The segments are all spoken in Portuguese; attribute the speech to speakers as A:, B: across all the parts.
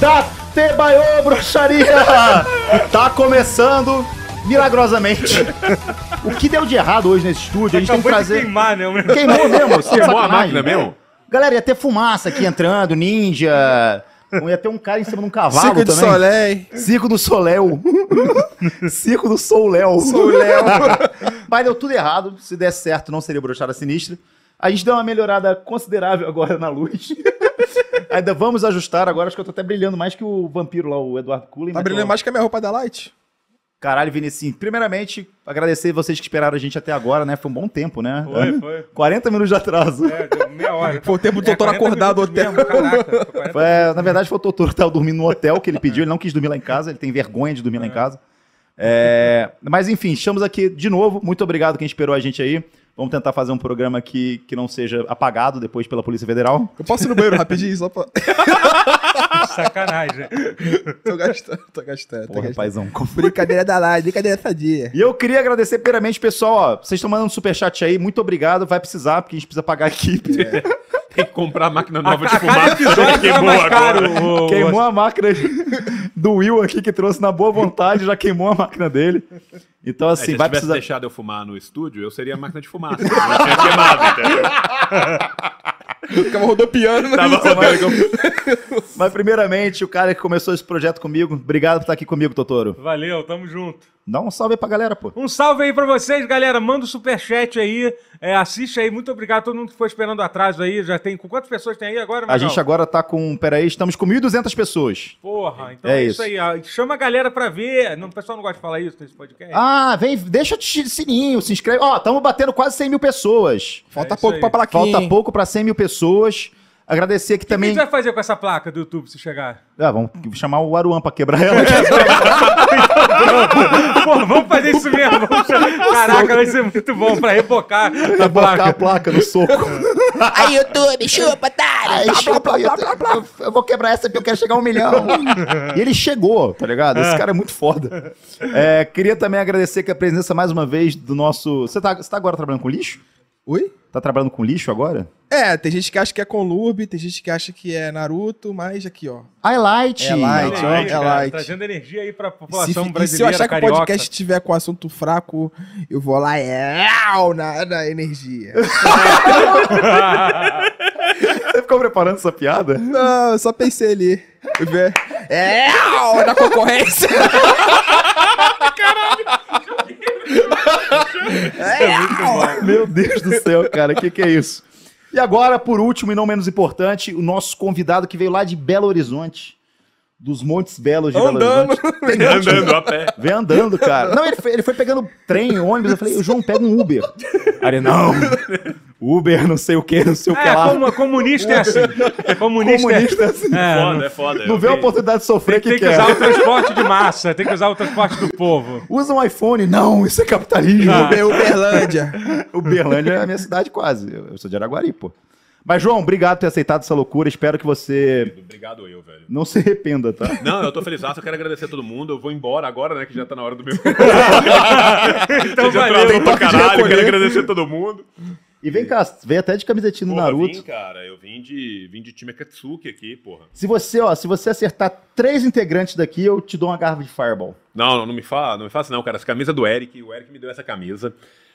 A: da Tebaiô Bruxaria! tá começando milagrosamente. O que deu de errado hoje nesse estúdio, a gente tem que
B: Acabou de
A: trazer...
B: queimar, né? o negócio.
A: Queimou mesmo, sem
C: Queimou a
A: sacanagem. né?
C: máquina mesmo?
A: Galera, ia ter fumaça aqui entrando, ninja... Ia ter um cara em cima de um cavalo
D: Circo de
A: também.
D: Soleil.
A: Circo do Soléu. Circo do Souléu.
D: Soléu.
A: Mas deu tudo errado. Se der certo, não seria brochada sinistra. A gente deu uma melhorada considerável agora na luz. Ainda vamos ajustar agora. Acho que eu tô até brilhando mais que o vampiro lá, é o Eduardo Cullen.
D: Tá
A: mas
D: brilhando
A: tô-
D: mais que a minha roupa da Light.
A: Caralho, Vinicius. Primeiramente, agradecer vocês que esperaram a gente até agora, né? Foi um bom tempo, né?
B: Foi, foi.
A: 40 minutos de atraso.
B: É, deu meia hora.
D: Foi o tempo do doutor
B: 40
D: acordado
B: É, minutos
D: até.
B: mesmo, Caraca, foi 40
A: Foi, é, na verdade, foi o Totoro que tava dormindo no hotel que ele pediu. Ele não quis dormir lá em casa, ele tem vergonha de dormir lá em casa. É, mas enfim, estamos aqui de novo. Muito obrigado quem esperou a gente aí. Vamos tentar fazer um programa que, que não seja apagado depois pela Polícia Federal.
D: Eu posso ir no banheiro rapidinho, só pra.
B: minutos, sacanagem.
D: tô gastando, tô gastando. tô
A: Porra,
D: gastando.
A: paizão.
D: Brincadeira da Light, brincadeira sadia.
A: E eu queria agradecer primeiramente, pessoal. Ó, vocês estão mandando um superchat aí. Muito obrigado. Vai precisar, porque a gente precisa pagar a equipe.
C: Tem que comprar a máquina nova de
B: A cada
C: fumaça. né?
B: episódio fica
C: Queimou
B: mais
C: agora.
B: caro. o-
A: Queimou a máquina do Will aqui, que trouxe na boa vontade. Já queimou a máquina dele. Então,
C: Se
A: assim,
C: tivesse
A: vai precisar.
C: deixado eu fumar no estúdio, eu seria a máquina de fumaça. Eu tinha queimado, entendeu?
D: Ficava rodopiando.
E: Tá
B: Tá
D: né?
C: Tava rodando com-
A: Mas primeiramente, o cara que começou esse projeto comigo, obrigado por estar aqui comigo, Totoro.
B: Valeu, tamo junto.
A: Dá um salve aí pra galera, pô.
B: Um salve aí pra vocês, galera. Manda o superchat aí. É, assiste aí. Muito obrigado a todo mundo que foi esperando atraso aí. Já tem. Com quantas pessoas tem aí agora,
A: A
B: Magal?
A: gente agora tá com, peraí, estamos com 1.200 pessoas.
B: Porra, então
A: É
B: é,
A: isso.
B: isso aí. ó. Chama a galera pra ver. Não, o pessoal não gosta de falar isso nesse podcast.
A: Ah, vem, deixa o ti- sininho, se inscreve. Ó, estamos batendo quase 100 mil pessoas.
D: Falta
B: É isso
D: pouco
B: aí.
D: pra
E: Tá
D: plaquinha.
A: Falta
D: hein?
A: pouco pra 100 mil pessoas. Agradecer aqui
B: O que a
A: também.
B: gente vai fazer com essa placa do YouTube se chegar?
A: Ah, vamos chamar o Aruan pra quebrar ela.
B: Porra, vamos fazer isso mesmo. Vamos chamar- Caraca, vai ser muito bom pra rebocar
D: É
B: a
A: Botar a
B: placa.
A: placa no soco.
F: Aí, YouTube, chupa, otário!
A: Aí chega pra- Eu vou quebrar essa porque eu quero chegar a um milhão. e ele chegou, tá ligado? Esse cara é muito foda. É, queria também agradecer que a presença mais uma vez do nosso. Você tá, você tá agora trabalhando com lixo?
D: Oi?
A: Tá trabalhando com lixo agora?
D: É, tem gente que acha que é Conlurbe, tem gente que acha que é Naruto, mas aqui, ó.
A: Highlight.
D: É light,
B: Olha
D: ó.
B: aí,
D: É
B: cara,
D: light.
B: Trazendo energia aí pra
D: Se,
B: população
D: e se eu
B: brasileira,
D: achar que o
B: carioca.
D: podcast tiver com assunto fraco, eu vou lá é, au, na, na energia.
A: Você ficou preparando essa piada?
D: Não, eu só pensei ali. Eu vi- É, au, na concorrência. É,
A: É Meu Deus do céu, cara, o que, que é isso? E agora, por último e não menos importante, o nosso convidado que veio lá de Belo Horizonte. Dos Montes Belos de Belo
D: Andando.
A: Horizonte. Tem monte de-
C: Andando a pé.
A: Vem andando, cara. Não, ele foi, ele foi pegando trem, ônibus. Eu falei, João, pega um Uber. Aí ele, não. Uber, não sei o que, não sei o que
B: É,
A: lá.
B: como, comunista é assim. Comunista, é
A: Comunista, assim.
B: É, não-
C: Foda, é foda.
A: Não
C: Eu
A: vê a
C: vi-
A: oportunidade de sofrer que, é.
B: Tem que
A: quer.
B: usar o transporte de massa, tem que usar o transporte do povo.
A: Usa um iPhone. Não, isso é capitalismo.
B: Ah.
D: Uber- Uberlândia.
A: Uberlândia é a minha cidade quase. Eu eu sou de Araguari, pô. Mas, João, obrigado por ter aceitado essa loucura. Espero que você
C: Obrigado eu, velho.
A: não se arrependa, tá?
C: Não, eu tô feliz. Eu quero agradecer a todo mundo. Eu vou embora agora, né? Que já tá na hora do meu.
B: Então
C: já
B: valeu.
C: trabalhou pra caralho.
D: recolher.
C: Quero agradecer a todo mundo.
A: E vem cá, vem até de camisetinha do
C: Porra,
A: Naruto.
C: vim, cara. Eu vim de, vim de time Akatsuki aqui, porra.
A: Se você, ó, se você acertar três integrantes daqui, eu te dou uma garrafa de Fireball.
C: Não, não, não me fala, não me faça não, cara. Essa camisa do Eric. O Eric me deu essa camisa.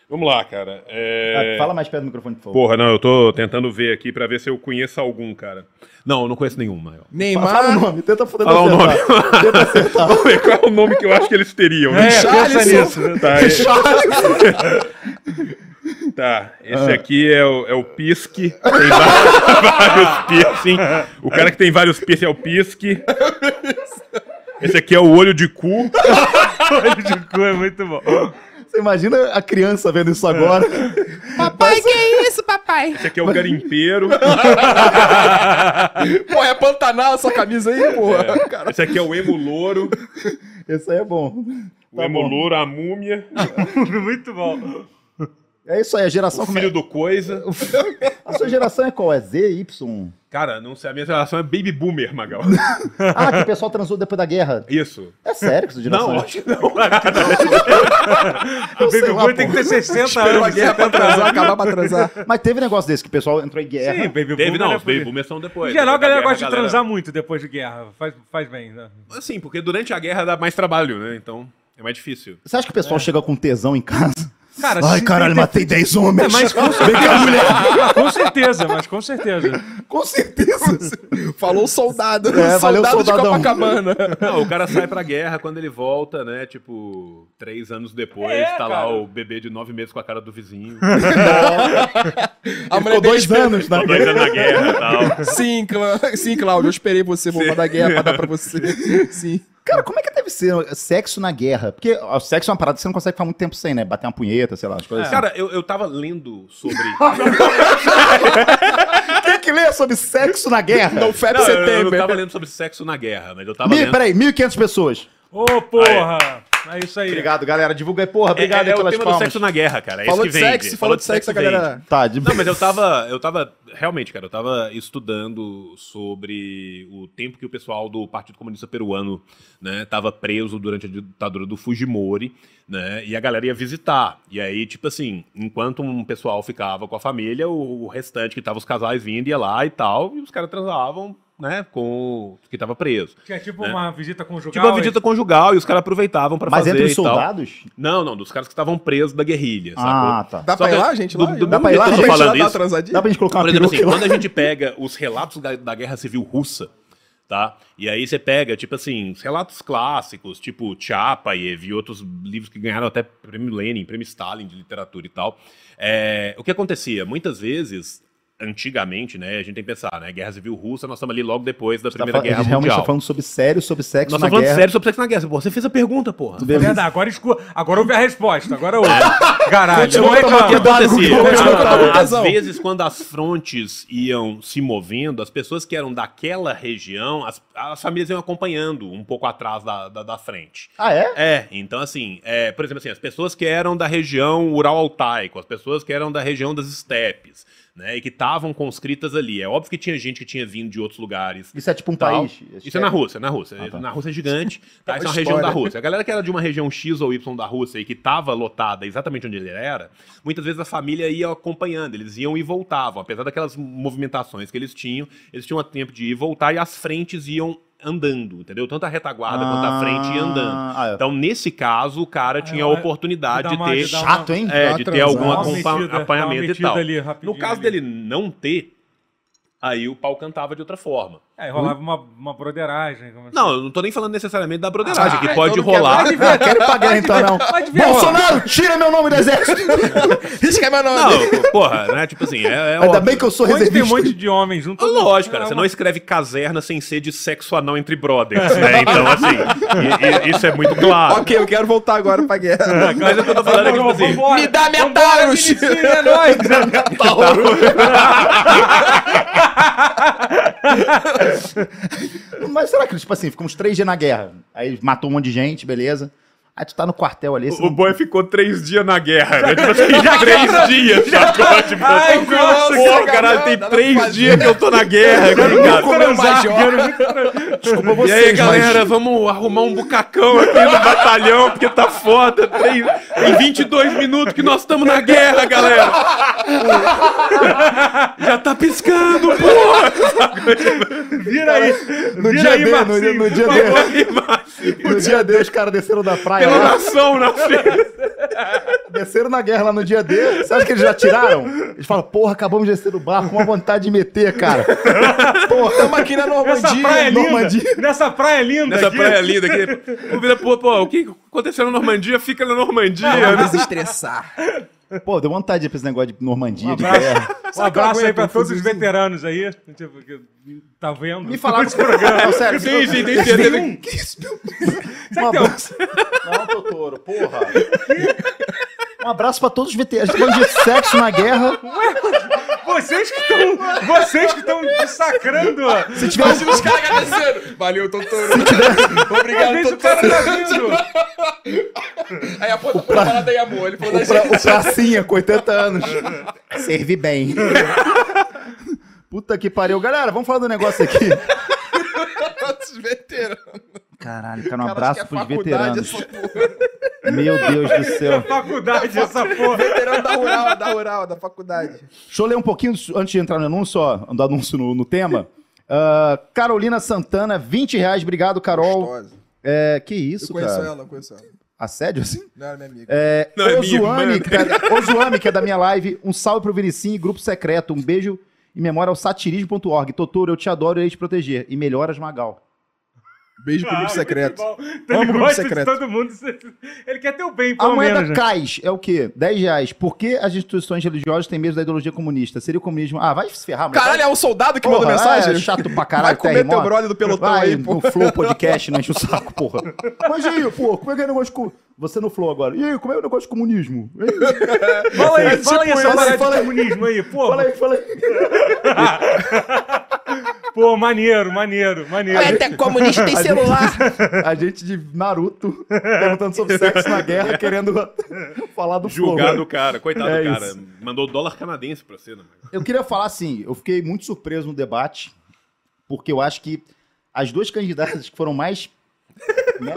C: Vamos lá, cara. É...
A: Ah, Fala mais perto do microfone, por favor.
C: Porra, não, eu tô tentando ver aqui pra ver se eu conheço algum, cara. Não, eu não conheço nenhum, Mael.
A: Fala o
D: Neymar,
A: nome, tenta foder
C: Fala o nome.
A: Tenta acertar.
C: Vamos ver qual é o nome que eu acho que eles teriam.
B: É,
C: né?
B: pensa nisso.
C: Tá, é- tá, esse aqui é o, é o Pisque. Tem vários, vários piercing. O cara que tem vários piercing é o Pisque. Esse aqui é o olho de cu.
B: Olho de cu é muito bom.
A: Você imagina a criança vendo isso agora?
F: Papai, que é isso, papai?
C: Esse aqui é o garimpeiro.
D: porra, é Pantanal essa camisa aí, porra. Cara,
C: Esse aqui é o emo louro.
A: Isso aí é bom.
C: O
A: Tá
C: emo
A: bom.
C: louro, a múmia.
B: Muito bom.
A: É isso aí, a geração
C: O
A: como é?
C: filho do coisa.
A: A sua geração é qual? É Z, Y?
C: Cara, não sei, a minha geração é baby boomer, Magal.
A: Ah, que o pessoal transou depois da guerra.
C: Isso.
A: É sério que isso de
C: Não,
A: nação-
C: acho que não.
B: O Baby
A: sei lá,
B: Boy tem que
A: pô.
B: ter 60
A: É.
D: Esperou a
B: anos.
D: guerra pra
B: 70 anos.
D: transar, acabar pra transar.
A: Mas teve negócio desse que o pessoal entrou em guerra.
B: Sim, Baby
C: Teve,
B: Boomer
C: não,
B: é
C: os baby
B: fudido.
C: boomers são
B: Em
C: um depois.
B: geral, a
C: Depois da
B: galera
C: guerra,
B: gosta de
C: a galera-
B: transar muito depois de guerra. Faz, faz bem, né?
C: Assim, porque durante a guerra dá mais trabalho, né? Então é mais difícil.
A: Você acha que o pessoal chega com tesão em casa?
B: Cara,
A: Ai,
B: se-
A: caralho, matei 10 homens.
B: É, mas com
A: Vem cá, mulher.
B: Ah, com certeza, mas com certeza.
D: Com certeza. Falou um soldado.
A: É, valeu, soldadão.
D: de Copacabana.
C: Não, o cara sai pra guerra, quando ele volta, né? Tipo, três anos depois,
B: É,
C: tá lá
B: cara.
C: o bebê de nove meses com a cara do vizinho.
D: A mulher
A: Ficou
D: dele
A: dois
D: esperou-
A: anos na
C: Tá dois anos na guerra e tal.
D: Sim, Clá- Sim, Cláudio, eu esperei você voltar da guerra pra dar pra você. Sim.
A: Cara, como é que deve ser sexo na guerra? Porque ó, sexo é uma parada que você não consegue ficar muito tempo sem, né? Bater uma punheta, sei lá, as coisas
C: Cara, eu, eu tava lendo sobre.
A: tem que ler sobre sexo na guerra.
D: Não, Feb
C: Não, eu, eu não
D: setembro.
C: tava lendo sobre sexo na guerra, mas eu tava
A: Mil,
C: lendo.
A: peraí, 1.500 pessoas.
B: Ô, porra! É isso aí.
A: Obrigado, galera. Divulga aí, porra.
C: É, é,
A: Obrigado
C: é
A: aí
C: o
A: pelas
C: tema do
A: palmas.
C: sexo na guerra, cara. É
D: Falou
C: isso
D: de
C: que vende.
D: sexo, falou de sexo, a
C: vende.
D: galera.
A: Tá, de...
C: Não, mas eu tava, eu tava, realmente, cara, eu tava estudando sobre o tempo que o pessoal do Partido Comunista Peruano, né, tava preso durante a ditadura do Fujimori, né, e a galera ia visitar. E aí, tipo assim, enquanto um pessoal ficava com a família, o, o restante que tava os casais vindo ia lá e tal, e os caras transavam, né, com o que tava preso.
B: Que é tipo uma visita conjugal. Tá
C: Tipo, a visita conjugal, e os caras aproveitavam pra
A: Mas
C: fazer
A: entre os
C: e tal. é
A: soldados?
C: Não, não, dos caras que estavam presos da guerrilha, sacou?
A: Ah, tá.
D: Dá
C: Só
D: pra
C: que-
D: ir lá, gente?
C: do-
D: Lá?
C: do-
D: Eu
A: dá
D: não
A: pra ir lá?
D: vi.
A: Eu
C: tô
D: Gente, tá
C: falando
D: dá
C: isso.
D: transadinha?
A: Dá pra gente colocar uma
C: Por exemplo, assim,
A: peruca
C: quando a gente pega os relatos da, da Guerra Civil Russa, tá? E aí você pega, tipo assim, os relatos clássicos, tipo Tchapaev e outros livros que ganharam até prêmio Lenin, prêmio Stalin de literatura e tal. É, o que acontecia? Muitas vezes, antigamente, né? A gente tem que pensar, né? Guerra Civil Russa, nós estamos ali logo depois da
A: Tá
C: Primeira
A: fal- a
C: Guerra
A: gente realmente tá
C: Mundial.
A: falando sobre sério, sobre sexo
C: Nós
A: na
C: estamos falando
A: guerra.
C: sério sobre sexo na guerra. Pô, Você fez a pergunta, porra.
B: Verdade, agora escu... Agora houve a resposta, agora houve. Caralho,
A: Continua
B: não é
A: tomando
C: O que
A: cuidado.
B: claro.
C: acontecia?
A: com o que eu
C: Ah,
D: tava com
C: Às
D: tesão.
C: vezes, quando as frontes iam se movendo, as pessoas que eram daquela região, as, as famílias iam acompanhando um pouco atrás da, da, da frente.
A: Ah, é?
C: É, então assim, é, por exemplo, assim, as pessoas que eram da região Ural-Altaico, as pessoas que eram da região das estepes, né, e que estavam conscritas ali. É óbvio que tinha gente que tinha vindo de outros lugares
A: Isso é tipo um
C: tal.
A: país.
C: Isso é na Rússia, na Rússia.
A: Ah, tá.
C: Na Rússia é gigante, tá? Isso é uma
D: História.
C: região da Rússia. A galera que era de uma região X ou Y da Rússia e que estava lotada exatamente onde ele era, muitas vezes a família ia acompanhando, eles iam e voltavam. Apesar daquelas movimentações que eles tinham, eles tinham tempo de ir e voltar e as frentes iam andando, entendeu? Tanto a retaguarda quanto a frente ia andando.
A: Ah, é.
C: Então, nesse caso, o cara tinha a
B: é,
C: oportunidade
B: dá
C: de
B: uma-
C: ter,
B: dá uma-
A: Chato, hein?
C: é,
D: dá uma
C: de ter
D: transada.
C: algum
D: Dá uma
C: acompa-
B: metida, dá uma
C: acompanhamento e
B: metida
C: tal.
B: ali,
C: no
B: rapidinho
C: caso
B: ali.
C: dele não ter, aí o pau cantava de outra forma.
B: É, rolava uma, uma broderagem. como assim.
C: Não, eu não tô nem falando necessariamente da broderagem,
D: Ah,
C: que
D: é,
C: pode
D: então não
C: rolar.
B: quero
A: Não quero pagar então, não.
B: vai de ver,
A: Bolsonaro, tira meu nome do exército.
D: Risca meu nome.
C: Não, pô, porra, né? Tipo assim, é, é
A: Ainda
C: óbvio.
A: bem que eu sou
B: Onde tem um
A: reservista.
B: monte de homem junto.
C: Ah, Lógico, cara.
B: É
C: Você
B: uma-
C: não escreve caserna sem ser de sexo anal entre brothers, né? Então, assim, i- i- isso é muito claro.
D: Ok, eu quero voltar agora pra guerra.
C: Mas eu tô falando é que, tipo assim,
B: Vambora,
D: Me dá minha
B: vambora,
D: Taurus.
B: Vinicius, É nóis!
A: Mas será que, tipo assim, fica uns três dias na guerra. Aí matou um monte de gente, beleza. Aí tu tá no quartel ali. você
C: o
A: não-
C: boy ficou três dias na guerra, né? Tipo assim, três dias, sacou? Tipo,
B: Ai, nossa,
C: pô,
D: que
C: caralho, tem
D: cagada, não
C: três
D: faz
C: dias que eu tô na guerra, tá cara.
D: Comeu major.
A: Desculpa
C: E
A: vocês,
C: aí, galera, vamos arrumar um bucacão aqui no batalhão, porque tá foda. Tem, tem 22 minutos que nós estamos na guerra, galera. Já tá piscando, porra.
B: Vira aí!
A: No
B: Vira
A: dia
B: aí,
A: D, no
B: Marcinho.
A: dia- no dia D. No dia D, os caras desceram da praia.
C: Pela
A: lá,
C: nação né? na frente.
A: desceram na guerra lá no dia D. Sabe que eles já tiraram? Eles falam, porra, acabamos de descer do barco, uma vontade de meter, cara.
D: Porra, tamo aqui na
B: Essa praia
D: Normandia.
B: é linda!
A: Normandia.
B: Nessa praia é linda!
C: Nessa
B: aqui.
C: praia linda aqui. O Vila, pô, pô, o que aconteceu na Normandia? Fica na Normandia, né?
D: Vamos estressar.
A: Pô, deu vontade pra esse negócio de Normandia, de
B: abraço.
A: guerra.
B: Um
C: é
B: abraço aí pra
D: aguento um
B: todos os
D: fuzilzinho?
B: veteranos aí. Tipo, que tá vendo?
A: Me falaram esse programa. Não, sério. então,
C: Tem, tem, tem, tem, tem.
A: um? Que isso, meu
B: Será que tem um-
A: Não, Totoro, porra. Um abraço pra todos os veteranos. tá Falando de sexo na guerra.
B: Vocês que estão. Vocês que estão dissacrando!
A: Se tiver, um-
D: os caras agradecendo. Valeu, Totoro.
B: Às
D: Obrigado,
B: vezes o cara tá vindo!
C: tá
D: Aí a porta pra falar da amor. Ele falou da
A: pra, o pracinha com 80 anos. Serve bem. Puta que pariu. Galera, vamos falar do negócio aqui.
D: Os veteranos.
A: Caralho, cara, um
D: Cara,
A: abraço
D: acho que é
A: pros
D: faculdade essa
A: veteranos.
D: porra.
A: Meu Deus do céu.
B: Faculdade, essa porra.
D: Veterano da rural, da rural, da faculdade.
A: Deixa eu ler um pouquinho antes de entrar no anúncio, ó, do anúncio no, no tema. Ah, Carolina Santana, 20 reais. Obrigado, Carol.
D: Gostosa.
A: É, que
D: Eu
A: isso,
D: conheço
A: cara.
D: ela, eu conheço ela.
A: Assédio assim?
D: Não era minha amiga.
A: É,
C: Não, é minha
A: Ozuane,
C: irmã, né?
A: que é- Ozuane, que é da minha live. Um salve pro Vinicim e grupo secreto. Um beijo em memória ao satirismo.org. Totoro, eu te adoro e irei te proteger. E melhoras, Magal.
D: Beijo pro
B: Ah,
D: grupo secreto.
B: muito bom. Então ele
D: grupo
B: gosta de
D: secreto.
B: todo mundo. Ele quer ter o bem,
A: A
B: pelo menos.
A: moeda
B: né?
A: CAIS é o quê? 10 reais. Por que as instituições religiosas têm medo da ideologia comunista? Seria o comunismo. Ah, vai se ferrar, moleque.
D: Caralho, é um soldado que mandou
A: Porra,
D: mensagem?
A: é chato pra caralho,
D: Vai comer
A: Terry
D: teu
A: Moore.
D: brother do pelotão
A: Vai
D: aí, pô.
A: no Flow Podcast, não enche o saco, porra. Mas e aí, pô, como é que é o negócio com... Você no Flow agora. E aí, como é o negócio de comunismo? Ei,
B: Fala aí,
A: tipo
B: fala aí É essa
A: esse,
B: parada
A: fala
B: de
A: aí.
B: comunismo aí, pô.
A: Fala aí, fala aí.
B: Pô, maneiro, maneiro, maneiro.
F: Até comunista tem celular.
A: A gente de Naruto perguntando sobre sexo na guerra, querendo falar do
C: Julgado
A: Flow.
C: o cara, coitado
A: É
C: do cara.
A: isso.
C: Mandou dólar canadense pra cena, mano.
A: Eu queria falar assim, eu fiquei muito surpreso no debate, porque eu acho que as duas candidatas que foram mais... Né?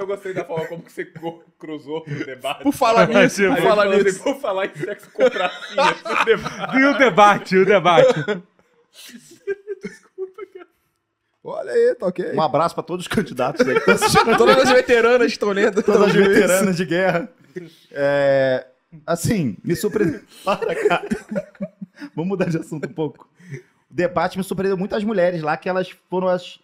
C: Eu, gostei da forma como você cruzou no debate.
D: Por falar nisso,
B: Tipo,
D: por falar nisso.
C: Vou falar em sexo com pracinha no debate.
B: E o debate, o debate. É
D: Olha aí, tá ok.
A: Um abraço pra todos os candidatos aí que estão assistindo.
D: Todas as veteranas que estão lendo.
A: todas as
D: estão vendo isso.
A: veteranas de guerra. É, assim, me surpreendeu. Para, cara. Vamos mudar de assunto um pouco. O debate me surpreendeu muito as mulheres lá, que elas foram as.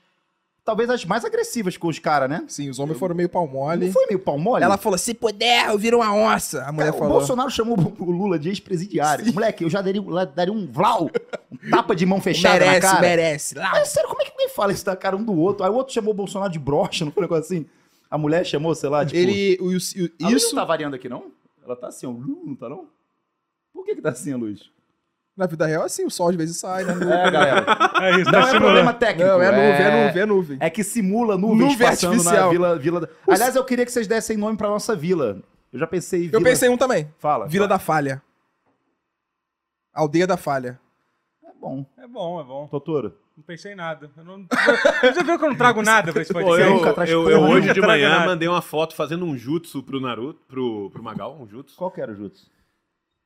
A: Talvez as mais agressivas com os caras, né?
D: Sim, os homens foram meio pau
A: Não
D: mole.
A: foi meio pau mole?
D: Ela falou, se puder, eu viro uma onça. A mulher
A: Cara, o
D: falou.
A: Bolsonaro chamou o Lula de ex-presidiário. Moleque, eu já daria, lá- daria um vlau, um tapa de mão fechada na
D: merece,
A: cara.
D: merece. Lá.
A: Mas sério, como é que ninguém fala isso da cara um do outro? Aí o outro chamou o Bolsonaro de brocha, não foi um negócio assim? A mulher chamou, sei lá, tipo...
D: Ele, o, o-
A: A luz
D: isso,
A: não tá variando aqui, não? Ela tá assim, ó. Lu, Não tá, não? Por que que tá assim a luz?
D: na vida real, assim, o sol às vezes sai, né?
A: É, galera.
B: É isso,
A: Não
B: tá
A: é
B: simulando.
A: problema técnico.
D: Não, é nuvem, é nuvem, é nuvem.
A: É que simula nuvens
D: Nuvem
A: passando na
D: artificial.
A: vila, vila... da- Aliás, eu queria que vocês dessem nome pra nossa vila. Eu já pensei em
D: Eu
A: vila-
D: pensei em um também.
A: Fala.
D: Vila da Falha. Aldeia da Falha.
A: É bom.
B: É bom, é bom.
A: Totoro.
B: Não pensei em nada. Eu não... Você viu que eu não trago nada pra esse
C: Pô,
B: podcast?
C: eu,
A: nunca traz
C: eu-
A: porra
C: eu
A: nenhuma.
C: hoje um de
B: Nunca traz
C: manhã
B: nada.
C: mandei uma foto fazendo um jutsu pro Naruto, pro, pro Magal, um jutsu.
A: Qual que era o Jutsu?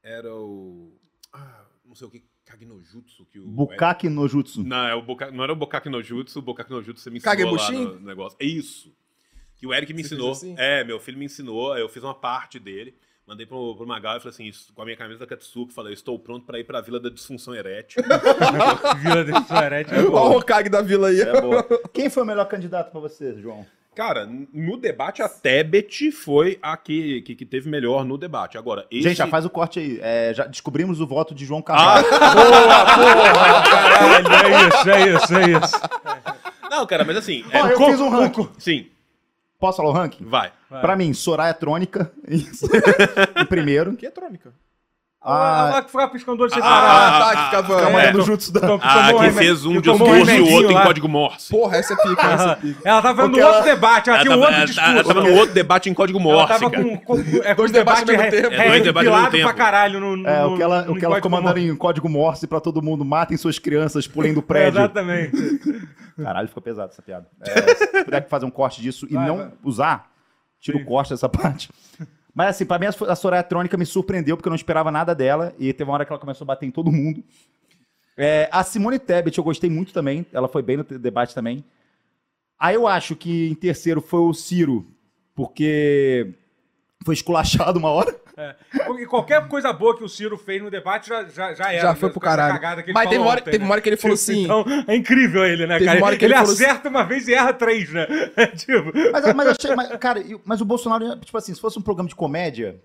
C: Era o. Ah, não sei o que. Kagnojutsu que o.
A: Bukaki no Jutsu.
C: Não, é o Boca- não era o Bokak no Jutsu, o Bokak no Jutsu você me ensinou
D: Kagebushin?
C: lá no negócio. É isso. Que o Eric me
D: Você
C: ensinou.
D: fez assim?
C: É, meu filho me ensinou, eu fiz uma parte dele, mandei pro, pro Magal e falei assim, isso, com a minha camisa da Katsuki, falei, estou pronto pra ir pra Vila da Disfunção Erétil.
B: Vila de é Suarete.
D: Olha o Hokage da vila aí.
A: É boa. Quem foi o melhor candidato pra você, João?
C: Cara, n- no debate a Tebet foi a que, que, que teve melhor no debate. Agora, esse...
A: Gente, já faz o corte aí. É, já descobrimos o voto de João Carvalho.
B: Ah, Caralho, é isso, é isso, é isso.
C: Não, cara, mas assim...
A: Ó,
C: é-
A: eu fiz um ranking.
C: Sim,
A: Posso falar o ranking?
C: vai.
B: Vai.
A: Pra mim, Soraya Trônica isso. em primeiro.
D: Que é trônica.
B: Ah,
A: A-
B: lá que ficava piscando o olho
C: Ah,
B: separado.
D: Ah,
C: ah,
D: tá, que
C: ah,
D: ficava...
A: a
B: calma aí.
A: mulher
B: é.
A: do Jutsu da...
B: Então,
C: Ah,
B: tomou
C: que
B: reme-
C: fez um
B: que tomou
C: discurso e o
B: remedinho
C: outro em
B: lá.
C: código morse. É,
D: Porra, essa é pica, essa é pica.
B: Ela tava vendo
A: Porque
B: outro
A: ela-
B: debate, ela tinha um
C: tava-
B: outro
C: ela- ela
B: discurso.
C: tava no outro debate em código
B: Ela
C: morse,
B: tava
C: cara.
B: com, com, é, com
D: Dois
B: um
D: debates
B: debate
D: ao mesmo tempo.
C: É, dois debates ao
B: pilado
C: mesmo
B: pra
C: tempo.
B: caralho no, no,
A: É, o que ela,
B: no
A: o que ela
B: código
A: ficou mandando
B: morto.
A: em código morse pra todo mundo, matem suas crianças, pulem
B: É
A: do prédio.
B: Exatamente.
A: Caralho, ficou pesado essa piada. É, se puder fazer um corte disso e
B: Vai,
A: não
B: vai.
A: usar, tira o corte dessa parte. Mas assim, pra mim a Soraya Trônica me surpreendeu porque eu não esperava nada dela e teve uma hora que ela começou a bater em todo mundo. É, a Simone Tebet eu gostei muito também, ela foi bem no te- debate também. Aí eu acho que em terceiro foi o Ciro, porque foi esculachado uma hora.
B: E qualquer coisa boa que o Ciro fez no debate já, já, já era.
D: Já foi pro
B: com essa é
D: caralho.
B: cagada que ele
D: Mas teve
B: falou
D: uma, hora,
B: ontem,
D: teve
B: né?
D: uma hora que ele falou
B: Tipo,
D: assim...
B: Então, é incrível ele, né,
D: Teve
B: cara?
D: uma hora
B: Ele,
D: que ele falou assim,
B: acerta uma vez e erra três, né? É tipo.
A: Mas, mas eu achei, mas, cara, eu- mas o Bolsonaro, ia- tipo assim, se fosse um programa de comédia.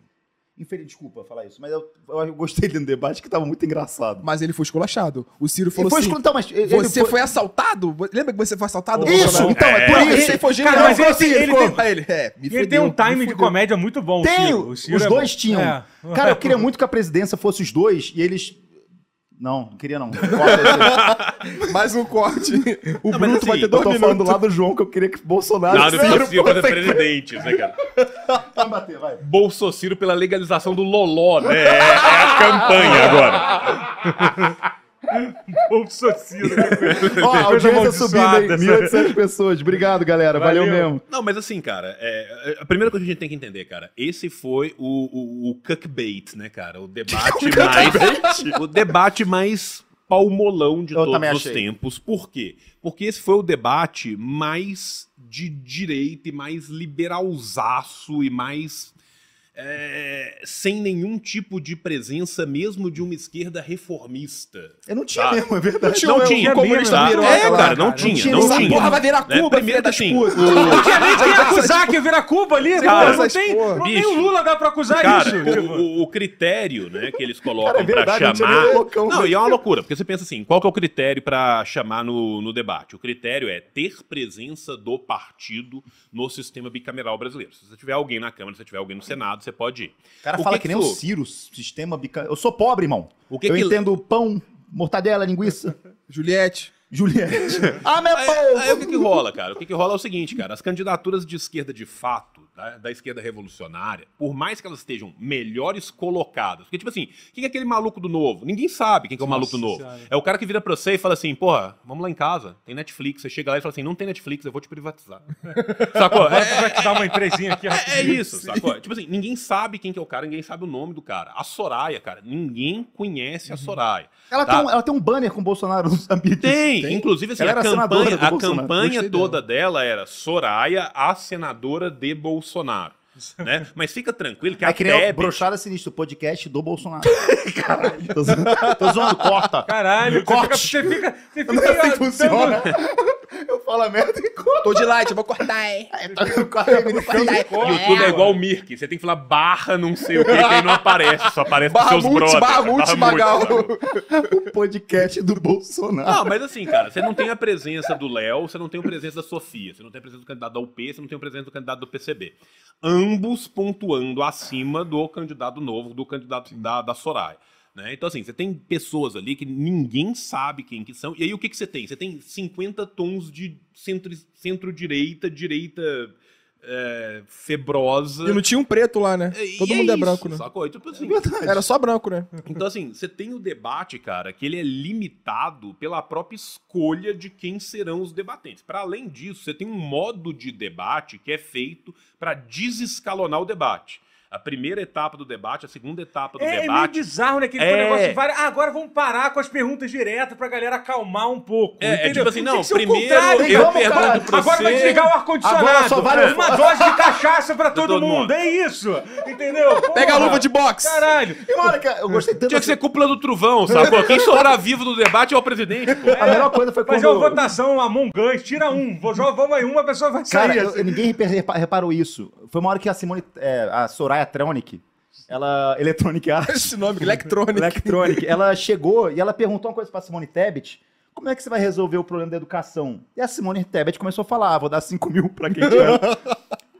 A: Infeliz, desculpa falar isso, mas eu, eu gostei dele no debate que tava muito engraçado.
D: Mas ele foi esculachado. O Ciro
A: Ele
D: falou
A: foi
D: assim...
A: escroto, então, mas ele- ele
D: Você foi assaltado? Lembra que você foi assaltado?
A: Isso,
D: Bolsonaro?
A: então, é, por
D: Não,
A: isso.
D: Esse foi genial.
B: Cara, mas ele, tem- ele
D: Ficou-
B: tem,
D: Aí ele, é, me
B: e ele tem um
D: fudeu, me
B: time de
D: fudeu.
B: comédia muito bom, o
A: Tem,
B: Ciro. O Ciro
A: os
B: é
A: dois
B: bom.
A: tinham.
B: É.
A: Cara, eu queria muito que a presidência fosse os dois e eles Não, não queria não. Corta
D: Mais um corte. O
C: Não, mas
D: Bruto
C: assim,
D: vai ter
A: esse. eu
D: dois
A: tô falando
D: minutos.
A: lá do João que eu queria que o Bolsonaro.
C: Claro,
A: Ciro
C: Ciro contra
A: fosse-
C: presidentes, né, cara?
A: Vai bater, vai.
C: Bolsonaro pela legalização do Loló, né? É, é a campanha agora.
A: Ó, a audiência subindo aí,
B: amaldiçoada, sabe?
A: 1.800 pessoas. Obrigado, galera. Valeu,
B: Valeu.
A: mesmo.
C: Não, mas assim, cara, é, é, a primeira coisa que a gente tem que entender, cara, esse foi o, o, o cuckbait, né, cara? O debate mais. o debate mais palmolão de
A: Eu também
C: todos os
A: achei.
C: tempos. Por quê? Porque esse foi o debate mais de direita e mais liberalzaço e mais. é, sem nenhum tipo de presença, mesmo de uma esquerda reformista.
A: Eu não tinha
C: Tá.
A: mesmo, é verdade.
C: Não tinha,
B: tinha
C: comunista
B: mesmo,
C: piroca
B: é,
C: lá,
B: cara,
C: não
B: não é
C: tinha,
A: tinha,
C: não
A: essa
C: tinha.
D: porra vai virar
C: Né?
D: Cuba,
C: Primeiro
D: filha
C: que
D: das putas.
C: assim, o-
B: Não tinha nem quem acusar que vira Cuba ali,
D: Cara,
B: cara. Não
D: essas
B: tem.
D: porra.
B: não- Nem
C: Bicho.
B: o Lula dá pra
A: Tá
B: acusar
C: Cara,
B: isso.
C: o-
B: tipo.
C: o, o critério né, que eles colocam
A: Cara, é verdade,
C: pra
A: não tinha nem
C: chamar.
A: loucão,
C: não,
A: né?
C: e é uma loucura, porque você pensa assim: qual que é o critério pra chamar no, no debate? O critério é ter presença do partido no sistema bicameral brasileiro. Se você tiver alguém na Câmara, se você tiver alguém no Senado, você pode ir.
A: O cara
C: O
A: fala
C: que
A: que,
C: que
A: nem o
C: foi?
A: Ciro, sistema bica... Eu sou pobre, irmão.
C: O que
A: eu
C: que-
A: entendo pão, mortadela, linguiça,
D: Juliette.
A: Juliette. ah, meu
C: Aí,
A: povo!
C: aí o que, que rola, cara? O que, que rola é o seguinte, cara. As candidaturas de esquerda de fato, da, da esquerda revolucionária, por mais que elas estejam melhores colocadas, porque, tipo assim, quem que é aquele maluco do novo? Ninguém sabe quem que é o maluco do novo.
B: Senhora.
C: É o cara que vira pra você e fala assim, porra, vamos lá em casa, tem Netflix. Você chega lá e fala assim, não tem Netflix, eu vou te privatizar. Sacou? É,
B: Vai te dar uma empresinha aqui
C: é- é
B: rapidinho.
C: isso, sacou? Tipo assim, ninguém sabe quem que é o cara, ninguém sabe o nome do cara. A Soraya, cara, ninguém conhece a Soraya.
A: Ela,
C: Tá.
A: tem um, ela tem um banner com o Bolsonaro, eu não sabia disso.
C: Tem, inclusive assim,
A: Ela
C: a
A: era senadora
C: campanha,
A: do
C: a
A: Bolsonaro.
C: campanha
D: Gostei
C: toda dela. era Soraya, a senadora de Bolsonaro. né? Mas fica tranquilo que
A: É
C: a
A: que nem o
C: Tebet,
A: Brochada Sinistro, podcast do Bolsonaro. Caralho. Tô zoando, tô zoando, corta.
B: Caralho,
A: Corte.
B: você fica. Você fica,
A: Eu não
B: você
A: sei
B: fica
A: se funciona. Eu falo a merda É, tá e corta.
D: Tô de light, eu vou cortar, é, hein?
C: o YouTube é igual o Mirk, você tem que falar barra não sei o que, que aí não aparece, só aparece pros
D: Barra
C: seus
D: Mute,
C: brothers.
D: barra Mute, Magal.
C: sabe?
A: O podcast do Bolsonaro.
C: Não, mas assim, cara, você não tem a presença do Léo, você não tem a presença da Sofia, você não tem a presença do candidato da UP, você não tem a presença do candidato do PCB. Ambos pontuando acima do candidato novo, do candidato da, da Soraya. Né? Então, assim, você tem pessoas ali que ninguém sabe quem que são. E aí, o que, que você tem? Você tem 50 tons de centro- centro-direita, direita é, febrosa.
D: E não tinha um preto lá, né?
C: E-
D: Todo
C: e
D: mundo é
C: isso,
D: branco, né?
C: Sacou? Então,
A: É
C: assim,
D: Era só branco, né?
C: então, assim, você tem o debate, cara, que ele é limitado pela própria escolha de quem serão os debatentes. Para além disso, você tem um modo de debate que é feito para desescalonar o debate. A primeira etapa do debate, a segunda etapa do
B: É, é meio
C: debate.
B: bizarro, né? Que ele
C: É.
B: foi um negócio de várias. Ah, agora vamos parar com as perguntas direto pra galera acalmar um pouco.
C: É, é
B: entendeu?
C: tipo assim,
B: Tem
C: não,
B: que ser o
C: primeiro
B: contrário,
C: eu
B: cara.
C: pergunto
B: Agora-
C: pra
B: Agora
C: você.
B: vai desligar o ar-condicionado.
A: Agora só vale o-
B: Uma dose de cachaça pra todo,
C: todo
B: mundo.
C: mundo.
B: É isso. Entendeu?
D: Pega a
B: Porra.
D: luva de boxe!
B: Caralho.
A: E olha, cara, eu gostei tanto.
C: Tinha que ser cúpula do trovão, sacou? Quem sobrar vivo do debate é o presidente, pô.
A: A melhor coisa foi quando...
B: Fazer uma votação Among Us, tira um. Vou jogar, vamos aí, uma pessoa vai sair.
A: Cara, eu- eu- ninguém repa- repa- reparou isso. Foi uma hora que a Simone, é, a Soraya Tronic, ela, Electronic Arts,
D: Esse nome, Electronic.
A: Electronic, ela chegou e ela perguntou uma coisa pra Simone Tebet. Como é que você vai resolver o problema da educação? E a Simone Tebet começou a falar, ah, vou dar 5 mil pra quem te ama.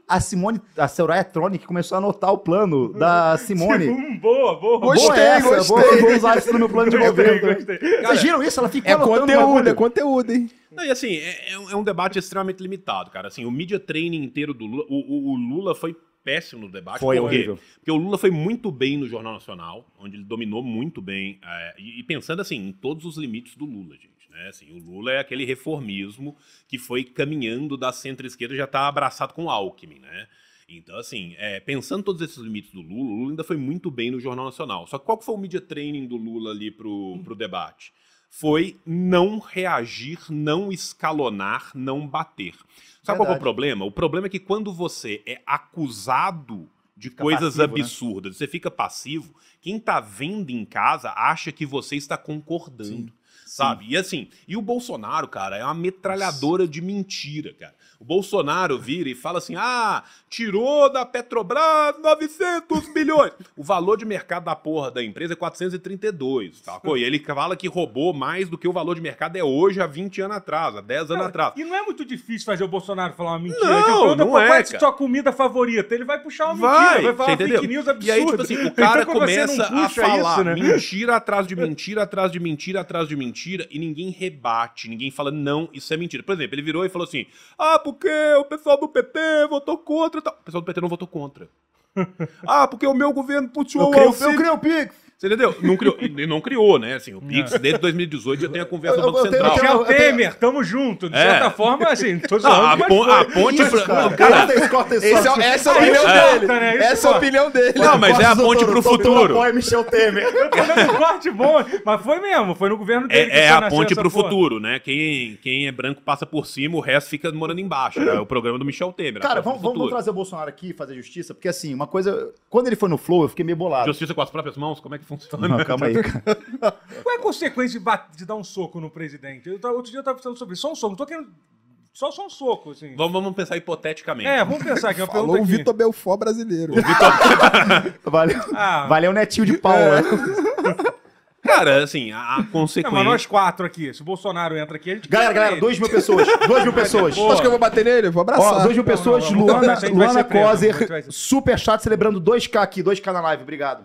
A: A Simone, a Soraya Tronic começou a anotar o plano da Simone.
B: Hum, boa, boa.
A: Boa
D: Gostei,
A: essa, vou-
D: gostei.
A: Vou, usar isso no meu
C: é
A: plano de
B: Gostei,
A: governo.
B: gostei.
A: Vocês viram isso? Ela ficou
D: É
A: anotando o
D: conteúdo,
A: bagulho.
D: é conteúdo, hein?
C: Não, e assim, é, é um- é um debate extremamente limitado, cara. Assim, o media training inteiro do Lula, o, o- o Lula foi péssimo no debate.
A: Foi
C: por quê?
A: horrível.
C: Porque o Lula foi muito bem no Jornal Nacional, onde ele dominou muito bem. é, e, e pensando, assim, em todos os limites do Lula, gente. Né? Assim, o Lula é aquele reformismo que foi caminhando da centro-esquerda e já está abraçado com o Alckmin, né? Então, assim, é, pensando todos esses limites do Lula, o Lula ainda foi muito bem no Jornal Nacional. Só que qual que foi o media training do Lula ali pro, pro debate? Foi não reagir, não escalonar, não bater. Sabe qual que é
A: Verdade.
C: o problema? O problema é que quando você é acusado de coisas
A: passivo, né?
C: absurdas, você fica passivo, quem tá vendo em casa acha que você está concordando. Sabe? E assim, e o Bolsonaro, cara, é uma metralhadora de mentira, cara. O O Bolsonaro vira e fala assim: ah, tirou da Petrobras 900 bilhões. O valor de mercado da porra da empresa é 432, sacou? E ele fala que roubou mais do que o valor de mercado é hoje, há 20 anos atrás, há 10 anos Tá atrás.
B: E não é muito difícil fazer o Bolsonaro falar uma mentira.
C: Não,
B: Tipo, pergunta,
C: não
B: "Pô,
C: é,
B: qual é a
C: cara.
B: sua comida favorita? Ele vai puxar uma
C: Vai,
B: mentira, vai falar
C: você entendeu?
B: fake news
C: E
B: absurda.
C: aí, tipo assim, o cara
B: Então, quando você não
C: começa a
B: puxa
C: falar
B: isso, né?
C: mentira atrás de mentira, atrás de mentira, atrás de mentira, e ninguém rebate, ninguém fala, não, isso é mentira. Por exemplo, ele virou e falou assim, ah, porque o pessoal do PT votou contra e tal. O pessoal do PT não votou contra. ah, porque o meu governo puxou o auxílio.
A: o Pix.
C: Você entendeu? Não criou, e não criou, né? Assim, o Pix, desde 2018, já tem a conversa
A: Eu-
C: do Banco
A: eu tenho- eu
C: Central.
A: tenho-
B: Michel Então, é Temer, tamo junto. De
C: É.
B: certa forma, assim, tô zoando,
C: Ah, a,
B: mas
C: pon-
B: foi.
C: a ponte...
A: Isso,
C: fran-
A: cara.
C: Cara,
A: Corta isso, corta isso.
D: Esse é, essa é a opinião
B: corta,
D: dele.
B: né? Isso
D: Essa é a
B: corta.
D: opinião dele.
C: Não, mas é a ponte pro futuro.
A: Apoia Michel Temer.
B: Eu tô dando um corte bom, mas foi mesmo, foi no governo dele. que
C: É, é
B: só
C: a
B: nasceu
C: ponte
B: essa
C: pro
B: porra.
C: futuro, né? Quem, quem é branco passa por cima, o resto fica morando embaixo. né? É o programa do Michel Temer. a
A: Cara, vamos,
C: ponte
A: vamos-
C: pro
A: vamos
C: futuro.
A: trazer o Bolsonaro aqui fazer justiça, porque assim, uma coisa. Quando ele foi no Flow, eu fiquei meio bolado.
C: Justiça com as próprias mãos, como é que funciona?
A: Não, calma aí, cara.
B: Qual é a consequência de, bat- de dar um soco no presidente? Eu tava- outro dia eu tava pensando sobre isso. Só um soco, não tô querendo. Só, só um soco, assim.
C: Vamos, vamos pensar hipoteticamente.
B: É, vamos pensar aqui, uma
D: Falou
B: pergunta
D: o
B: aqui.
D: Vitor Belfó brasileiro.
A: Valeu.
B: Ah.
A: Valeu, netinho de pau. né?
C: Cara, assim, a, a
B: Não,
C: consequência.
B: mas nós quatro aqui, se o Bolsonaro entra aqui, a gente...
A: Galera, galera, dois mil pessoas. Dois mil pessoas.
B: Boa.
D: Acho que eu vou bater nele, vou
A: Ó,
D: abraçar.
A: dois mil
B: Não,
A: pessoas.
B: não, não, não,
A: Luana,
B: não, não, não,
A: Luana
B: não, não, não, não, não, não, não, não,
A: Coser,
B: não.
A: superchat celebrando 2K aqui, 2K na live, obrigado.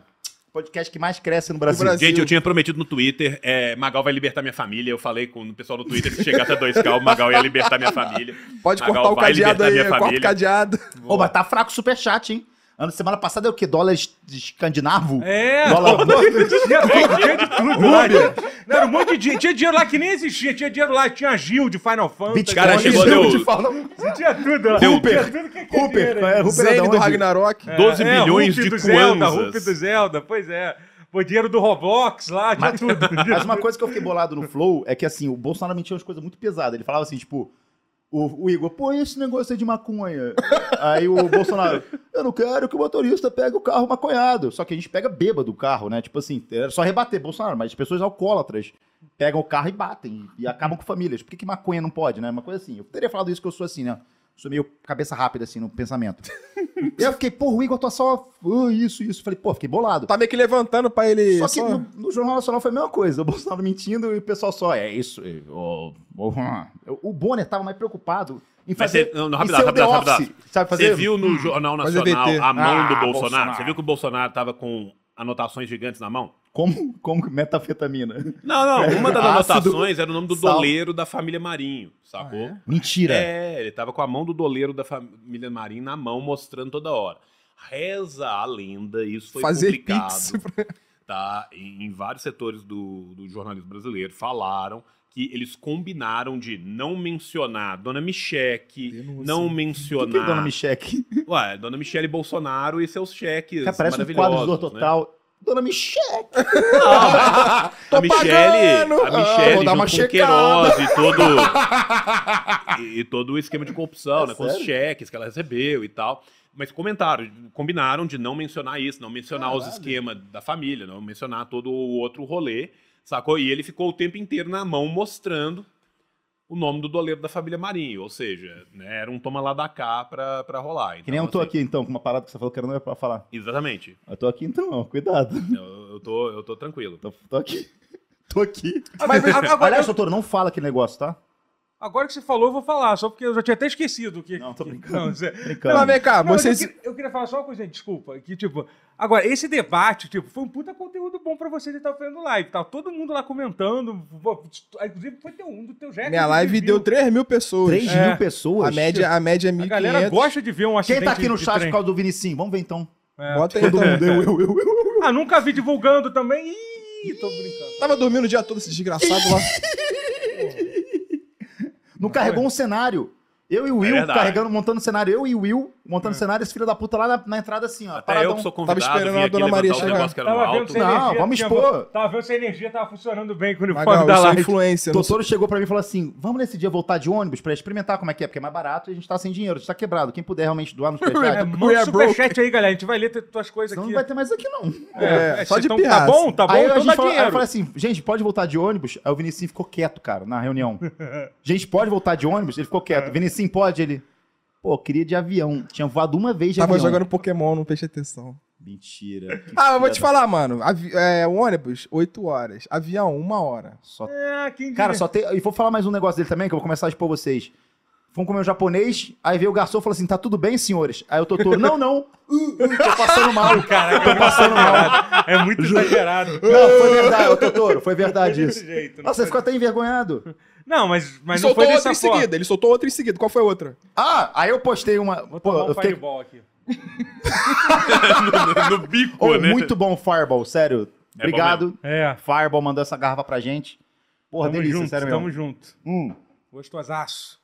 A: Podcast que mais cresce no Brasil.
D: No Brasil.
C: Gente, eu tinha prometido no Twitter, é, Magal vai libertar minha família. Eu falei com o pessoal do Twitter, se chegasse a 2K, o Magal ia libertar minha família.
D: Pode
C: Magal
D: cortar o
C: vai
D: cadeado
C: libertar
D: aí,
C: minha
D: corta o
C: família.
D: cadeado.
A: Ô, mas tá fraco o superchat, hein? Ano, semana passada é o quê? Dólar es- escandinavo?
B: É,
A: Dólar...
B: Tinha
A: né?
B: tudo, tinha de tudo lá. Tinha, não, era um monte de dinheiro. Tinha dinheiro lá que nem existia. Tinha dinheiro lá, tinha Gil de Final Fantasy.
C: cara chegou, deu-
A: de fala.
B: Tinha tudo lá.
C: Deu-
B: Tinha tudo que que
A: Rupert, é, Rupert é da
D: Zane do
A: onde?
D: Ragnarok.
C: 12
B: É,
C: milhões
B: Rupi
C: de
B: do Zelda, Rupi do
C: kwanzas.
B: Zelda, pois é. Pô, dinheiro do Roblox lá, tinha tudo.
A: Mas uma coisa que eu fiquei bolado no Flow é que, assim, o Bolsonaro mentia umas coisas muito pesadas. Ele falava assim, tipo, o, o Igor, pô, e esse negócio aí de maconha? aí o Bolsonaro, eu não quero que o motorista pegue o carro maconhado. Só que a gente pega bêbado o carro, né? Tipo assim, era só rebater, Bolsonaro, mas as pessoas alcoólatras pegam o carro e batem e acabam com famílias. Por que, que maconha não pode, né? Uma coisa assim. Eu teria falado isso que eu sou assim, né? Sou meio cabeça rápida, assim, no pensamento. e eu fiquei, pô, o Igor tá só. ah, isso, isso. Falei, pô, fiquei bolado.
D: Tá meio que levantando pra ele.
A: Só que
D: só-
A: no, no Jornal Nacional foi a mesma coisa. O Bolsonaro mentindo e o pessoal só, é isso. é, O, o, o Bonner tava mais preocupado em
C: Mas
A: fazer.
C: você- não, não,
A: em
C: rapidão,
A: ser o
C: rapidão,
A: The
C: rapidão.
A: Sabe fazer?
C: Você viu no Jornal
D: Fazer
C: Nacional
D: VT.
C: a mão
A: Ah,
C: do Bolsonaro?
A: Bolsonaro.
C: Você viu que o Bolsonaro tava com anotações gigantes na mão?
A: Como, como que metafetamina?
C: Não, não. Uma das
A: Ácido.
C: anotações era o nome do Ah,
A: Sal.
C: doleiro da família Marinho, sacou?
A: Mentira.
C: É, ele tava com a mão do doleiro da família Marinho na mão, mostrando toda hora. Reza a lenda, isso foi
D: Fazer
C: publicado.
D: pix
C: Tá, em, em vários setores do, do jornalismo brasileiro falaram que eles combinaram de não mencionar Dona Micheque,
D: Denúncia.
C: não
A: O que, que é Dona
C: mencionar.
A: Micheque?
C: Ué, Dona Michele Bolsonaro e seus cheques.
A: Cara, parece um quadro
C: maravilhosos,
A: do Zorro
C: né?
A: Total. Dona Micheque.
D: pagando!
C: a Michelle, a
A: Ah, vou
C: Michelle
A: dar uma
C: junto com o
A: checada.
C: Queiroz e todo e, e todo o esquema de corrupção,
A: É
C: né, com os
A: sério?
C: cheques que ela recebeu e tal. Mas comentaram, combinaram de não mencionar isso, não mencionar os esquemas da família, não mencionar todo o outro rolê, sacou? E ele ficou o tempo inteiro na mão mostrando o nome do doleiro da família Marinho, ou seja, né, era um toma lá da cá pra, pra rolar.
A: Que nem eu tô
C: assim,
A: aqui, então, com uma parada que você falou que eu não é pra falar.
C: Exatamente.
A: Eu tô aqui, então, ó, cuidado.
C: Eu, eu tô, eu tô
E: Então,
C: tranquilo.
A: Tô, tô aqui. Tô aqui.
B: Mas, agora,
A: Aliás, doutor, não fala aquele negócio, tá?
B: agora que você falou, eu vou falar, só porque eu já tinha até esquecido o que.
A: Não, tô
B: que-
A: brincando.
B: Não, Zé.
A: Brincando.
D: Mas vem cá,
B: Não, mas
D: vocês.
B: eu, queria, eu queria falar só uma coisa, gente, desculpa. Que, tipo, agora, esse debate, tipo, foi um puta conteúdo bom pra vocês estar fazendo live. Tá todo mundo lá comentando. pô, Inclusive, foi teu, um do teu jeito.
D: Minha live deu 3 mil pessoas.
A: 3
B: É.
A: mil pessoas.
D: A média, a média é
B: A galera
D: 1.500.
B: gosta de ver um acidente
A: Quem tá aqui no
B: de
A: chat
B: trem.
A: por causa do Vinicinho? Vamos ver então.
D: Bota aí,
A: Todo
D: então.
A: mundo, eu, eu, eu, eu.
B: Ah, nunca vi divulgando também. Ih, tô brincando.
D: Tava dormindo o dia todo esse desgraçado lá.
A: Não carregou um cenário. Eu e o Will
C: verdade.
A: carregando, montando o cenário. Eu e o Will montando cenário, esse filho da puta lá na, na entrada assim, ó.
C: Até eu
A: paradão.
C: que sou convidado,
E: é um Tava esperando
C: vim
E: a
C: aqui
E: Dona
C: levantar
E: Maria
C: os
E: chegar.
C: negócios que eram alto. né?
A: Não, vamos
B: tinha-
A: expor.
B: Tava vendo se a energia tava funcionando bem com o uniforme
E: Magal,
B: da
E: eu sou
B: Light.
A: O
E: influencer. não sou-
A: doutor chegou pra mim e falou assim: vamos nesse dia voltar de ônibus pra experimentar como é que é, porque é mais barato e a gente tá sem dinheiro, a gente tá quebrado. Quem puder realmente doar nos
B: É,
A: prestágios,
B: manda um superchat aí, galera. A gente vai ler tuas coisas
A: senão
B: aqui. né?
A: não vai ter mais aqui, não.
E: É, só de
B: então, Tá
E: piada.
B: bom, tá bom,
A: aí, a
B: então
A: gente
B: dá
A: falou, aí eu
B: dinheiro.
A: falei assim, gente, pode voltar de ônibus? Aí o Vinicius ficou quieto, cara, na reunião. gente, pode voltar de ônibus? Ele ficou quieto. Vinicius, pode? Ele, pô, queria de avião. Tinha voado uma vez de
E: Tava
A: avião.
E: jogando Pokémon, não prestei atenção.
A: Mentira. que
E: Ah, eu vou
A: filha
E: te
A: da-
E: falar, mano. Avi- é, ônibus, 8 horas. Avião, 1 hora.
A: Só...
B: Ah, quem
A: Cara,
B: diria?
A: só tem... E vou falar mais um negócio dele também, que eu vou começar a expor vocês. Fomos comer um japonês, aí veio o garçom e falou assim, tá tudo bem, senhores? Aí o Totoro, não, não, uh, uh, tô passando mal.
B: Caraca,
A: Tô passando mal.
B: É muito exagerado.
A: Não, foi verdade, ô Totoro, foi verdade
B: Desse
A: isso.
B: jeito, não
A: Nossa, você
B: foi-
A: ficou até envergonhado.
B: Não, mas, mas
E: ele
B: não foi
E: soltou outra
B: dessa
E: em
B: forma.
E: seguida. Ele soltou outra em seguida. Qual foi a outra?
A: Ah, aí eu postei uma.
B: Vou
A: Pô,
B: tomar um
A: eu fiquei.
B: fireball aqui.
C: no, no bico,
A: Ô,
C: né?
A: Muito bom Fireball, sério.
C: É
A: Obrigado.
B: É,
A: Fireball mandou essa garrafa pra gente. Porra,
B: tamo
A: delícia,
B: junto,
A: sério
B: tamo
A: mesmo.
B: junto.
A: Hum.
B: Gostosaço.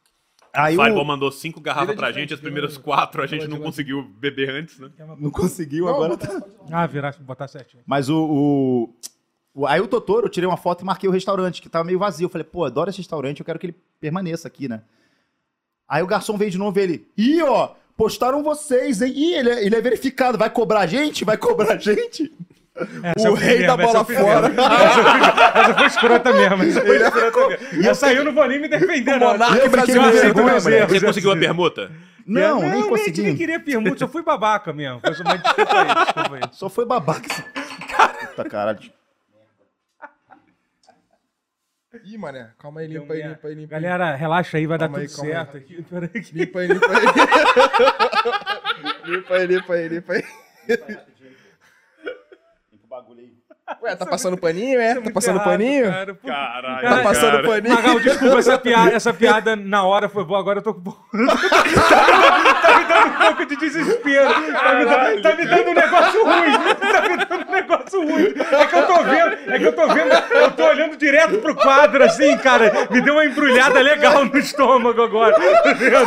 A: Aí
C: Fireball
A: o...
C: mandou cinco garrafas
E: Vira de
C: pra
E: frente,
C: gente, as
E: vira
C: primeiras
E: de-
C: quatro a gente
E: vira
C: não
E: de-
C: conseguiu beber antes, né?
A: Não conseguiu, agora tá...
B: Ah, virar, botar certinho.
A: Mas o, o- o- Aí o Totoro, eu tirei uma foto e marquei o restaurante, que tava meio vazio. Eu falei, pô, adoro esse restaurante, eu quero que ele permaneça aqui, né? Aí o garçom veio de novo e ele. Ih, ó, postaram vocês, hein? Ih, ele é, ele é verificado. Vai cobrar a gente? Vai cobrar a gente?
B: Essa
E: o
B: eu fui
E: rei da
B: mesmo, essa
E: bola
B: eu fui mesmo.
E: fora.
B: Essa eu fui- Essa foi escrota mesmo. Essa foi escrota mesmo. Essa aí eu não vou nem me defender. não.
A: Eu fiquei
E: brasileiro.
A: com vergonha,
B: Meus
A: moleque.
B: erros,
C: Você
B: essa-
C: conseguiu a permuta?
A: Não, nem
B: nem
A: consegui.
B: Nem queria permuta, eu fui babaca mesmo. Foi só- mas Desculpa aí, desculpa aí.
A: Só foi babaca. Puta caralho.
E: Ih, mané. Calma aí,
B: Deu
E: limpa aí,
B: merda.
E: limpa aí, limpa aí.
B: Galera, relaxa aí, vai
E: Calma
B: dar
E: aí,
B: tudo
E: calma aí.
B: certo. aqui. Pera aí que-
E: Limpa aí, limpa aí. limpa aí, limpa aí, limpa aí. Ué, tá passando paninho, é? Tá
B: Muito
E: passando
B: errado,
E: paninho?
B: cara. Puta-
C: Caralho.
B: Tá
E: Tá passando
C: cara.
E: paninho?
B: Magal, desculpa, essa piada, essa piada na hora foi boa, agora eu tô com. tá, me dando, tá me dando um pouco de desespero. Tá me, dando, tá me dando um negócio ruim. Tá me dando um negócio ruim. É que eu tô vendo, é que eu tô vendo, eu tô olhando direto pro quadro, assim, cara. Me deu uma embrulhada legal no estômago agora. Tá vendo?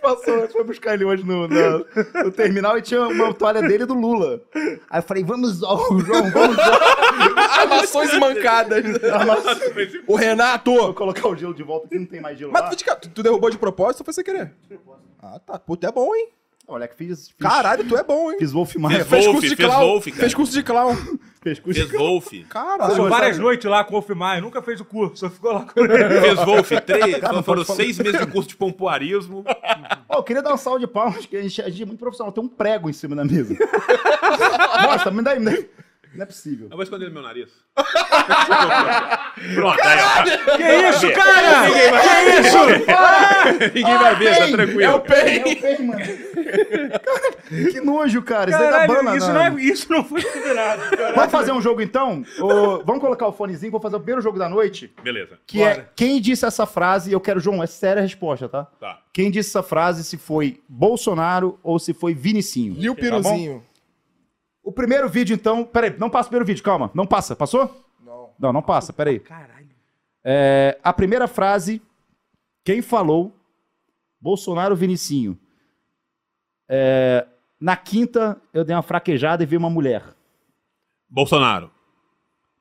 A: passou, foi buscar ele hoje no, no- no terminal e tinha uma toalha dele e do Lula. Aí eu falei, vamos ao João, vamos ao.
E: Amações e mancadas. o Renato!
A: Vou colocar o gelo de volta que não tem mais gelo
E: Mas
A: lá.
E: tu, de ca- tu- tu derrubou de propósito ou foi sem querer? Ah, tá. Pô, tu é bom, hein?
A: Olha, que fiz, fiz.
E: Caralho, tu é bom, hein?
A: Fiz Wolf Maia.
C: Fiz Wolf. fez
E: clown.
C: Wolf, cara.
E: Fez curso de clown.
A: Fez curso.
C: Fez Wolf.
E: Caralho.
B: Pô, várias
E: sabe?
B: noites lá com o Ofimar, nunca fez o curso, só ficou lá com ele.
C: Fez Wolf. Três, foram seis meses de curso de pompoarismo.
A: Ó, eu queria dar um salve de palmas, que a gente, a gente é muito profissional. Tem um prego em cima da mesa. Mostra, me dá aí, me dá aí. Não é possível.
C: Eu vou esconder no meu nariz. Pronto, aí.
B: Que isso, cara? Que isso?
C: Ninguém vai ver, tá
E: É
C: tranquilo.
E: o Pen.
A: Ei, mano. Cara, que nojo, cara. Isso daí dá
B: Caralho,
A: bana,
B: isso não,
A: mano.
B: é, isso não foi combinado.
A: Vamos fazer um jogo então? Ô, vamos colocar o fonezinho, vou fazer o primeiro jogo da noite.
C: Beleza.
A: Que
B: Bora.
A: é quem disse essa frase, eu quero, João, é séria a resposta, tá?
C: Tá.
A: Quem disse essa frase, se foi Bolsonaro ou se foi Vinicinho.
E: Liu
A: tá
E: Piruzinho.
A: bom? o primeiro vídeo, então. Peraí, não passa o primeiro vídeo, calma. Não passa. Passou?
E: Não.
A: Não, não passa, peraí.
B: Caralho.
A: É, a primeira frase, quem falou? Bolsonaro ou Vinicinho. É, na quinta, eu dei uma fraquejada e vi uma mulher.
C: Bolsonaro.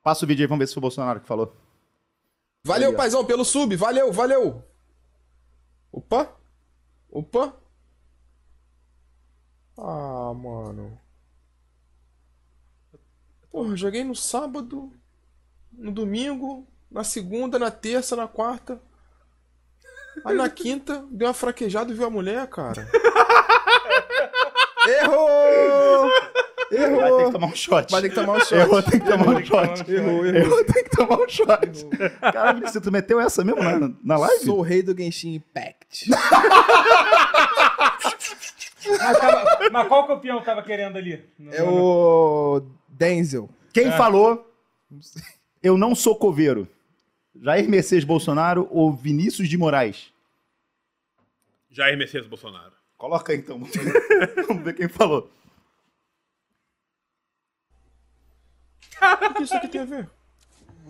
A: Passa o vídeo aí, vamos ver se foi o Bolsonaro que falou.
E: Valeu, paizão, pelo sub. Valeu, valeu. Opa. Opa. Ah, mano. Porra, joguei no sábado, no domingo, na segunda, na terça, na quarta. Aí na quinta, deu uma fraquejada e viu a mulher, cara. Errou!
A: Vai ter que
E: Errou!
A: tomar um shot.
E: Vai ter que tomar um shot.
A: Errou, tem que tomar um shot.
E: Errou, errou.
A: Eu tenho que tomar um shot. Caralho, você tu meteu essa mesmo na, na live?
E: Sou o rei do Genshin Impact.
B: Mas, tava- mas qual campeão tava querendo ali? No-
E: É
B: no-
E: o Denzel.
A: Quem falou? Eu não sou coveiro. Jair Messias Bolsonaro ou Vinícius de Moraes?
C: Jair Messias Bolsonaro.
A: Coloca aí, então. Vamos ver quem falou.
E: O que isso aqui tem a ver?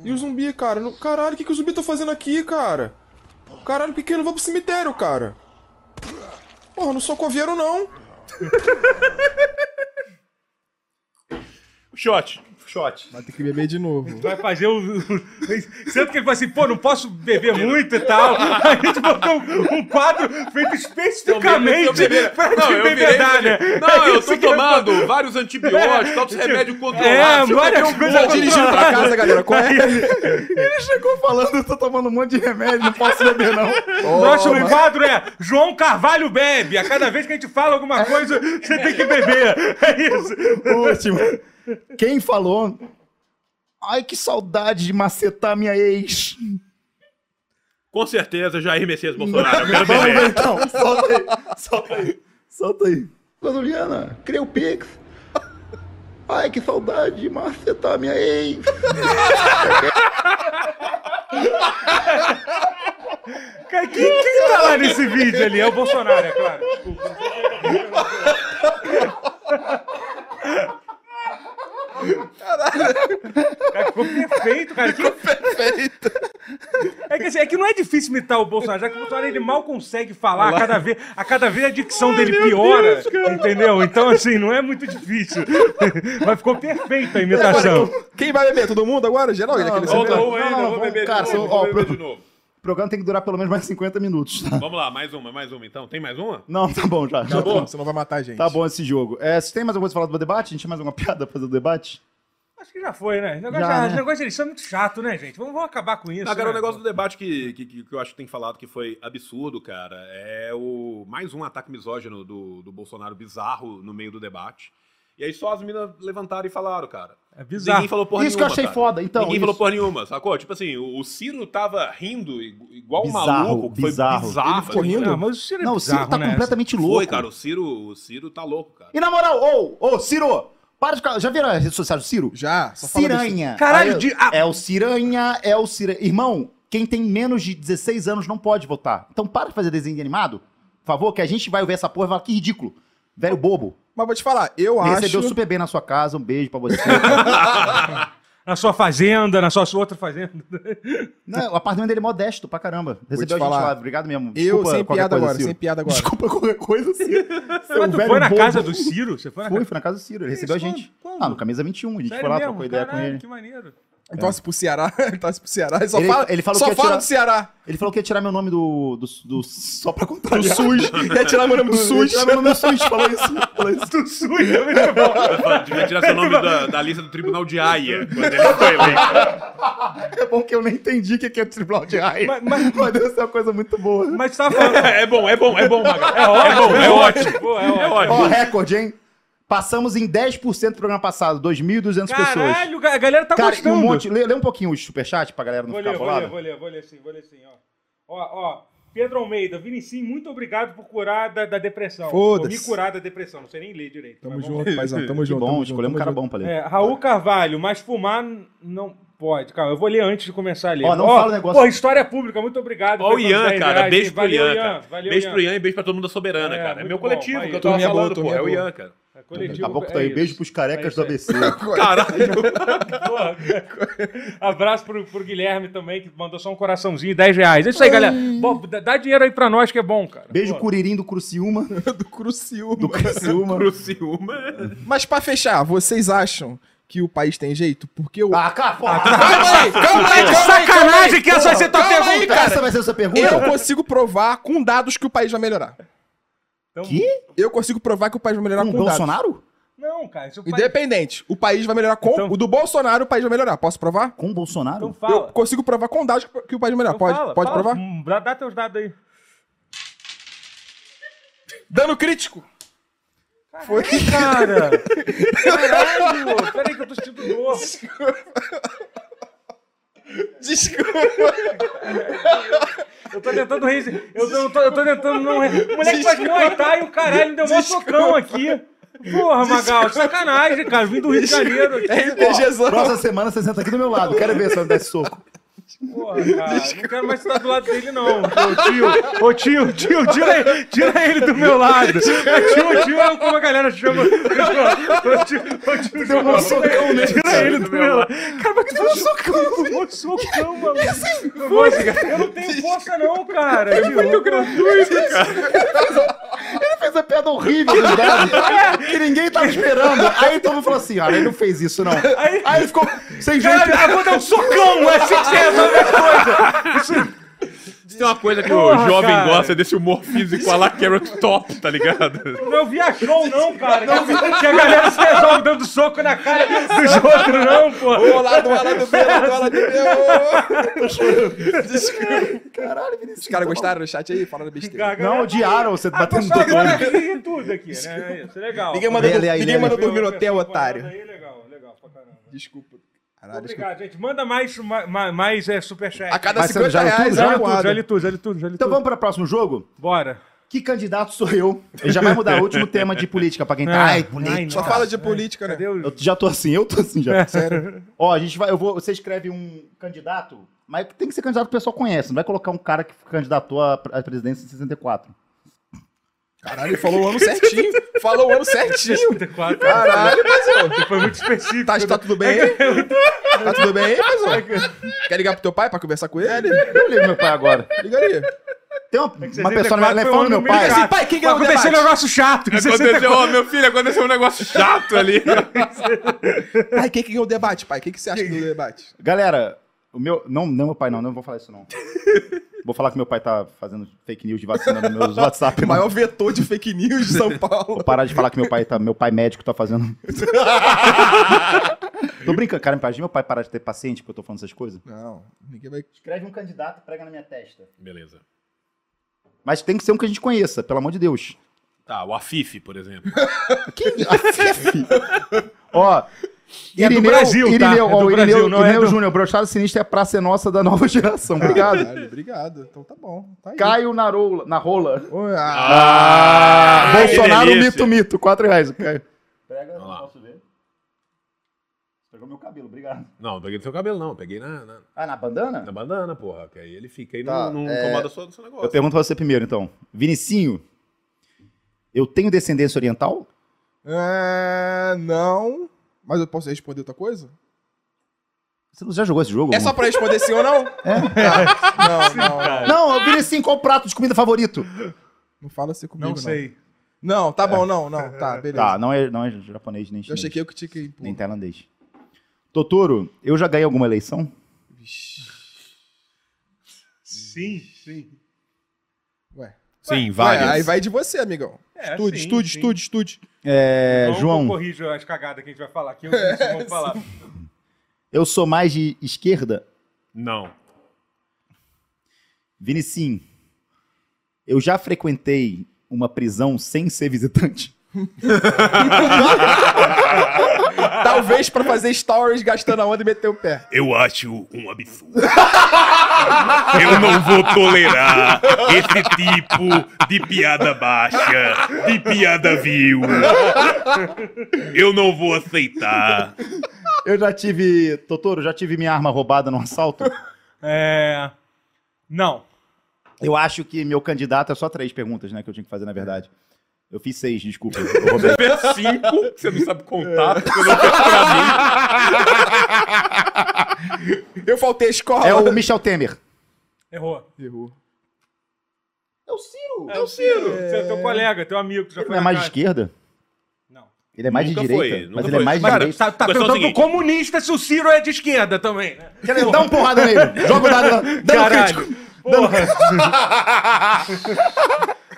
E: E o zumbi, cara? No- Caralho, o que, que o zumbi tá fazendo aqui, cara?
D: Caralho, por que eu não vou pro cemitério, cara? Porra, eu não sou coveiro, não.
C: Shot.
A: Shot.
E: Mas tem que beber de novo.
B: Vai fazer o. Sendo que ele fala assim, pô, não posso beber muito e tal. A gente botou um, um quadro feito
C: Eu
B: especificamente
C: bebi-
B: pra
C: Não,
B: te
C: eu virei e
B: bebedar, né?
C: falei, Não, eu tô tomando vários antibióticos, tal, preciso de remédio
B: É,
C: controlado.
B: agora eu
C: um
D: Tá dirigindo pra casa, galera. Qual é?
C: né?
A: Ele chegou falando, eu tô tomando um monte de remédio, não posso beber, não.
B: O próximo quadro é João Carvalho bebe. A cada vez que a gente fala alguma coisa, você tem que beber. É isso.
A: Último. Quem falou? Ai, que saudade de macetar minha ex.
C: Com certeza, Jair Messias Bolsonaro, eu quero beber.
A: Vamos ver, então. Solta aí. Solta aí. Solta aí. Luliana, cria o Pix. Ai, que saudade de macetar minha ex.
B: Cara, quem, quem tá lá nesse vídeo ali? É o Bolsonaro, é claro. Desculpa. Cara, ficou perfeito, cara. Que... É que, assim, é que não é difícil imitar o Bolsonaro, já que o Bolsonaro ele mal consegue falar, a cada vez, a, cada vez a dicção dele piora, entendeu? Então, assim, não é muito difícil. Mas ficou perfeita a imitação.
D: Quem vai beber? Todo mundo agora? Geral?
E: é
D: ele aquele
C: Falta
D: cemitério?
C: um ainda,
A: Não,
C: eu vou
A: vamos-
C: beber
A: cara,
C: de
A: são-
C: novo.
A: ó,
C: Vou beber
A: pro-
C: de novo.
A: O programa tem que durar pelo menos mais 50 minutos, tá?
C: Vamos lá, mais uma, mais uma então. Tem mais uma?
A: Não, tá bom já. já
E: Acabou? Você não vai matar a gente.
A: Tá bom esse jogo. É, se tem mais alguma coisa pra falar do debate? A gente tem mais alguma piada pra fazer do debate?
B: Acho que já foi, né? Esse negócio,
A: Já,
B: já,
A: né?
B: esse negócio de eleição é muito chato, né, gente? Vamos, vamos acabar com isso.
C: Ah, cara,
B: né?
C: o negócio do debate que, que, que eu acho que tem falado que foi absurdo, cara, é o mais um ataque misógino do, do Bolsonaro bizarro no meio do debate. E aí só as minas levantaram e falaram, cara.
B: É bizarro.
C: Ninguém falou porra
A: Isso que eu
C: nenhuma.
A: achei
C: cara.
A: foda, então,
C: Ninguém
A: isso.
C: falou porra nenhuma, sacou? Tipo assim, o, o Ciro tava rindo igu- igual um
A: Bizarro,
C: maluco. que
A: bizarro.
C: Foi bizarro.
D: ficou rindo?
B: Ah, mas o Ciro é
A: Não, o Ciro
B: bizarro,
A: tá
B: né?
A: completamente louco.
C: Foi, cara. O Ciro, o Ciro tá louco, cara.
A: E na moral, ô, ô, Ciro, para de ficar. Já viram as redes sociais do Ciro?
E: Já? Só fala besteira.
A: Ciranha.
B: Caralho,
A: Aí eu-
B: de- ah.
A: É o Ciranha, é o Ciranha. Irmão, quem tem menos de 16 anos não pode votar. Então para de fazer desenho animado, por favor, que a gente vai ver essa porra e vai falar que ridículo. Velho bobo.
E: Mas vou te falar, eu
A: Me
E: acho.
A: Recebeu super bem na sua casa, um beijo pra você.
B: Na sua fazenda, na sua outra fazenda.
A: não, o apartamento dele é modesto pra caramba. Recebeu a gente
E: falar.
A: lá, obrigado mesmo.
E: Eu,
A: qualquer
E: sem piada
A: coisa,
E: agora,
A: Ciro.
E: sem piada agora.
A: Desculpa qualquer coisa, Ciro. Seu
B: Mas tu
A: velho
B: foi na
A: bobo.
B: casa do Ciro? Você foi na
A: Foi,
B: casa
A: foi na casa do Ciro, ele
B: Isso,
A: recebeu a
B: quando?
A: gente.
B: Quando?
A: Ah, no camisa 21, a gente foi lá, trocou ideia com ele.
B: que maneiro.
E: Torce pro Ceará, torce pro Ceará. Ele só
A: Ele-
E: fala,
A: ele falou
E: só
A: que ia
E: fala
A: tirar-
E: do Ceará.
A: Ele falou que ia tirar meu nome do. do, do- só pra contar.
D: Do SUS. Quer tirar meu nome do
A: Ia
D: SUS?
A: tirar meu nome do SUS, falou isso. Falou isso.
B: Do Sul, é muito bom.
C: Devia tirar seu nome da, da lista do Tribunal de Haia. Quando ele foi eleito.
A: É bom que eu nem entendi o que que é tribunal de raio.
B: Mas-
A: Mas,
B: mas-
A: deve ser uma coisa muito boa.
B: Mas você tava falando.
C: É bom, é bom, é bom, Magal.
B: É ótimo,
C: é ótimo.
B: Pô, é
C: É
B: ótimo.
C: ótimo.
A: Ó, recorde, hein? Passamos em 10% do programa passado, 2.200 pessoas.
B: Caralho, a galera tá
A: Cara, e
B: gostando.
A: um monte. Lê, lê um pouquinho o superchat pra galera não
B: Vou
A: ficar
B: ler, vou
A: bolada.
B: ler, vou ler, vou ler sim, vou ler sim, ó. Ó, ó. Pedro Almeida, Vinicim, muito obrigado por curar da, da depressão.
E: Foda-se.
B: Por me curar da depressão, não sei nem ler direito.
E: Tamo
B: mas vamos
E: junto, paizão. Tamo junto.
A: Bom,
E: tamo
A: escolhemos um
E: junto,
A: cara
E: tamo
A: bom pra ler.
B: É, Raul Carvalho, mas fumar n- não pode. Calma, eu vou ler antes de começar a ler.
A: Ó, não fala o negócio-
B: Pô, história pública, muito obrigado.
C: Ó o
B: pelos
C: Ian,
B: 10
C: cara.
B: reais,
C: Beijo
B: hein?
C: pro
B: Valeu,
C: Ian, cara.
B: Valeu,
C: Beijo pro Ian e beijo pra todo mundo da Soberana,
B: É,
C: cara. É meu
B: muito
C: coletivo
B: bom, aí.
C: que eu tava
E: Turminha boa,
C: falando, pô.
E: turminha
C: É o
E: boa.
C: Ian, cara.
B: É coletivo,
A: Daqui a pouco
B: é
A: tá aí.
B: isso.
A: Beijo pros carecas
B: É
A: do
B: isso aí.
A: ABC.
C: Caralho.
B: Porra, cara. Abraço pro, pro Guilherme também, que mandou só um coraçãozinho, 10 reais. É isso aí, galera. Bom, dá- dá dinheiro aí pra nós que é bom, cara.
A: Beijo
B: Pô.
A: Curirim do Cruciúma.
E: junto. Do Cruciúma.
A: Do Cruciúma.
C: Cruciúma.
E: Mas pra fechar, vocês acham que o país tem jeito? Porque o.
A: Ah, cara, porra.
E: Calma aí, calma aí, calma aí, calma
B: Sacanagem
E: aí.
B: que essa vai ser tua
E: Calma aí,
B: pergunta.
E: tá cara.
A: Essa vai ser a sua pergunta?
E: Eu consigo provar com dados que o país vai melhorar.
B: Então,
A: Que?
E: Eu consigo provar que o país vai melhorar
A: Com
E: com,
A: o
E: dados.
A: Bolsonaro?
B: Não, cara. Isso faz...
E: Independente. O país vai melhorar com.
B: Então-
E: O do Bolsonaro, o país vai melhorar. Posso provar?
A: Com o Bolsonaro?
B: Então fala.
E: Eu consigo provar com dados que o país vai melhorar.
B: Então
E: pode
B: fala,
E: pode
B: fala.
E: provar?
B: Hum, Dá, dá teus dados aí.
E: Dano crítico.
B: Foi. Cara! Caralho! Peraí que eu tô sentindo dor.
E: Desculpa.
B: Eu tô tentando resistir. Eu, tô- eu tô, eu tô tentando não. re- O moleque faz Muay Thai e o caralho deu mó socão aqui. Porra, Magal, sacanagem, cara. Vim do Rio de Janeiro.
E: RPGzão.
A: Então, Próxima semana você senta aqui do meu lado. Quero ver se vai me dar esse soco.
B: Porra, cara, não quero mais estar do lado dele, não. Ô tio, ô tio, tio, tira, tira ele do meu lado. Ô tio, tio, é como a galera chama. Ô tio, ô tio, tio, um socão Tira ele do meu lado. Cara, mas que tu socão? Tomou socão, maluco. Nossa, cara, Eu não tenho força, não, cara. É muito gratuito, cara.
A: Ele fez a piada horrível né? dela, que ninguém tava esperando. Aí todo mundo falou assim: olha, ele não fez isso, não.
B: Aí-
A: Aí, ele ficou sem jeito.
B: Caralho, eu vou dar um socão. É assim que você resolve as coisas. Isso-
C: Se tem uma coisa que
B: Porra,
C: o jovem
B: cara.
C: gosta é desse humor físico a la Carrot Top, tá ligado?
B: Não viajou, não, cara. que a galera se resolve dando soco na cara dos outros, não, pô.
D: Ô, lá do lá do meu, lá do lá do meu.
A: Caralho, Vinícius.
E: Os caras gostaram do chat aí? Falando besteira.
A: Não, odiaram você
B: Ah,
A: batendo
B: pessoal,
A: no
B: agora
A: teu
B: ri tudo aqui, né? Isso, legal.
D: Ninguém manda,
A: Lê, lê aí,
D: ninguém
A: lê,
D: manda
A: lê.
D: dormir no hotel,
B: Pessoal
D: otário.
B: falando aí, Legal, legal pra caramba.
E: Desculpa. Caralho, desculpa.
B: Obrigado, gente. Manda mais, ma- ma- mais é, superchat.
E: A cada
A: Mas você
E: 50
A: já
E: reais,
A: tudo,
E: é
B: Já li
E: uma
B: tudo,
E: moada.
B: já li tudo, já li tudo, já li
A: Então
B: tudo.
A: vamos para o próximo jogo?
B: Bora.
A: Que candidato sou eu? Ele já vai mudar o último tema de política pra quem tá.
B: Ah,
A: Ai,
B: ai, não.
A: política.
E: Só fala de política, né?
B: Cadê o...
A: Eu já tô assim, eu tô assim já. Sério. Ó, a gente vai. Eu vou, você escreve um candidato, mas tem que ser candidato que o pessoal conhece. Não vai colocar um cara que candidatou à à presidência em 64.
E: Caralho, ele falou o ano certinho. Falou o ano certinho.
B: 64.
E: Caralho, mas ô,
B: Foi muito específico. né?
E: tá, tá tudo bem aí? Tá tudo bem aí, mas ô? Quer ligar pro teu pai pra conversar com ele?
A: Eu ligo meu pai agora.
E: Liga aí.
A: Tem uma,
B: É
A: uma pessoa no meu telefone,
B: telefone
A: do meu pai.
E: Assim, pai, quem ganhou o
B: Aconteceu um
E: debate?
B: negócio chato. em 64.
C: Aconteceu, ó, meu filho, aconteceu um negócio chato ali.
E: Pai, quem que ganhou o debate, pai? O que, que você acha do debate?
A: Galera, o meu. Não, não meu pai, não, não vou falar isso, não. Vou falar que meu pai tá fazendo fake news de vacina nos meus WhatsApp.
E: O
A: não.
E: maior vetor de fake news de São Paulo.
A: Vou parar de falar que meu pai tá. Meu pai médico tá fazendo. tô brincando, cara. Imagina meu pai parar de ter paciente porque eu tô falando essas coisas.
E: Não, ninguém vai.
A: Escreve um candidato e prega na minha testa.
C: Beleza.
A: Mas tem que ser um que a gente conheça, pelo amor de Deus.
C: Tá, o Afif, por exemplo.
A: Ó.
B: E é do Brasil, tá?
A: Irineu,
B: É
A: ó,
B: do
A: o Irineu,
B: Brasil, não é
A: Irineu
B: do-
A: Júnior, Brochado Sinistro é a praça nossa da nova geração. Obrigado.
E: Caralho, obrigado. Então tá bom. Tá aí.
A: Caio Narola, na rola.
E: Oi, ah,
C: Ah,
A: Bolsonaro, mito, mito. 4 reais. Caio. Pega,
C: Vamos lá. posso
A: ver. Pegou meu cabelo, obrigado.
C: Não, não peguei no seu cabelo, não. Peguei na, na,
A: Ah, na bandana?
C: na bandana, porra. Que aí ele fica aí,
A: Tá,
C: não, não
A: é,
C: incomoda só do seu
A: Eu
C: negócio.
A: pergunto pra você primeiro, então. Vinicinho, eu tenho descendência oriental?
E: É, não. Mas eu posso responder outra coisa?
A: Você não- já jogou esse jogo?
E: É só pra responder sim ou não? Tá. Não, não.
A: Não, Vinicinho, qual o prato de comida favorito?
E: Não fala assim comigo,
B: Não
E: não.
B: sei.
E: Não, tá bom, não, não. Tá, beleza.
A: Tá, não é, não é japonês nem
E: Eu
A: chinês,
E: achei que eu que tinha que ir. pô.
A: nem tailandês. Totoro, eu já ganhei alguma eleição?
B: Sim, sim.
E: Ué.
C: Sim,
E: Ué, aí
C: várias.
E: vai de você, amigão.
B: É,
E: estude,
B: sim,
E: estude,
B: sim.
E: estude, estude.
A: É,
B: Então, Eu
A: João,
B: corrijo as cagadas que a gente vai falar aqui. Eu vou falar.
A: eu sou mais de esquerda?
C: Não.
A: Vinicinho, eu já frequentei uma prisão sem ser visitante?
E: Talvez pra fazer stories gastando a onda e meter o pé.
C: Eu acho um absurdo. Eu não vou tolerar esse tipo de piada baixa, de piada vil. Eu não vou aceitar.
A: Eu já tive, Totoro, já tive minha arma roubada num assalto?
B: É... Não.
A: Eu acho que meu candidato é só três perguntas, né? Que eu tinha que fazer, na verdade. Eu fiz seis, desculpa. eu roubei.
C: Tiver cinco, você não sabe contar, porque eu não fez pra mim.
E: Eu faltei a escola.
A: é o Michel Temer.
B: Errou.
E: Errou.
A: É o Ciro.
B: É o Ciro. Você é teu colega, teu amigo que já
A: Ele
B: foi
A: não é
B: na
A: mais de
B: casa.
A: esquerda?
B: Não.
A: Ele é mais
C: Nunca
A: de direita.
C: foi, nunca
A: mas ele
C: foi.
A: é mais de
C: Mas,
B: Cara,
A: direita.
B: tá, tá
C: Mas é o
B: perguntando
C: seguinte.
B: do comunista se o Ciro é de esquerda também, né?
A: Ele Dá um uma porrada nele. Joga o dado. lá. Dá um crítico.
B: Caralho.
C: É
B: Porra, é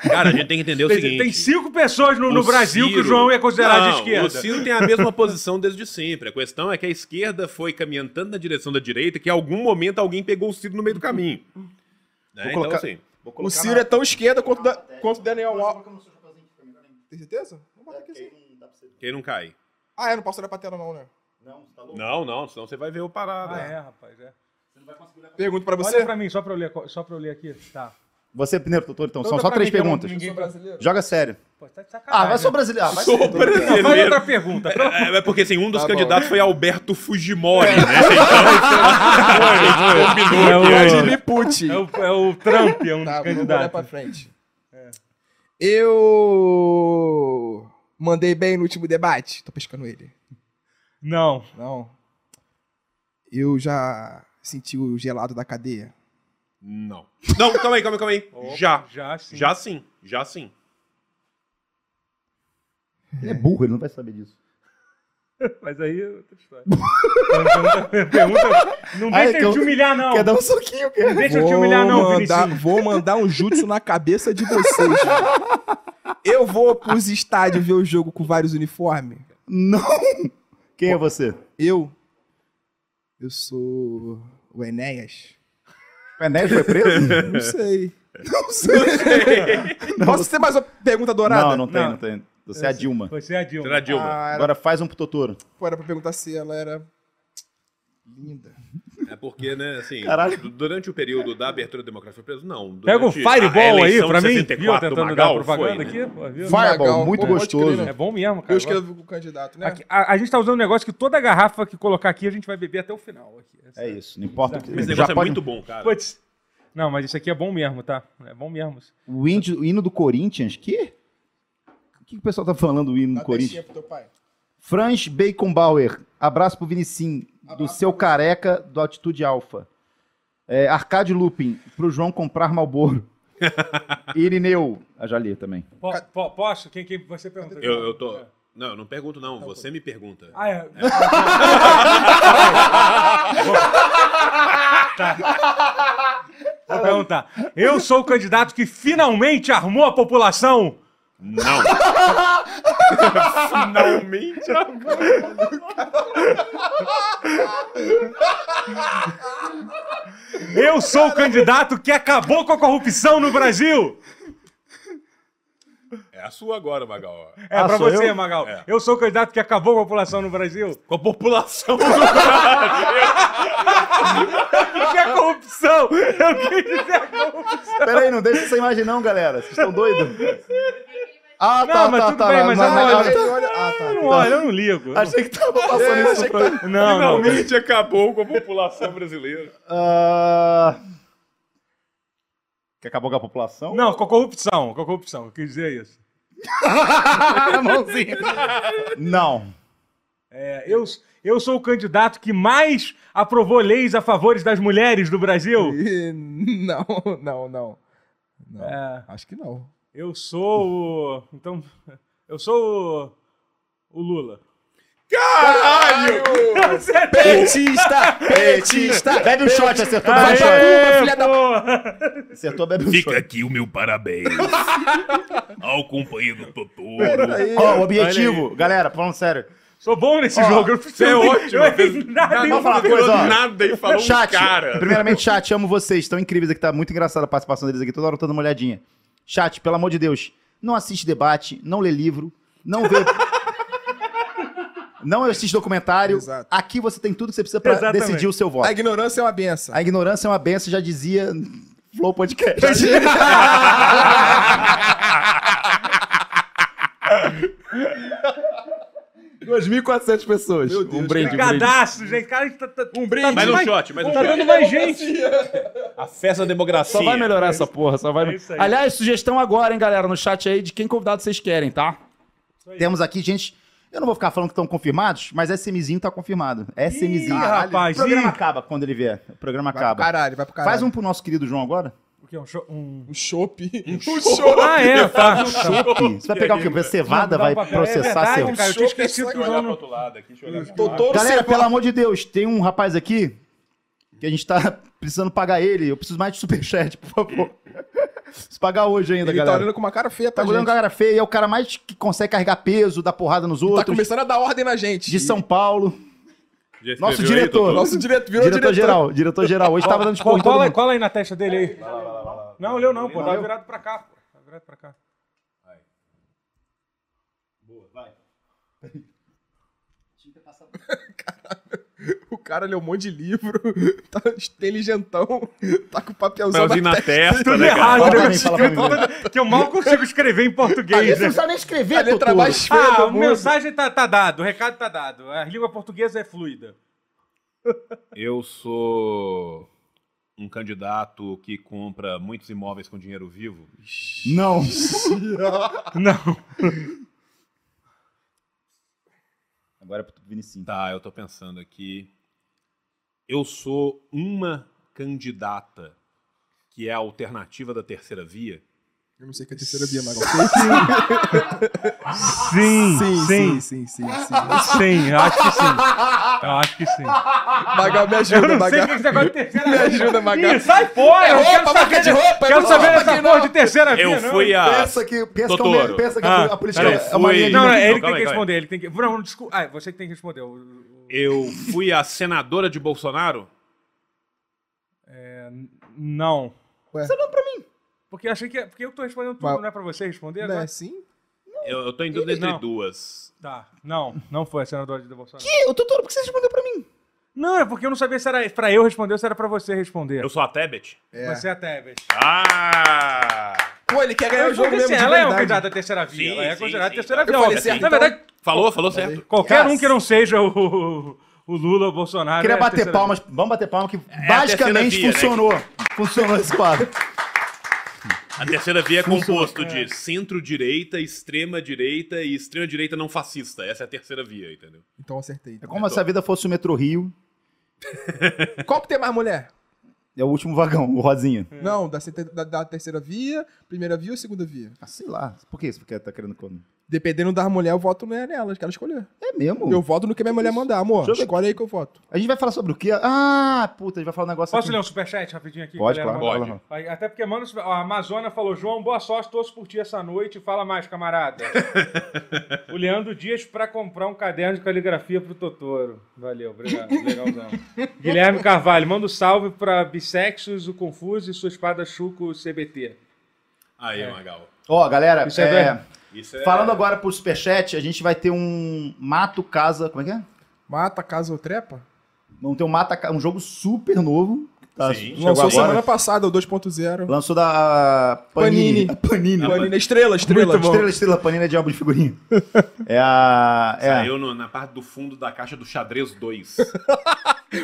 C: Cara, a gente tem que entender o
B: tem,
C: seguinte.
B: tem cinco pessoas no, no
C: O
B: Brasil que o
C: Ciro-
B: João é considerado
C: Não,
B: de esquerda.
C: O Ciro tem a mesma posição desde sempre. A questão é que a esquerda foi caminhando tanto na direção da direita que em algum momento alguém pegou o Ciro no meio do caminho. Né?
A: colocar-
C: Então, assim.
E: O Ciro é tão esquerda quanto, da, quanto Daniel Alves. Tem certeza? Vou botar aqui assim.
C: Quem não cai?
E: Ah, é, não posso olhar pra tela não, né?
C: Não, não, senão você vai ver o parado.
B: Ah, é, rapaz, é.
E: Pergunto pra você.
B: Olha pra mim, só pra eu ler, co- só pra eu ler aqui. Tá.
A: Você primeiro, doutor, então. São
B: Pergunta
A: só
B: pra
A: três
B: mim que eu não-
A: perguntas.
B: ninguém-
A: Joga sério.
B: Pô, tá de sacanagem,
A: Ah, vai
B: né?
A: sou brasileiro. Ah, vai
C: Sou
A: ser.
B: Não, faz
C: brasileiro.
B: outra pergunta. pelo
C: É, é porque assim, um dos
E: Tá bom.
C: candidatos foi Alberto Fujimori, né? Então, combinou aqui.
B: amor de
E: Vladimir Putin.
B: É o, é o Trump, é um
E: Tá,
B: dos
E: vamos olhar pra
B: candidatos.
E: frente.
B: É.
E: Eu mandei bem no último debate. Tô pescando ele.
B: Não.
E: Não. Eu já senti o gelado da cadeia.
C: Não. Não, calma aí, calma aí, calma aí. já.
B: Já sim.
C: Já sim, já sim.
A: Ele é burro, ele não vai saber disso.
B: Mas aí é outra história. Então, pergunta, pergunta- não
A: Ai,
B: deixa
A: que
B: eu
A: eu-
B: te humilhar, não.
A: Quer dar um soquinho,
B: Não
A: cara?
B: deixa eu te humilhar, não,
E: mandar,
B: Vinicius.
E: vou mandar um jutsu na cabeça de vocês. velho. Eu vou pros estádios ver o jogo com vários uniformes.
A: Não! Quem é você?
E: Eu. Eu sou o Enéas.
A: O Enéas foi preso?
E: Não sei. É. Não sei. Posso ter mais uma pergunta dourada?
A: Não, não tem,
B: Não.
A: não tem. Você é a Dilma.
B: Você é a Dilma.
C: Será Dilma?
E: Ah, era,
A: Agora faz um pro Totoro.
E: pô, era pra perguntar se ela era linda.
C: É porque, né, assim,
A: Caralho.
C: du- durante o período da abertura democrática foi preso, não.
B: Pega um
C: durante a
B: fireball aí
C: eleição
B: pra
C: de
B: mim.
C: 64
B: Viu?
C: do
B: Tentando
C: Magal,
B: dar propaganda
C: foi, né?
B: aqui. Pô, viu?
A: Fireball,
E: Magal,
A: muito
E: pô, pode
A: gostoso.
E: crer, né?
B: É bom mesmo, cara.
E: Eu escrevo o candidato, né?
B: Aqui, a, a gente tá usando um negócio que toda garrafa que colocar aqui a gente vai beber até o final. Aqui. Essa-
A: É isso, não importa o que.
C: Mas esse
A: Já
C: negócio
A: pode-
C: é muito bom, cara.
B: Putz. Não, mas isso aqui é bom mesmo, tá? É bom mesmo.
A: O, índio- o hino do Corinthians, que? O que o pessoal tá falando do hino do
E: Dá
A: Corinthians?
E: textinha pro teu pai.
A: Franz Baconbauer, abraço pro Vinicim, do
E: Abraço.
A: seu careca do Altitude Alpha. É, Arcade Looping, pro João comprar Malboro. Irineu, a Jalir também.
B: Po- po- posso? Quem, quem você perguntou?
C: Eu, eu tô... Não, eu não pergunto não, você me pergunta.
B: Ah, é. Tá. Vou perguntar. Eu sou o candidato que finalmente armou a população.
C: Não. Finalmente.
B: Eu sou o candidato que acabou com a corrupção no Brasil.
C: É a sua agora, Magal.
B: É
A: Ah,
B: pra
A: sou
B: você,
A: eu?
B: Magal.
C: É.
B: Eu sou o candidato que acabou com a população no Brasil.
C: Com a população.
B: Que é corrupção. Eu quis dizer a corrupção.
A: Peraí, não deixa essa imagem não, galera. Vocês estão doidos? Ah,
B: Não,
A: tá,
B: mas
A: tá,
B: tudo
A: tá.
B: bem,
A: não,
B: mas
A: não,
B: eu
A: não,
B: olho.
A: não,
E: Ele olha- Ah, tá.
B: Eu não olho, eu não ligo.
A: Achei Então, que tá tava passando isso pra...
B: Não, não.
C: Finalmente acabou com a população brasileira.
A: Ah, Que acabou com a população?
B: Não, com a corrupção, com a corrupção. Eu quis dizer isso.
A: Ah, mãozinha. Não.
B: É, eu, eu sou o candidato que mais aprovou leis a favores das mulheres do Brasil.
E: Ih, Não, não, não. Não,
B: É.
E: Acho que não.
B: Eu sou o. Então. Eu sou o. O Lula.
E: Petista!
A: Petista! Bebe um shot, acertou, bebe um shot.
B: Aê,
E: filha da-
B: porra!
A: Acertou, bebe um
C: Fica
A: shot.
C: aqui o meu parabéns ao companheiro Totoro.
A: Ó, o objetivo, galera, falando sério.
B: Sou bom nesse jogo. Eu não preciso
C: Você
B: nem-
C: é ótimo.
B: eu
C: fez-
B: nada,
A: Vamos falar uma
C: virou
A: coisa, ó.
C: nada e falou
A: Chat,
C: um cara.
A: primeiramente, chat, amo vocês. Estão incríveis aqui, tá muito engraçada a participação deles aqui. Toda hora eu tô dando uma olhadinha. Chat, pelo amor de Deus, não assiste debate, não lê livro, não vê. não assiste documentário.
E: Exato.
A: Aqui você tem tudo que você precisa pra
B: Exatamente.
A: decidir o seu voto.
E: A ignorância é uma benção.
A: A ignorância é uma benção, já dizia Flow Podcast. Duas mil e quatrocentas pessoas.
E: Meu Deus,
A: um brinde, um brinde.
B: Cadastro, gente. Cara, a gente tá, tá, um brinde. Tá
C: Mais
B: dando
C: um
B: mais,
C: shot, mais um
B: tá
C: shot.
B: dando mais gente.
G: A festa da democracia.
A: Só vai melhorar essa porra, só vai.
B: É isso aí.
G: Aliás, sugestão agora, hein, galera, no chat aí de quem convidado vocês querem, tá?
A: Temos aqui, gente. Eu não vou ficar falando que estão confirmados, mas SMzinho tá confirmado. SMzinho.
B: Ih,
A: Caralho.
B: rapaz,
A: o programa
B: ih.
A: acaba quando ele vier. O programa
E: Vai pro
A: acaba.
E: caralho, vai pro caralho.
A: Faz um pro nosso querido João agora.
B: O que é um show? Um...
E: Um chope. Um
B: Ah, é, tá.
A: Você vai pegar o quê? Vai Cevada, vai processar
B: é verdade,
A: seu.
B: cara, eu tinha esquecido que o João não-
E: Doutor
A: Galera, pelo amor de Deus, tem um rapaz aqui que a gente tá precisando pagar ele. Eu preciso mais de superchat, por favor. Preciso pagar hoje ainda,
E: Ele tá
A: galera.
E: olhando com uma cara feia
A: Tá
E: pra
A: olhando
E: gente.
A: com a galera feia, é o cara mais que consegue carregar peso, dar porrada nos
E: Tá
A: outros.
E: começando a dar ordem na gente.
A: de São Paulo.
C: Já escreveu
A: Nosso
C: aí,
A: diretor. é
C: Totoro?
E: Nosso diretor virou diretor.
A: Diretor-geral. Diretor-geral. Hoje tava dando
B: Pô,
A: esporro em todo
B: cola,
A: mundo.
B: cola aí na testa dele aí. Não, leu não, pô. Tava virado pra cá, pô. Tava virado pra cá.
E: O cara lê um monte de livro, tá inteligentão, tá com papelzão
C: Mas
E: na
C: na testa,
B: Tudo
C: né, cara?
B: errado,
A: Fala pra
B: né?
A: mim, fala pra mim, Ah, é
B: Que eu mal consigo escrever em português,
A: Você
B: né?
A: não sabe nem
E: A
A: escrever,
E: letra
A: Totoro.
E: mais feia
B: Ah, a
E: do mundo.
B: mensagem tá, tá dado, o recado tá dado. A língua portuguesa é fluida.
C: Eu sou um candidato que compra muitos imóveis com dinheiro vivo.
A: Não.
B: Não.
A: Agora é pro Vinicinho.
C: Tá, eu tô pensando aqui. Eu sou uma candidata que é a alternativa da terceira via.
E: Eu não sei o que é a terceira via, mas agora.
B: Sim,
E: Sim, sim, sim, sim, sim. sim.
B: Sim, eu acho que sim. Eu acho que sim.
E: Magal, me
B: Eu
E: ajuda,
B: não sei o que é
E: Magal.
B: esse negócio de terceira
E: Me
B: via.
E: ajuda, Magal.
B: Ih, sai fora!
E: É
B: eu quero
E: roupa, marca
B: saber,
E: de roupa, é
B: quero
E: roupa
B: saber
E: aqui,
B: essa
E: não.
B: porra de terceira né? via,
C: Eu
B: não.
C: fui a.
A: Pensa que, pensa que,
C: Totoro.
A: o- pensa que
B: Ah,
A: a política
C: peraí,
A: é uma
C: fui-
A: linha de
B: Não, não, ele
C: Não,
B: tem
C: calma
B: que
C: aí,
B: responder, ele tem que... Não, não, desculpa. Ah, você que tem que responder. o- o-
C: Eu fui a senadora de Bolsonaro?
B: Não.
E: Ué.
B: Você não pra mim. Porque eu achei que... é, Porque eu tô respondendo tudo,
E: Mas-
B: não é pra você responder
E: Não é
B: agora?
E: assim?
C: Eu, eu tô em dúvida entre
B: Não.
C: duas.
B: Tá. Não, não é foi a senadora de Bolsonaro.
F: Ih, o Totoro, por que você respondeu pra mim?
B: Não, é porque eu não sabia se era pra eu responder ou se era pra você responder.
C: Eu sou a Tebet?
E: É.
B: Você é a Tebet.
C: Ah!
E: Pô, ele quer ganhar o jogo
B: Porque, assim,
E: mesmo de
B: ela é um
E: verdade.
B: candidato da terceira via.
C: Sim,
B: ela é
C: sim,
B: considerada
C: sim,
B: terceira
E: tá.
B: via.
E: Eu falei assim,
B: Na
E: então-
B: verdade,
C: Falou, falou certo.
B: qualquer um
E: Yes.
B: que não seja o, o Lula ou
C: Ah,
B: Bolsonaro.
A: Queria
B: é a
A: bater
B: terceira
A: palmas, vamos bater palmas, que
C: É a
A: basicamente
C: terceira via, né?
A: funcionou. Funcionou esse quadro.
C: A terceira via é composto de centro-direita, extrema-direita e extrema-direita não fascista. Essa é a terceira via, entendeu?
E: Então acertei.
A: É como se a vida fosse o metrô Rio,
E: Qual que tem mais mulher?
A: é o último vagão, o Rosinha.
E: Não, da, cete- da- da terceira via, primeira via ou segunda via?
A: Ah, sei lá, por que isso? Porque tá querendo... como?
E: Dependendo da mulher, eu voto ne- nela, que ela escolher.
A: É mesmo?
E: Eu voto no que minha mulher mandar, amor.
A: Deixa eu ver.
E: Escolhe aí que eu voto.
A: A gente vai falar sobre o quê? Ah, puta, a gente vai falar um negócio
B: Posso
A: aqui.
B: ler um superchat rapidinho aqui?
A: Pode,
B: galera?
A: claro.
B: Manda-
A: Pode.
B: Aí, Até porque, mano, super- ó, a Amazônia falou, João, boa sorte, torço por ti essa noite. Fala mais, camarada. o Leandro Dias pra comprar um caderno de caligrafia pro Totoro. Valeu, obrigado. Legalzão. Guilherme Carvalho, manda um salve pra Bissexus, o Confuso e sua espada Chuco o CBT.
C: Aí, Magal.
A: Ó, galera,
B: Isso é
A: é,
C: Isso é...
A: falando agora pro Superchat, a gente vai ter um mato casa, como é que é?
E: Mata, casa ou trepa?
A: Vamos ter um mata Ca- um jogo super novo. que Tá,
C: Sim.
A: chegou
E: Lançou
A: agora.
E: semana passada, o 2.0.
A: Lançou da Panini.
E: Panini.
A: A Panini.
E: Panina, estrela, estrela.
A: Estrela, estrela, Panini é de álbum de figurinha. É a... É.
C: Saiu no- na parte do fundo da caixa do xadrez 2.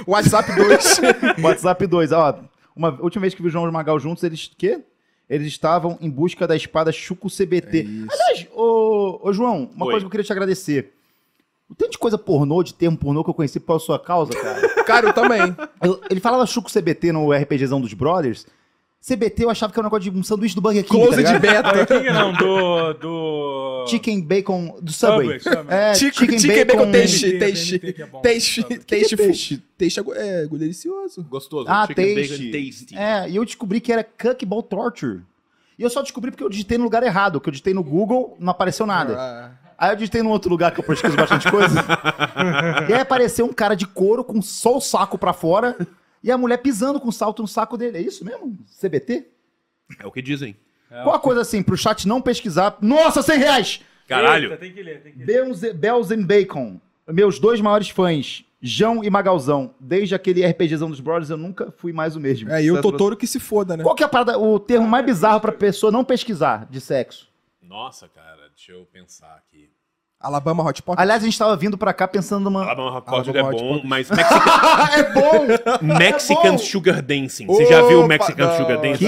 E: WhatsApp 2.
A: WhatsApp 2, ó. Uma última vez que vi o João e o Magal juntos, eles. Quê? Eles estavam em busca da espada Chuco
E: É
A: CBT. Aliás, ô, ô João, uma
C: Oi.
A: coisa que eu queria te agradecer. O tanto de coisa pornô, de termo pornô que eu conheci por sua causa, cara.
E: Cara, eu também.
A: Eu- ele falava Chuco CBT no RPGzão dos Brothers. CBT eu achava que era um negócio de um sanduíche do Burger King, tá
E: Close de
A: ligado?
E: beta.
B: Quem não, do... do...
A: Chicken Bacon do Subway.
B: Subway, Subway.
A: É,
E: Chico, chicken bacon
B: Tem-
E: taste,
B: tem-
E: taste,
B: tem que é bom.
E: taste,
B: Sabe?
E: taste,
A: Que que é
E: food. taste é go- é go- delicioso.
C: Gostoso.
A: Ah,
C: Chicken
A: tasty.
C: Bacon Tasty.
A: É, e eu descobri que era Cuckball Torture. E eu só descobri porque eu digitei no lugar errado, que eu digitei no Google, não apareceu nada.
E: Ah,
A: Aí eu digitei num outro lugar que eu pesquiso bastante coisa. e aí apareceu um cara de couro com só o saco pra fora e a mulher pisando com o salto no saco dele. É isso mesmo? CBT?
C: É o que dizem.
A: Qual a coisa assim, pro chat não pesquisar. Nossa, 100 reais!
C: Caralho.
B: Eita, tem que ler, tem que ler.
A: Belze- Bells and Bacon. Meus dois maiores fãs, Jão e Magalzão. Desde aquele RPGzão dos Brothers, eu nunca fui mais o mesmo.
E: É, e o Totoro que se foda, né?
A: Qual que é a parada, o termo
C: Ah,
A: mais bizarro pra pessoa não pesquisar de sexo?
C: Nossa, cara. Deixa eu pensar aqui.
E: Alabama Hot Pocket.
A: Aliás, a gente tava vindo pra cá pensando numa.
C: Alabama Hot Pocket é
E: Alabama Hot
C: bom, mas Mexican,
A: é bom!
B: É
C: Mexican
A: bom.
C: Sugar Dancing. Você já viu o Mexican Sugar Dancing?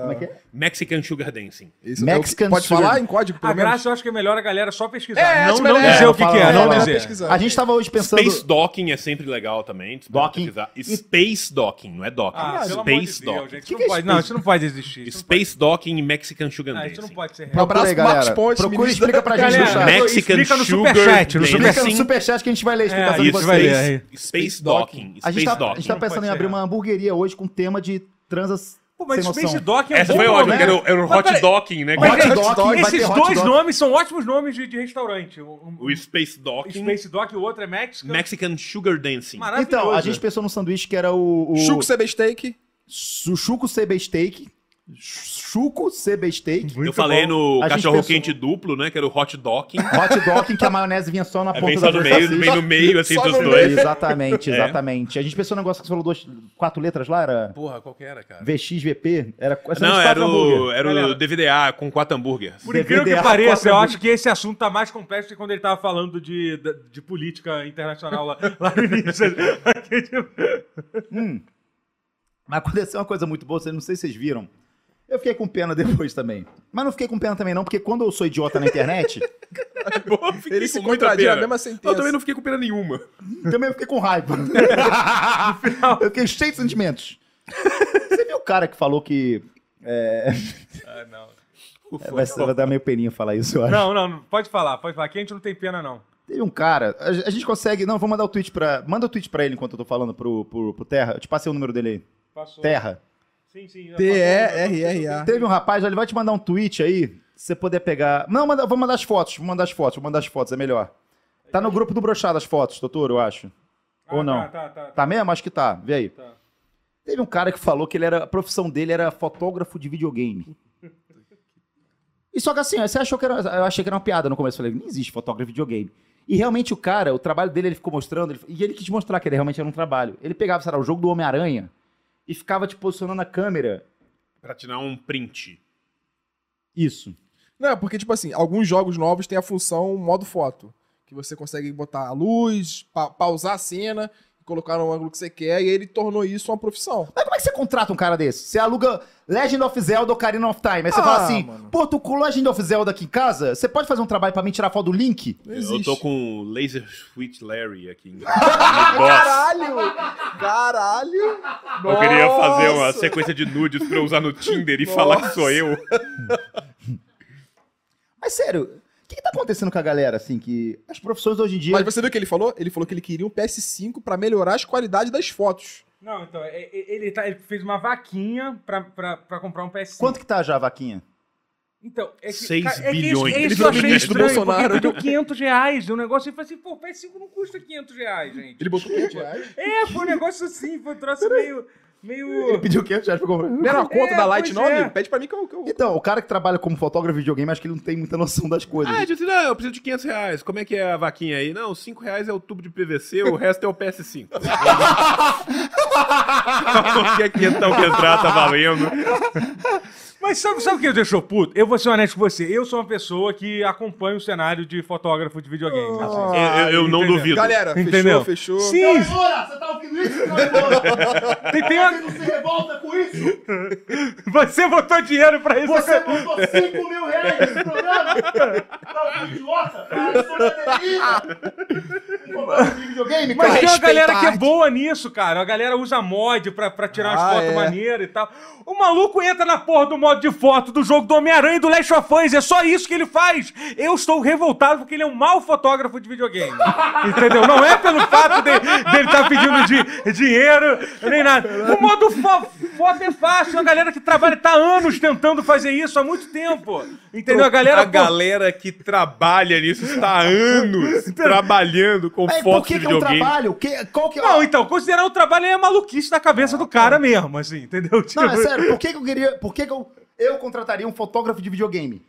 A: Como é que é?
C: Mexican Sugar Dancing.
A: Mexican
E: Mexican Pode
A: Sugar-
E: falar em código,
B: A
E: pelo menos?
B: graça, eu acho que é melhor a galera só pesquisar.
E: É,
B: não
E: acho
B: não
E: melhor-
B: dizer
A: é,
B: o que,
A: fala-
B: que é,
A: é,
B: não
A: melhor
B: dizer.
A: A gente tava hoje pensando.
C: Space Docking é sempre legal também. você pode
A: Docking?
C: pesquisar. Space Docking, não é Docking.
B: Ah, pelo amor de
C: Space
B: Deus,
C: Docking.
B: gente.
A: Que
B: isso
A: que é
B: não, pode, não,
A: Space-
B: isso não pode existir. Isso não pode-
C: Space Docking e Mexican Sugar
B: Ah, isso não
C: Dancing.
B: pode ser real.
A: É. Procura aí,
E: Abraço, Marcos
A: galera.
E: Pontes,
A: Procura e
E: ministro
A: explica
E: da-
A: pra gente
B: Galera,
A: no chat.
C: Mexican
B: explica no
C: Sugar
B: superchat, no
C: Dancing.
A: Explica no
B: superchat.
A: superchat que a gente vai ler a explicação
B: É,
A: de
B: isso
A: vocês.
B: vai ler aí.
C: Space Docking.
A: A gente
C: Space
A: tá, a gente
C: Docking.
A: tá pensando
B: Não pode
A: em
B: ser
A: abrir
B: real.
A: uma hamburgueria hoje com tema de transas
B: Pô, mas
A: sem noção.
B: Space Dock é um
C: Essa
B: bom
C: foi ótima,
B: nome.
C: que era o, era o
B: Mas
C: Hot
B: peraí,
C: Docking, né?
A: Mas
C: cara?
A: hot dog, vai ter
B: Esses
A: hot
B: dois
A: dog.
B: nomes são ótimos nomes de, de restaurante. Um, um
C: O Space Docking,
B: Space Dock e o outro é Mexican.
C: Mexican Sugar Dancing.
A: é
B: Maravilhoso.
A: Então, a gente pensou num sanduíche que era o. o
E: Chuco CB Steak.
A: su- Chuco CB Steak. chuco CB Steak.
C: eu falei no
A: A gente
C: cachorro
A: pensou-
C: quente duplo, né? Que era o hot dog.
A: Hot dog em que a maionese vinha só na
C: Aí
A: ponta
C: vem
A: da
C: só no
A: duas
C: meio,
A: salsichas.
C: É bem no meio, assim,
D: Só
C: dos
D: no
C: dois.
A: Exatamente,
C: É.
A: exatamente. A gente pensou no negócio que você falou duas, quatro letras lá, era
C: Porra, qual que era, cara?
A: VXVP? Era essa
C: Não, era o, era
B: Galera.
C: o DVDA com quatro hambúrgueres.
B: Por incrível que
A: DVDA
B: pareça, eu
A: quatro
B: acho que esse assunto tá mais complexo que quando ele tava falando de, da- de, política internacional lá, lá no início. Aqui, tipo,
A: Mas aconteceu uma coisa muito boa, vocês não sei se vocês viram. Eu fiquei com pena depois também. Mas não fiquei com pena também não, porque quando eu sou idiota na internet,
C: Eu fiquei
E: Ele se
C: com muita
E: contradiz é a
C: pena.
E: mesma sentença.
C: Eu também não fiquei com pena nenhuma.
A: também eu fiquei com raiva. eu fiquei cheio de sentimentos. Você viu o cara que falou que...
B: ah, não.
A: Vai, vai dar meio peninho falar isso, eu acho.
B: não, não, pode falar, pode falar. Aqui a gente não tem pena, não.
A: Teve um cara, a, a gente consegue. Não, vou mandar o tweet pra. Manda o tweet pra ele enquanto eu tô falando pro, pro, pro Terra. Eu te passei o número dele aí.
B: Passou.
A: Terra.
B: Sim, sim.
E: T-E-R-R-A.
A: Teve um rapaz, ele vai te mandar um tweet aí. Se você puder pegar. Não, manda, vou mandar as fotos, vou mandar as fotos, vou mandar as fotos, é melhor. Tá no grupo do Brochado as fotos, doutor, eu acho. Ou não?
B: Tá, tá, tá.
A: Tá mesmo? Acho que tá. Vê aí.
B: Tá.
A: Teve um cara que falou que ele era, a profissão dele era fotógrafo de videogame. E só que assim, você achou que era, eu achei que era uma piada no começo. Eu falei, não existe fotógrafo de videogame. E realmente o cara, o trabalho dele, ele ficou mostrando, ele- e ele quis mostrar que ele realmente era um trabalho. Ele pegava, sei lá, o jogo do Homem-Aranha e ficava, tipo, posicionando a câmera.
C: Pra tirar um print.
A: Isso.
E: Não, porque, tipo assim, alguns jogos novos têm a função modo foto. Que você consegue botar a luz, pa- pausar a cena, colocar no ângulo que você quer, e ele tornou isso uma profissão.
A: Mas como é que você contrata um cara desse? Você aluga Legend of Zelda ou Ocarina of Time. Aí você
E: Ah,
A: fala assim,
E: mano.
A: pô, tu com Legend of Zelda aqui em casa, você pode fazer um trabalho pra mim tirar foto do Link?
E: Não
C: Eu
E: existe.
C: tô com Laser Sweet Larry aqui. em- no boss.
E: Caralho! Caralho!
C: Eu queria fazer uma
E: Nossa!
C: sequência de nudes pra eu usar no Tinder e falar que sou eu.
A: Mas sério, o que, que tá acontecendo com a galera, assim, que as profissões hoje em dia...
C: assim,
E: Mas você viu o que ele falou? Ele falou que ele queria um PS5 pra melhorar as qualidades das fotos.
B: Não, então, é- é- ele, tá- ele fez uma vaquinha pra, pra, pra comprar um PS5.
A: Quanto que tá já a vaquinha?
B: Então, é que,
C: Seis
B: cara, é que
C: bilhões.
B: isso- é
C: Ele
B: isso eu
E: virou
B: achei
E: ministro do
B: estranho, porque
E: Bolsonaro.
B: Ele pediu 500 reais o negócio. Ele falou assim, pô, o PS5 não custa 500 reais, gente.
E: Ele botou 500 reais.
B: É, foi um negócio assim, foi um troço meio... meio...
A: Pediu 500 reais pra comprar.
E: Não era uma conta
B: É,
E: da Light,
B: pois
E: não,
B: é.
E: amigo? Pede pra mim que eu... Que eu...
A: Então, o cara que trabalha como fotógrafo de videogame, acho que ele não tem muita noção das coisas. É,
C: Ah, eu disse, não, eu preciso de 500 reais. Como é que é a vaquinha aí? Não, 5 reais é o tubo de PVC, o resto é o PS5. Qualquer quinhentão que entrar tá valendo.
B: Mas sabe, sabe o que eu deixou puto? Eu vou ser honesto com você. Eu sou uma pessoa que acompanha o cenário de fotógrafo de videogame. assim.
C: Eu- eu eu não
B: entendeu.
C: duvido.
E: Galera,
B: Entendeu?
E: fechou, fechou.
B: Sim,
F: Você tá ouvindo isso? Você
B: tem, tem uma-
F: não se revolta com isso?
B: você botou dinheiro pra isso.
F: Você botou 5 mil reais nesse programa? Não, idiota! Tá, Eu sou da é delícia! Comprando videogame,
B: Mas tem uma
E: Respeita
B: galera
E: a
B: que é
E: arte.
B: boa nisso, cara. A galera usa mod pra, pra tirar umas
E: Ah,
B: fotos
E: é.
B: maneiras e tal. O maluco entra na porra do modo de foto do jogo do Homem-Aranha e do Last of Us. É só isso que ele faz. Eu estou revoltado porque ele é um mau fotógrafo de videogame. Entendeu? Não é pelo fato de- dele estar pedindo di- dinheiro nem nada. O modo fo foto é fácil. A galera que trabalha tá há anos tentando fazer isso há muito tempo. Entendeu? A galera.
C: a
B: pô,
C: galera que trabalha nisso está há anos trabalhando com
A: Mas por
C: tipo, fotos
A: que,
C: de
A: que é um
C: videogame.
A: trabalho? Que, qual que é
B: Não, então, considerar o trabalho é maluquice da cabeça do cara mesmo, assim, entendeu?
A: Não, é sério, por que, que eu queria. Por que, que eu, eu contrataria um fotógrafo de videogame?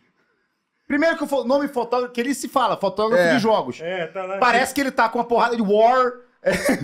A: Primeiro que o fo- nome fotógrafo. Que ele se fala, fotógrafo
E: É.
A: de jogos.
B: É, tá lá.
A: Parece que ele tá com uma porrada de war,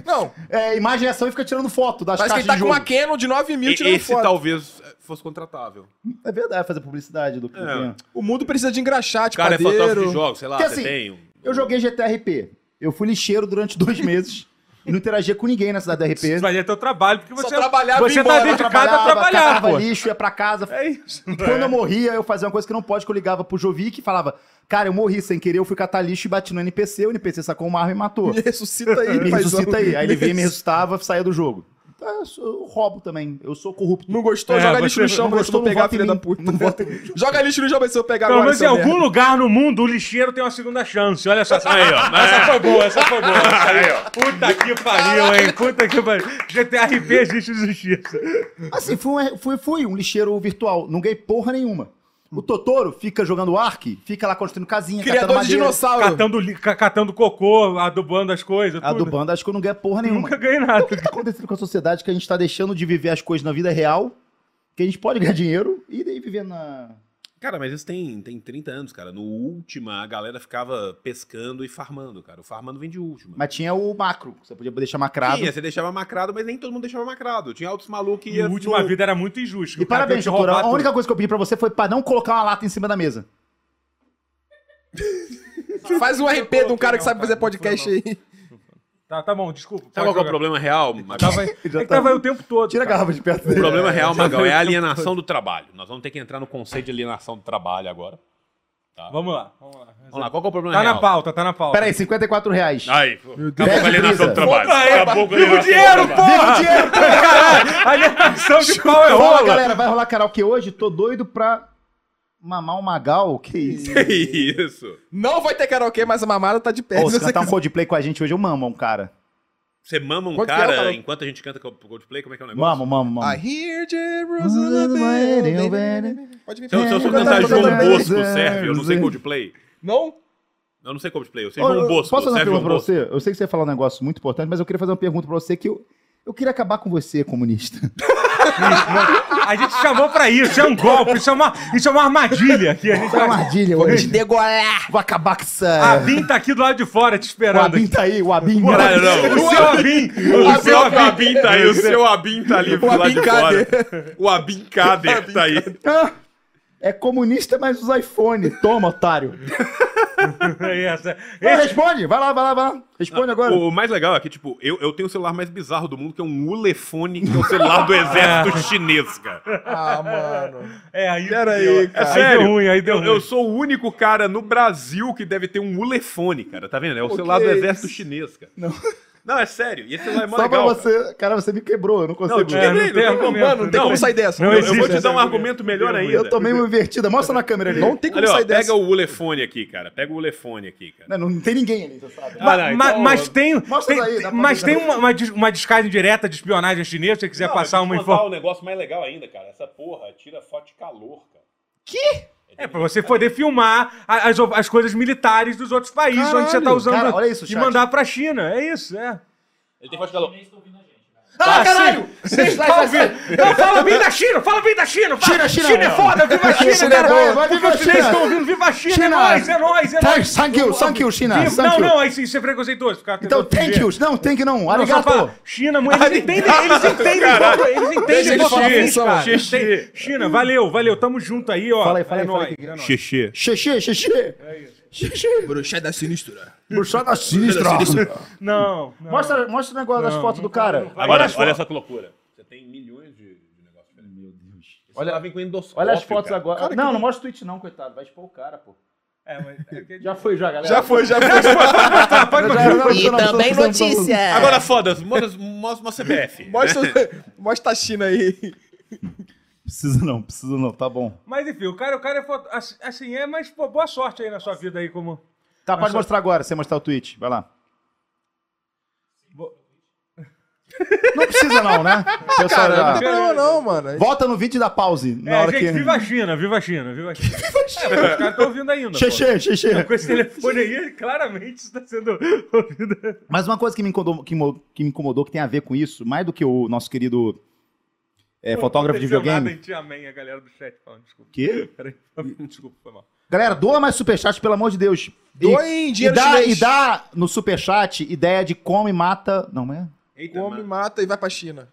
E: Não,
A: é, imagem e ação e fica tirando foto das
E: parece que
A: caixas
E: ele tá
A: de
E: com
A: jogo.
E: uma Canon de 9 mil
C: E-
E: tirando
C: Esse
E: foto.
C: talvez eh, fosse contratável.
A: É verdade, fazer publicidade né? do que
C: É.
E: O mundo precisa de engraxate,
C: O cara é fotógrafo de
E: padeiro.
C: jogos, sei lá,
A: Porque
C: você
A: assim,
C: tem um...
A: Eu joguei GTRP. Eu fui lixeiro durante dois meses e não interagia com ninguém na cidade da
B: Isso
A: RP.
B: valia teu trabalho, porque você,
E: trabalhava e
B: você
E: ia
B: tá
E: embora.
B: dedicado a trabalhar,
A: catava
B: pô.
A: lixo, ia pra casa.
B: É isso.
A: E
E: né?
A: quando eu morria, eu fazia uma coisa que não pode, que eu ligava pro Jovic e falava, cara, eu morri sem querer, eu fui catar lixo e bati no NPC, o NPC sacou uma arma e matou.
E: Me ressuscita aí, um
A: me
E: paizão.
A: ressuscita aí. Aí ele veio, me ressuscitava, saía do jogo. Então, eu, sou, eu roubo também, eu sou corrupto.
E: Não gostou?
B: É,
E: joga
B: você
E: lixo no chão
A: não
E: pra você
A: gostou,
E: não
A: não
E: pegar,
A: vota em
E: filha da
A: mim.
E: puta. né?
A: Não vota em
E: Joga lixo no chão pra você não pegar
B: Pelo
E: agora,
B: menos em
E: seu
B: assim, algum
E: merda.
B: lugar no mundo, o lixeiro tem uma segunda chance. Olha só. Essa,
C: Aí, ó.
B: essa foi boa, essa foi boa. Essa aí, ó. Puta que pariu, hein? Puta que pariu. GTRP existe justiça.
A: Assim, fui um, fui, fui um lixeiro virtual, não ganhei porra nenhuma. O Totoro fica jogando Ark, fica lá construindo casinha,
B: tá
E: Criador de dinossauro.
B: Catando, li- ca- catando cocô, adubando as coisas, tudo.
A: adubando, acho que eu não ganho porra nenhuma.
B: Nunca ganhei
A: O que tá
B: nada.
A: está acontecendo com a sociedade que a gente está deixando de viver as coisas na vida real que a gente pode ganhar dinheiro e daí viver na.
G: Cara, mas isso tem, tem 30 anos, cara. No Última, a galera ficava pescando e farmando, cara. O farmando vem de Última.
A: Mas tinha o macro, que você podia deixar macrado.
G: Tinha, você deixava macrado, Hum. mas nem todo mundo deixava macrado. Tinha outros malucos que ia...
B: Minha última
G: no-
B: vida era muito injusta.
A: E
B: O cara
A: parabéns,
B: queria te
A: doutora.
B: roubar
A: A
B: tudo.
A: única coisa que eu pedi pra você foi pra não colocar uma lata em cima da mesa.
E: Faz um RP de um cara que sabe fazer
B: Não, cara, não foi,
E: podcast aí.
B: Tá, tá bom, desculpa. pode
G: Sabe qual que é o
B: jogar.
G: problema real, Magal?
B: Tava, é
A: Já
B: que
A: tá-
B: tava aí o tempo todo.
A: Tira a
B: cara.
A: garrafa de perto
G: O
A: dele.
G: problema real, Magal, é a alienação do trabalho. Nós vamos ter que entrar no conceito de alienação do trabalho agora.
B: Vamos lá, vamos lá.
G: Vamos lá, qual que é o problema
B: Tá
G: real?
B: na pauta, tá na pauta.
A: Peraí, 54 reais.
G: Aí, pô, acabou com a
A: Deus.
G: alienação
B: Tá
G: do trabalho.
B: É,
G: Acabou com a alienação do
B: Dinheiro,
G: trabalho.
A: Viva o
B: porra!
A: dinheiro!
B: Caralho, alienação de pau é
A: Fala,
B: rola.
A: galera, vai rolar karaokê hoje? Tô doido pra mamar um Magal. Que isso?
G: Que Isso.
E: Não vai ter karaokê, mas a mamada tá de pé.
A: Ô, se
E: se você
A: cantar um
E: quiser.
A: Coldplay com a gente hoje, eu mamo um cara.
G: Você mama um
E: Quanto que é o
G: cara
E: cara?
G: enquanto a gente canta com o Coldplay? Como é que é o negócio?
A: Mamo, mamo, mamo.
E: I hear the
A: Rosana
E: Rosana Pode vir.
G: Se eu, se eu sou cantar João Bosco, serve. Eu não sei Coldplay.
E: Não?
G: Eu não sei Coldplay, eu sei
B: um
A: Ô,
G: João
A: eu-
G: Bosco.
A: Posso fazer uma
G: serve João
A: pergunta pra
G: Bosco.
A: você? Eu sei que você ia falar um negócio muito importante, mas eu queria fazer uma pergunta pra você que eu, eu queria acabar com você, comunista.
B: A gente chamou pra isso, isso é um golpe, isso é uma, isso é uma armadilha. Que a gente
A: Tá uma armadilha hoje.
E: Degolar.
A: Vou acabar com
B: A
A: essa...
B: Abin tá aqui do lado de fora te
A: O
B: esperando.
A: Abin
B: aqui.
A: tá aí, o Abin.
G: Caralho, não.
B: O seu Abin, o
G: O seu
B: seu Abin.
G: Abin tá aí, o seu Abin tá ali pro lado de
E: Abin
G: fora. O Abin Kader tá aí.
A: Ah, é comunista, mas usa iPhone. Toma, otário.
B: É Essa-
A: Não,
B: esse- Ah,
A: responde. Vai lá, vai lá, vai lá. Responde agora.
G: O mais legal é que, tipo, eu, eu tenho o celular mais bizarro do mundo, que é um Ulefone, que é o celular do exército chinês, cara.
E: Ah, mano.
B: É, aí.
E: Peraí,
B: deu-
E: cara.
B: Aí deu ruim, aí deu
G: Eu, eu
B: ruim.
G: sou o único cara no Brasil que deve ter um Ulefone, cara. Tá vendo? É o celular
E: que
G: do
E: é
G: exército chinês, cara. Não. Não, é sério. E esse celular é mó
A: Só
G: legal.
A: pra
G: cara.
A: você... Cara. você me quebrou, eu não
G: Não,
A: consigo.
G: eu te
B: É, não tem
G: quebrei, não tem como.
B: argumento,
E: Mano, não tem
G: Não,
E: como sair dessa.
B: não
G: Eu, eu
B: existe
G: vou te
B: essa
G: dar um
B: argumento.
G: argumento melhor ainda.
A: Eu tomei uma invertida. Mostra na câmera ali.
E: Não tem como
G: Olha, ó,
E: sair
G: pega
E: dessa.
G: o Ulefone aqui, cara. Pega o Ulefone aqui, cara.
A: né, Não, não tem ninguém ali, você sabe.
G: Ah,
B: Ma-
G: não,
B: ma-
G: então-
B: mas tem, um-
A: Mostra
B: tem-
A: daí, dá pra
B: mas
A: ver.
B: tem uma, uma, dis- uma descarga direta de espionagem chinesa, se você quiser
G: Não,
B: passar
G: mas
B: uma
G: deixa eu contar
B: informação.
G: um negócio mais legal ainda, cara. Essa porra tira foto de calor, cara.
B: É pra você poder filmar a- as, as coisas militares dos outros países onde você tá usando
A: cara, olha isso,
B: e
A: chat.
B: mandar pra China. É isso, é.
G: Ele tem foto de calor.
A: Ah, caralho! Sai, sai, sai, sai.
B: Não, fala bem da China, fala bem da China. Fala,
A: China, China,
B: é
A: não.
B: foda, viva a China,
A: China é
B: cara.
A: boa, vai,
B: Porque
A: viva a
B: vocês
A: China.
B: estão ouvindo, viva a China, é
A: China.
B: nóis, é nóis, é nóis.
A: Thanks, thank you, thank you, China,
B: Viva-
A: thank
B: Não,
A: you.
B: não, isso, isso é preconceituoso. ficar
A: Então,
B: tentando
A: thank
B: dizer.
A: you. Não, thank you não.
B: Não, só
A: Arigato.
B: fala, China, mãe, eles entendem, eles entendem,
G: Caralho.
B: todo- eles
E: Deixa
B: entendem
E: ele
B: todo
E: falar
B: mundo,
E: função.
B: cara.
G: Xixi.
B: Tem- China, valeu, valeu, tamo junto aí, ó.
A: Fala aí, fala aí,
B: É
A: fala aí,
B: nóis,
A: que-
B: é nóis.
G: Xixi.
A: Xixi, xixi. Xixi.
E: Bruxada sinistra.
A: Bruxada sinistra.
B: Não, não.
A: Mostra, mostra o negócio das fotos do cara.
G: Agora,
A: as
G: olha,
A: fotos.
G: essa que loucura. Você tem milhões de, de negócios diferentes. Meu Deus. Olha, ela vem com endoscópio,
A: Olha as fotos
G: cara.
A: agora. não, não mostra o tweet não, coitado. Vai expor o cara, pô.
B: É, mas- é que-
A: Já foi, já, galera.
E: Já foi, já foi.
B: Ah, pode continuar.
A: E também notícia.
G: Agora foda-se. Mostra mostra uma CPF.
E: Mostra, mostra a China aí.
A: Precisa não, precisa não. Tá bom.
B: Mas enfim, o cara, o cara é foto... assim- assim, é, mas pô, boa sorte aí na sua vida aí como.
A: Tá, pode
B: Mas só-
A: mostrar agora, sem mostrar o tweet. Vai lá.
B: Bo-
A: Não precisa não, né? Pessoal, já-
E: Não tem problema não, mano.
A: Volta no vídeo e dá pause. Na
B: É,
A: hora
B: gente,
A: que...
B: viva a China, viva a China, viva a China. viva a China. os caras estão ouvindo ainda. pô.
A: Xixi, xixi.
B: Com esse telefone aí, claramente está sendo ouvido.
A: Mas uma coisa que me incomodou, que, mo- que me incomodou, que tem a ver com isso, mais do que o nosso querido é, fotógrafo de
B: Não aconteceu nada, a
A: videogame.
B: gente amém, a galera do chat falando, desculpa.
A: Que?
B: Peraí, desculpa, foi mal.
A: Galera, doa mais superchat, pelo amor de Deus. E-
E: Doem
A: E
E: dinheiro
A: dá, e
E: chinês.
A: dá no superchat ideia de como e mata. Não é?
G: Eita,
E: Come,
G: mano.
E: mata e vai pra China.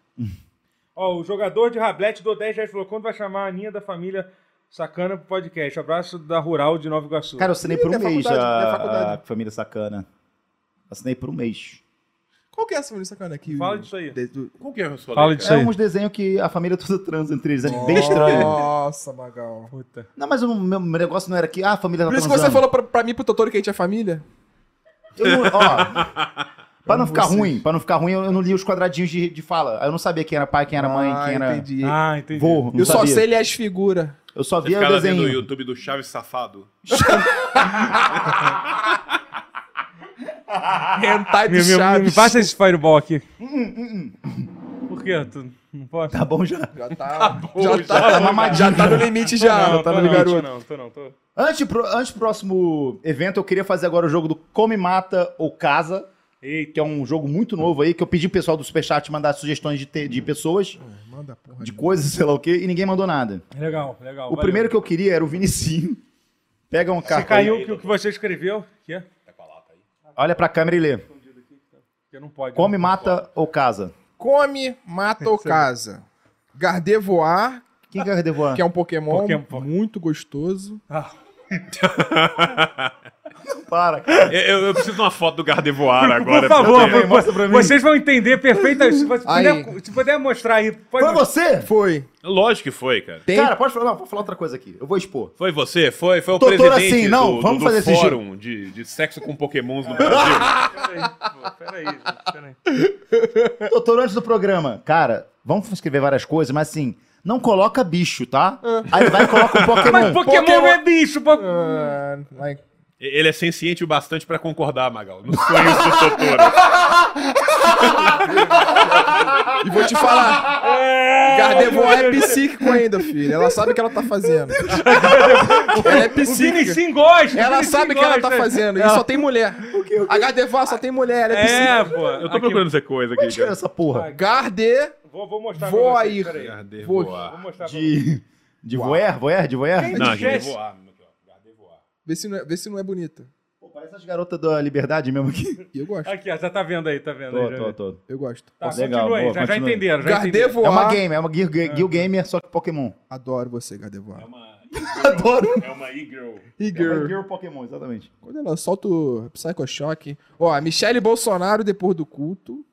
B: Ó, o jogador de Rablete do 10 reais falou, quando vai chamar a Aninha da família sacana pro podcast? Abraço da Rural de Nova Iguaçu.
A: Cara, eu assinei por um
E: minha
A: mês
E: faculdade, minha
A: a,
E: faculdade.
A: a Família Sacana. Assinei por um mês.
E: Qual que é essa mulher sacana aqui?
B: Fala disso aí. um
E: De- do-
G: Qual que é a sua
B: Fala
G: lei,
B: disso
A: É
B: aí.
A: uns desenhos que a família toda transa entre eles. É bem
E: Oh.
A: estranho.
E: Nossa, Magal.
B: Puta.
A: Não, mas o meu negócio não era que ah, a família tá
E: Por isso que
A: transando.
E: você falou pra, pra mim e pro Totoro que a gente é família?
A: Eu não- ó, pra não ficar ruim, pra não ficar ruim, eu eu não li os quadradinhos de, de fala. Eu não sabia quem era pai, quem era mãe,
E: Ah,
A: quem era
E: entendi.
B: Ah, entendi.
A: vô. não
E: eu só
A: sabia.
E: sei ele as figuras.
A: Eu só
G: Você
A: via o
G: ficava vendo o
A: desenho.
G: YouTube do Chaves Safado?
E: Hentai do
B: Me, me, me
E: Chaves.
B: passa esse fireball aqui. Por quê? Tu não pode?
A: Tá bom já.
E: Já tá, já,
A: já tá
E: tá
A: mamadinho.
E: já tá no limite já.
B: não,
E: tá
B: tô
E: no
B: não,
E: garoto.
B: tô não, tô não, tô.
A: Antes, pro, antes do próximo evento, eu queria fazer agora o jogo do Come, Mata ou Casa. que é um jogo muito novo aí, que eu pedi pro pessoal do Superchat mandar sugestões de, te- de pessoas,
E: Hum. É, Manda porra.
A: de coisas, sei lá o quê, e ninguém mandou nada.
G: Então,
B: Legal, legal.
A: O primeiro que eu queria era o Vinicinho. Pega um
B: Você
A: carro.
B: caiu o que, o que você escreveu? Que é?
A: Olha pra câmera e lê.
B: Que não pode. né?
A: Come, mata ou casa?
E: Come, mata ou casa. Gardevoir,
A: Quem quer devoar?
E: que é um Pokémon,
B: Pokémon.
E: muito gostoso.
B: Ah.
A: Para.
C: Eu, eu preciso de uma foto do Gardevoir agora.
B: Por favor,
A: também,
B: por-
A: mostra pra mim.
B: vocês vão entender perfeitamente. Se, você
E: Aí.
B: puder- se puder mostrar aí, pode
A: Foi você?
E: Foi.
C: Lógico que foi, cara.
E: Tem
A: Cara, pode falar. Não, vou falar outra coisa aqui. Eu vou expor.
C: Foi você? Foi, foi o
A: Doutor,
C: presidente
A: assim, não,
C: do,
A: vamos
C: do,
A: fazer
C: do
A: esse
C: fórum de, de sexo com pokémons no Brasil.
B: Peraí, gente, peraí.
A: Doutor, antes do programa, cara, vamos escrever várias coisas, mas assim, não coloca bicho, tá? Aí vai e coloca um Pokémon.
B: Mas Pokémon,
E: Pokémon-
B: é bicho. po-
E: Ah, vai.
C: Ele é senciente o bastante pra concordar, Magal. Nos sonhos do Totoro.
E: E vou te falar, Gardevoir é psíquico ainda, filho. Ela sabe o que ela tá fazendo. ela é
B: O
E: psíquica.
B: Vinicius gosta.
E: Ela
B: Vinicius
E: sabe o que ela tá
B: gosta.
E: fazendo. E só tem mulher. A Gardevoir só tem mulher. Ela é psíquica.
B: É, pô.
C: Eu
G: Tá
C: tô procurando essa coisa aqui,
A: Tira
C: cara.
A: é essa porra
E: Garde...
B: Vou, vou mostrar
E: Vou
B: pra
E: aí.
B: vocês. peraí. Vou
C: Gardevoir.
B: mostrar pra vocês.
A: de. De voer? Voer? De voer?
C: Não,
B: Jess.
C: Gardevoir.
E: Vê se não é, vê se não é bonita.
A: Pô, parece as garotas da liberdade mesmo aqui.
E: E eu gosto.
B: Aqui, ó, já tá vendo aí, tá vendo aí.
A: Tô,
B: já
A: tô,
B: vendo.
A: tô.
E: Eu gosto.
B: Tá,
A: Legal,
B: continua aí,
A: boa,
B: já, já
A: continua.
B: entenderam, já
A: É
B: entenderam.
A: uma
E: Gardevoir...
A: game, é uma Gear, Gear Gamer, só que Pokémon.
E: Adoro você, Gardevoir.
A: Adoro.
C: É uma e-girl.
E: E
A: É uma
E: girl.
A: Gear Pokémon, exatamente.
E: Quando ela solta o Psycho Shock. Ó, Michele Bolsonaro depois do culto.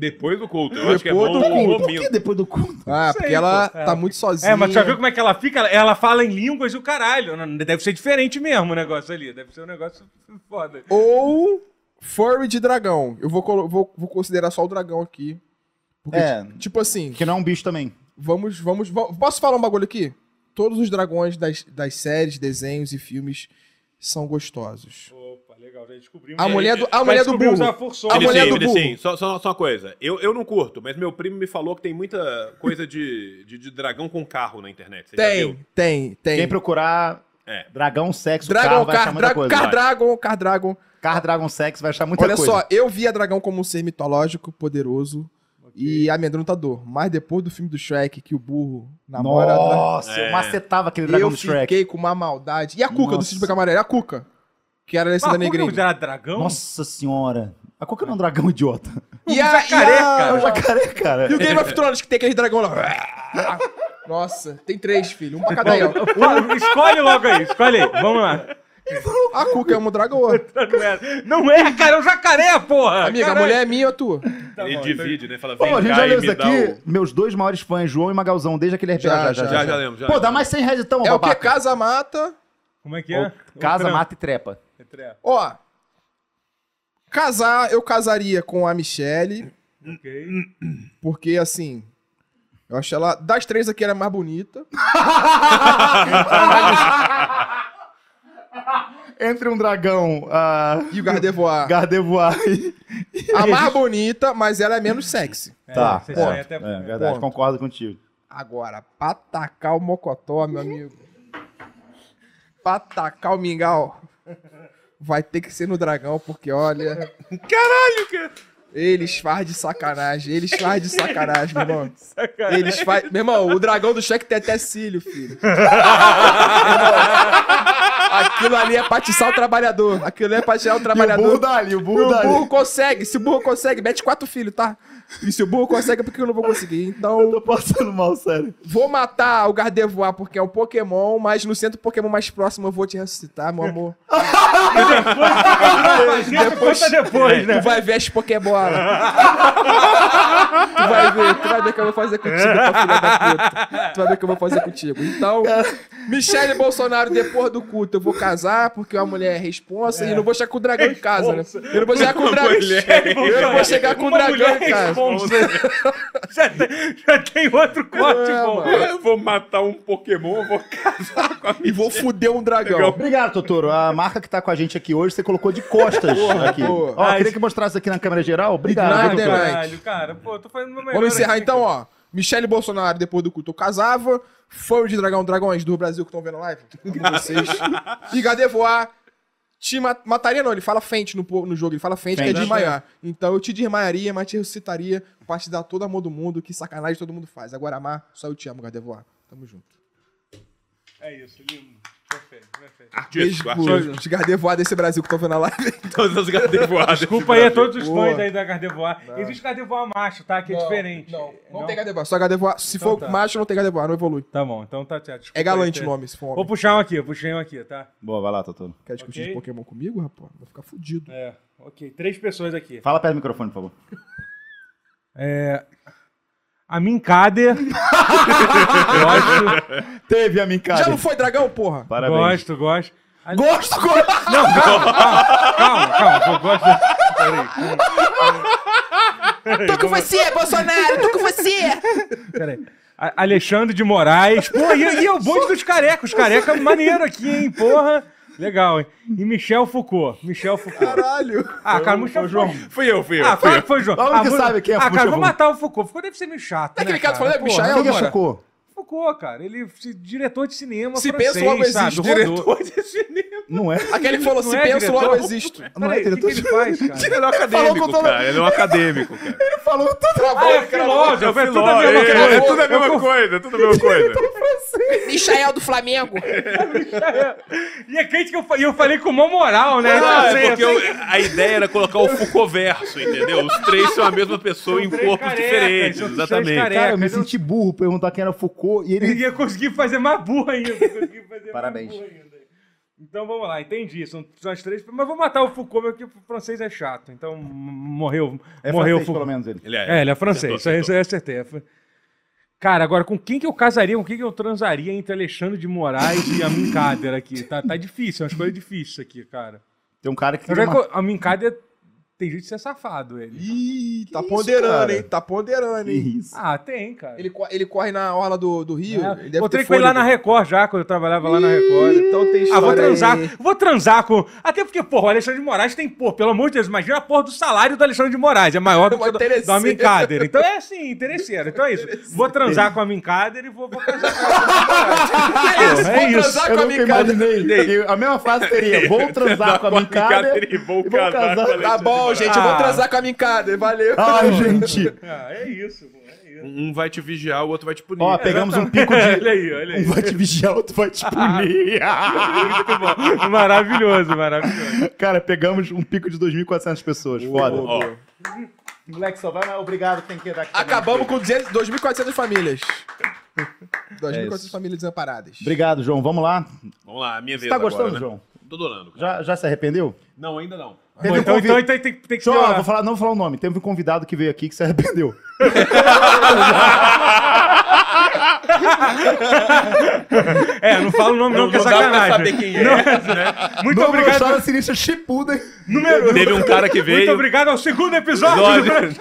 C: Depois do culto. Eu acho que é
E: Depois
C: bom
E: do
C: o
E: culto.
A: Por que
C: momento.
A: depois do culto?
E: Ah,
B: Sei,
E: porque ela
B: pô. É.
E: tá muito sozinha.
B: É, mas já viu como é que ela fica? Ela- Ela fala em línguas do caralho. Não, Deve ser diferente mesmo o negócio ali. Deve ser um negócio foda.
E: Ou Furry de dragão. Eu vou, colo- vou, vou considerar só o dragão aqui. Porque,
A: É.
E: ti- tipo assim,
A: Que não é um bicho também.
E: vamos, vamos, va- Posso falar um bagulho aqui? Todos os dragões das, das séries, desenhos e filmes são gostosos.
B: Opa, legal, já descobrimos.
E: A mulher do,
B: Já
E: a
B: Ah,
E: mulher do
B: descobrimos
E: burro.
B: a forçona.
E: A
C: Ele
E: mulher
C: sim,
E: do
C: ele
E: burro.
C: sim. Só, só, só uma coisa. Eu, eu não curto, mas meu primo me falou que tem muita coisa de, de, de dragão com carro na internet. Você já viu?
E: Tem, tem,
A: Quem
E: tem.
A: procurar
C: É.
A: Dragão Sexo, Car,
E: Dragão,
A: vai achar
E: Car,
A: muita
E: Dra-
A: coisa.
E: Car Dragon, Car Dragon.
A: Car Dragon Sex vai achar muita
E: Olha
A: coisa.
E: só, eu via dragão como um ser mitológico, poderoso e amedrontador. Mas depois do filme do Shrek, que o burro namora... a dra-
A: Nossa, eu
C: É.
A: macetava aquele dragão
E: eu
A: do Shrek.
E: fiquei com uma maldade. E a Cuca do
A: Nossa.
E: Sítio Pica Amarelo? A Cuca. Que era a
B: Mas
E: Alessandra
B: como que
E: Negrini.
B: era dragão?
A: Nossa senhora. Mas qual que não é um dragão idiota?
E: E a,
B: jacaré,
E: e a-
B: cara.
A: É um jacaré, cara.
E: E o Game of Thrones, que tem aquele dragão lá. Nossa, tem três, filho. Um pra cada um.
B: Fala, escolhe logo aí, escolhe aí. Vamos lá.
E: A Cuca é uma dragoa.
B: Não é, não é, cara, é um jacaré, porra!
E: Amiga,
B: Caralho.
E: a mulher é minha ou a tua?
B: Tá
C: ele divide, né? Fala,
A: Pô,
C: vem
A: a gente já
C: cá e
A: leu
C: me
A: isso
C: dá um-"
A: aqui.
C: o...
A: Meus dois maiores fãs, João e Magalzão, desde aquele RPG.
E: Já, já,
C: Já, já lembro. Já,
A: Pô, dá mais 100 reais então,
E: É o que?
A: babaca.
E: Casa mata.
B: Como é que é?
A: Casa,
B: Outra-
A: mata e trepa.
B: outra-
E: Ó. Casar, eu casaria com a Michelle.
B: ok.
E: Porque, assim. Eu acho ela. Das três aqui, ela é mais bonita.
A: Entre um dragão, a
E: E o Gardevoir.
A: Gardevoir.
E: A mais bonita, mas ela é menos sexy.
B: É,
A: Tá,
B: você
A: ponto.
B: sai até-
A: É verdade,
E: Ponto.
A: concordo contigo.
E: Agora, pra tacar o mocotó, meu amigo. pra tacar o mingau. Vai ter que ser no dragão, porque olha. Caralho, cara! Eles faz de sacanagem, eles faz de sacanagem, meu irmão.
B: Sacanagem.
E: Eles faz. Meu irmão, o dragão do cheque tem até cílio, filho. Meu irmão, Aquilo ali é pra atiçar o trabalhador. Aquilo ali é pra tirar o
A: E o burro
E: trabalhador.
A: dali, o burro
E: O burro
A: dali.
E: consegue, se o burro consegue, mete quatro filhos, tá? E se o burro consegue, é porque eu não vou conseguir. Então,
A: Tô passando mal, sério.
E: Vou matar o Gardevoir porque é um Pokémon, mas no centro Pokémon mais próximo eu vou te ressuscitar, meu amor.
B: Depois, conta depois, né?
E: É, Tu vai ver as Pokébola. tu vai ver, tu vai ver o que eu vou fazer contigo, tua filha da puta. Tu vai ver o que eu vou fazer contigo. Então, Michele Bolsonaro, depois do culto, eu vou casar porque uma mulher é responsa e não vou chegar com o dragão
B: É
E: em casa, né? Eu não vou chegar com o dragão. Eu não vou chegar com o
B: Uma
E: dragão
B: mulher
E: em casa.
B: responsa. já, tem, já tem outro corte,
E: É,
B: bom.
E: mano.
C: Eu vou matar um pokémon, eu vou casar com a
E: E vou fuder um dragão.
A: Obrigado, Totoro. A marca que tá com a gente aqui hoje, você colocou de costas aqui.
E: boa.
A: Ó,
B: Ah,
A: queria
B: isso-
A: que mostrasse aqui na câmera geral. Obrigado.
E: Nada,
A: viu, Totoro?
E: nada.
B: Caralho, cara, pô, eu tô fazendo meu melhor.
E: Vamos encerrar
B: aqui.
E: então, ó. Michele Bolsonaro, depois do culto, eu casava. Fã de Dragão Dragões do Brasil que estão vendo a live. Amo vocês. E Gardevoir, te ma- mataria, não. Ele fala frente no, po- no jogo, ele fala frente, que é
A: Fente.
E: desmaiar. Então eu te desmaiaria, mas te ressuscitaria pra te dar todo amor do mundo, que sacanagem todo mundo faz. Agora amar, só eu te amo, Gardevoir. Tamo junto.
B: É isso, lindo. Perfeito, perfeito.
C: Artístico, artístico.
E: Os Gardevoir desse Brasil que estão vendo na live.
C: Todas as gadevoadas.
B: Desculpa aí a todos os
E: Boa.
B: fãs aí da Gardevoir. Existe Gardevoir macho, tá? Que é diferente.
E: Não, não, tem Gardevoir, só Gardevoir. Se
B: Então
E: for
B: tá.
E: macho, não tem Gardevoir, não evolui.
B: Tá bom, então tá, tá desculpa
E: É galante
B: aí,
E: o
B: tá-
E: nome, se for
B: Vou
E: homem.
B: puxar um aqui, eu puxei um aqui, tá?
A: Boa, vai lá, Totoro.
E: Quer discutir
B: Ok.
E: de Pokémon comigo, rapaz? Vou ficar fudido.
B: É, ok. Três pessoas aqui. É,
A: Fala perto do microfone, por favor.
B: A Minkader. gosto,
A: Teve a minha
E: Já não foi dragão, porra?
A: Parabéns.
B: gosto, gosto. A-
E: Gosto, gosto!
B: Não, calma, calma, calma, calma, eu gosto.
E: Tô com você, Bolsonaro! Tô com você!
B: Peraí. A- Alexandre de Moraes. Pô, e, e é o bonde dos carecos. Careca maneiro aqui, hein? Porra. Legal, hein? E Michel Foucault. Michel Foucault.
E: Caralho!
B: Ah, cara, Michel João.
C: Fui eu, fui eu.
B: Ah,
C: fui
B: foi,
C: eu.
B: foi João.
A: Vamos
B: ah,
A: que
B: vou-
A: sabe quem é
B: Ah, cara,
A: Foucault.
B: vou matar o Foucault. Foucault deve ser meio chato, né,
E: Aquele cara falando, é
B: Porra.
E: Michael,
A: Quem que é
E: agora?
A: Chocô?
B: Foucault, cara. Ele se- diretor de cinema
E: Se
B: francês,
E: pensa, logo
B: sabe?
E: existe.
B: Rodou.
E: Diretor
C: de cinema.
A: Não é?
E: Aquele que falou,
B: Não
E: se
B: é
E: penso,
B: diretor?
E: logo existo.
A: Não
B: Peraí,
A: é
B: o que, que ele faz, cara?
C: Ele é um
A: Falou
C: acadêmico,
A: com toda-
C: cara. Ele é um acadêmico, cara.
A: Falou tudo.
B: Ah, é filósofo, é tudo a
C: Filó,
B: mesma
C: é,
B: coisa.
C: é tudo a mesma coisa, é tudo a mesma coisa.
E: Michael do Flamengo.
B: E é crente que eu, fa- e eu falei com mó moral,
A: um
B: né?
C: Ah,
B: Eu sei,
C: é porque
B: eu sei.
C: eu- a ideia era colocar o Foucault-verso, entendeu? Os três são a mesma pessoa em
B: três
C: corpos
B: carecas,
C: diferentes,
B: são três
C: exatamente.
B: carecas.
A: Cara, eu me
B: mas eu-
A: senti burro perguntar quem era Foucault e ele.
B: E ia conseguir fazer mais burro ainda. consegui fazer mais
A: Parabéns.
B: burro ainda. Então vamos lá, entendi. São, são as três. Mas vou matar o Foucault, meu, que o francês é chato. Então m- morreu.
A: É
B: morreu
A: francês, pelo
B: o Foucault.
A: menos ele.
C: Ele
B: É, ele é francês.
C: Acertou,
B: Isso aí, isso
C: acertou.
B: aí eu acertei. É fran- Cara, agora com quem que eu casaria, com quem que eu transaria entre Alexandre de Moraes e a Minkader aqui? Tá, tá difícil, é uma escolha difícil isso aqui, cara.
A: Tem um cara que.
B: Eu já
A: queria
B: que
A: matar-
B: eu- a Minkader tem jeito de ser safado, ele.
E: Ih, tá
A: isso,
E: ponderando,
A: cara?
E: hein? Tá ponderando,
A: Que
E: hein?
A: isso.
B: Ah, tem, cara.
E: Ele, co- ele corre na orla do, do Rio.
B: É,
E: ele deve
B: Encontrei
E: ter
B: com ele lá na
E: fôlego.
B: Record já, quando eu trabalhava lá na Record.
E: Então tem
B: Ah, vou
E: história
B: transar.
E: aí.
B: Vou transar com. Até porque, porra, o Alexandre de Moraes tem, pô, pelo amor de Deus, imagina a porra do salário do Alexandre de Moraes. É maior do que
E: Uma
B: o da-
E: interesseira.
B: da Mincader. Então é assim, interesseiro. Então é isso. Vou transar com a Mincader e vou, vou casar com a Alexandre de Moraes.
E: Vou
B: É isso.
E: transar
A: Eu
E: Tá com a
A: nunca
E: minha
A: imaginei. que A mesma frase seria: vou transar com a minha um cara
C: e vou
G: um
A: e vou
C: casar
A: casar.
C: com a Alexandre
E: Tá bom,
C: de Moraes.
E: gente. Eu vou
B: Ah.
E: transar com a Mincada. Valeu.
A: Ai, gente.
B: Ah, é isso, pô. É isso.
C: Um vai te vigiar, o outro vai te punir.
A: Ó, pegamos um pico de.
B: Olha aí, olha aí.
A: Um vai te vigiar, outro vai te punir.
B: Muito bom. Maravilhoso, maravilhoso.
A: Cara, pegamos um pico de 2.400 pessoas. Foda.
C: Ó,
A: Moleque, só vai, mas obrigado, tem que dar aqui.
E: Acabamos com 200 2.400 famílias.
A: É
E: 2.400
A: isso.
E: famílias desamparadas.
A: Obrigado, João. Vamos lá.
C: vamos lá, minha vez
A: Você tá
C: agora,
A: gostando,
C: né?
A: João?
C: Tô adorando. cara.
A: Já, já se arrependeu?
C: Não, ainda não.
B: Bom,
A: um
B: então,
A: convi-
B: então, então tem, tem que
A: Deixa eu-
B: piorar.
A: vou falar, não vou falar o nome. Teve um convidado que veio aqui que se arrependeu.
B: É, não fala o nome, não, que é
C: não dá pra
B: sacanagem.
C: saber quem é,
B: Não, né? Muito obrigado.
A: Chora Sinistra Chipuden.
B: Número
C: Teve um cara que
B: Muito
C: veio.
B: obrigado ao segundo episódio
C: Nós-
B: do Franchise.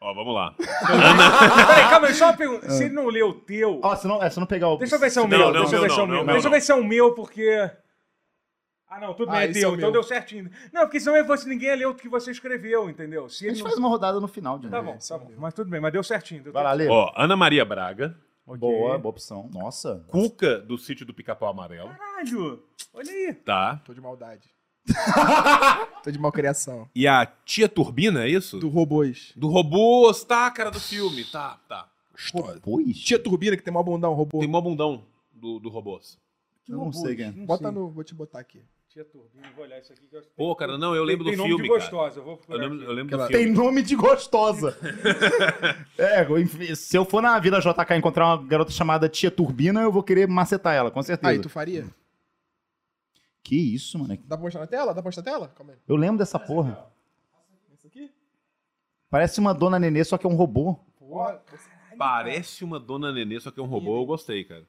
C: Ó, vamos lá.
B: Peraí, calma aí, só uma pergunta. Se ele não leu o teu.
A: Ó, se não, é, se não pegar o...
B: Deixa eu ver se é o
C: não,
B: meu.
C: não,
B: Deixa eu ver
C: não, né?
B: se é o
C: não,
B: meu.
C: não,
B: Deixa eu
C: não.
B: ver se é o meu, porque. Ah, não, tudo bem,
E: Ah,
B: é
E: esse é
B: teu.
E: o
B: Então
E: meu.
B: deu certinho. Não, porque senão eu fosse ninguém ia ler o que você escreveu, entendeu? Se
A: A
B: ele
A: gente
B: não.
A: faz uma rodada no final de
B: Tá
A: novo.
B: bom, tá bom. Mas tudo bem, mas deu certinho. Deu
A: Vai lá, Lê.
C: Ó, Ana Maria Braga,
B: certinho.
A: Boa,
B: Ok.
A: boa opção. Nossa.
C: Cuca do sítio do Pica-Pau Amarelo,
B: Caralho, olha aí.
C: tá?
E: Tô de maldade. Tô de malcriação.
C: E a Tia Turbina, é isso?
E: Do robôs.
C: Do robô, tá, cara, do filme. Tá, tá.
A: Pois.
E: Tia Turbina, que tem mó bundão, robô.
C: Tem mó bundão do, do robôs.
A: Eu
B: Tipo
A: não sei quem é.
E: Bota no... Vou te botar aqui.
B: Tia Turbina, vou olhar isso aqui. que eu-
C: Pô, cara, não, eu lembro
B: Tem-
C: do
B: tem nome
C: filme,
B: de
C: cara.
B: gostosa, eu vou
C: Eu
B: procurar
C: lembro,
B: aqui.
C: eu lembro do
E: Aquela-
C: filme.
A: Tem nome de gostosa. é, enfim, se eu for na Vila JK encontrar uma garota chamada Tia Turbina, eu vou querer macetar ela, com certeza.
E: Aí, tu faria?
A: Que isso, mano.
E: Dá pra mostrar na tela? Dá pra mostrar na tela? Calma aí.
A: Eu lembro dessa porra.
E: Isso aqui?
A: Parece uma dona nenê, só que é um robô.
E: Porra.
C: Parece uma dona Nenê, só que é um robô, eu gostei, cara.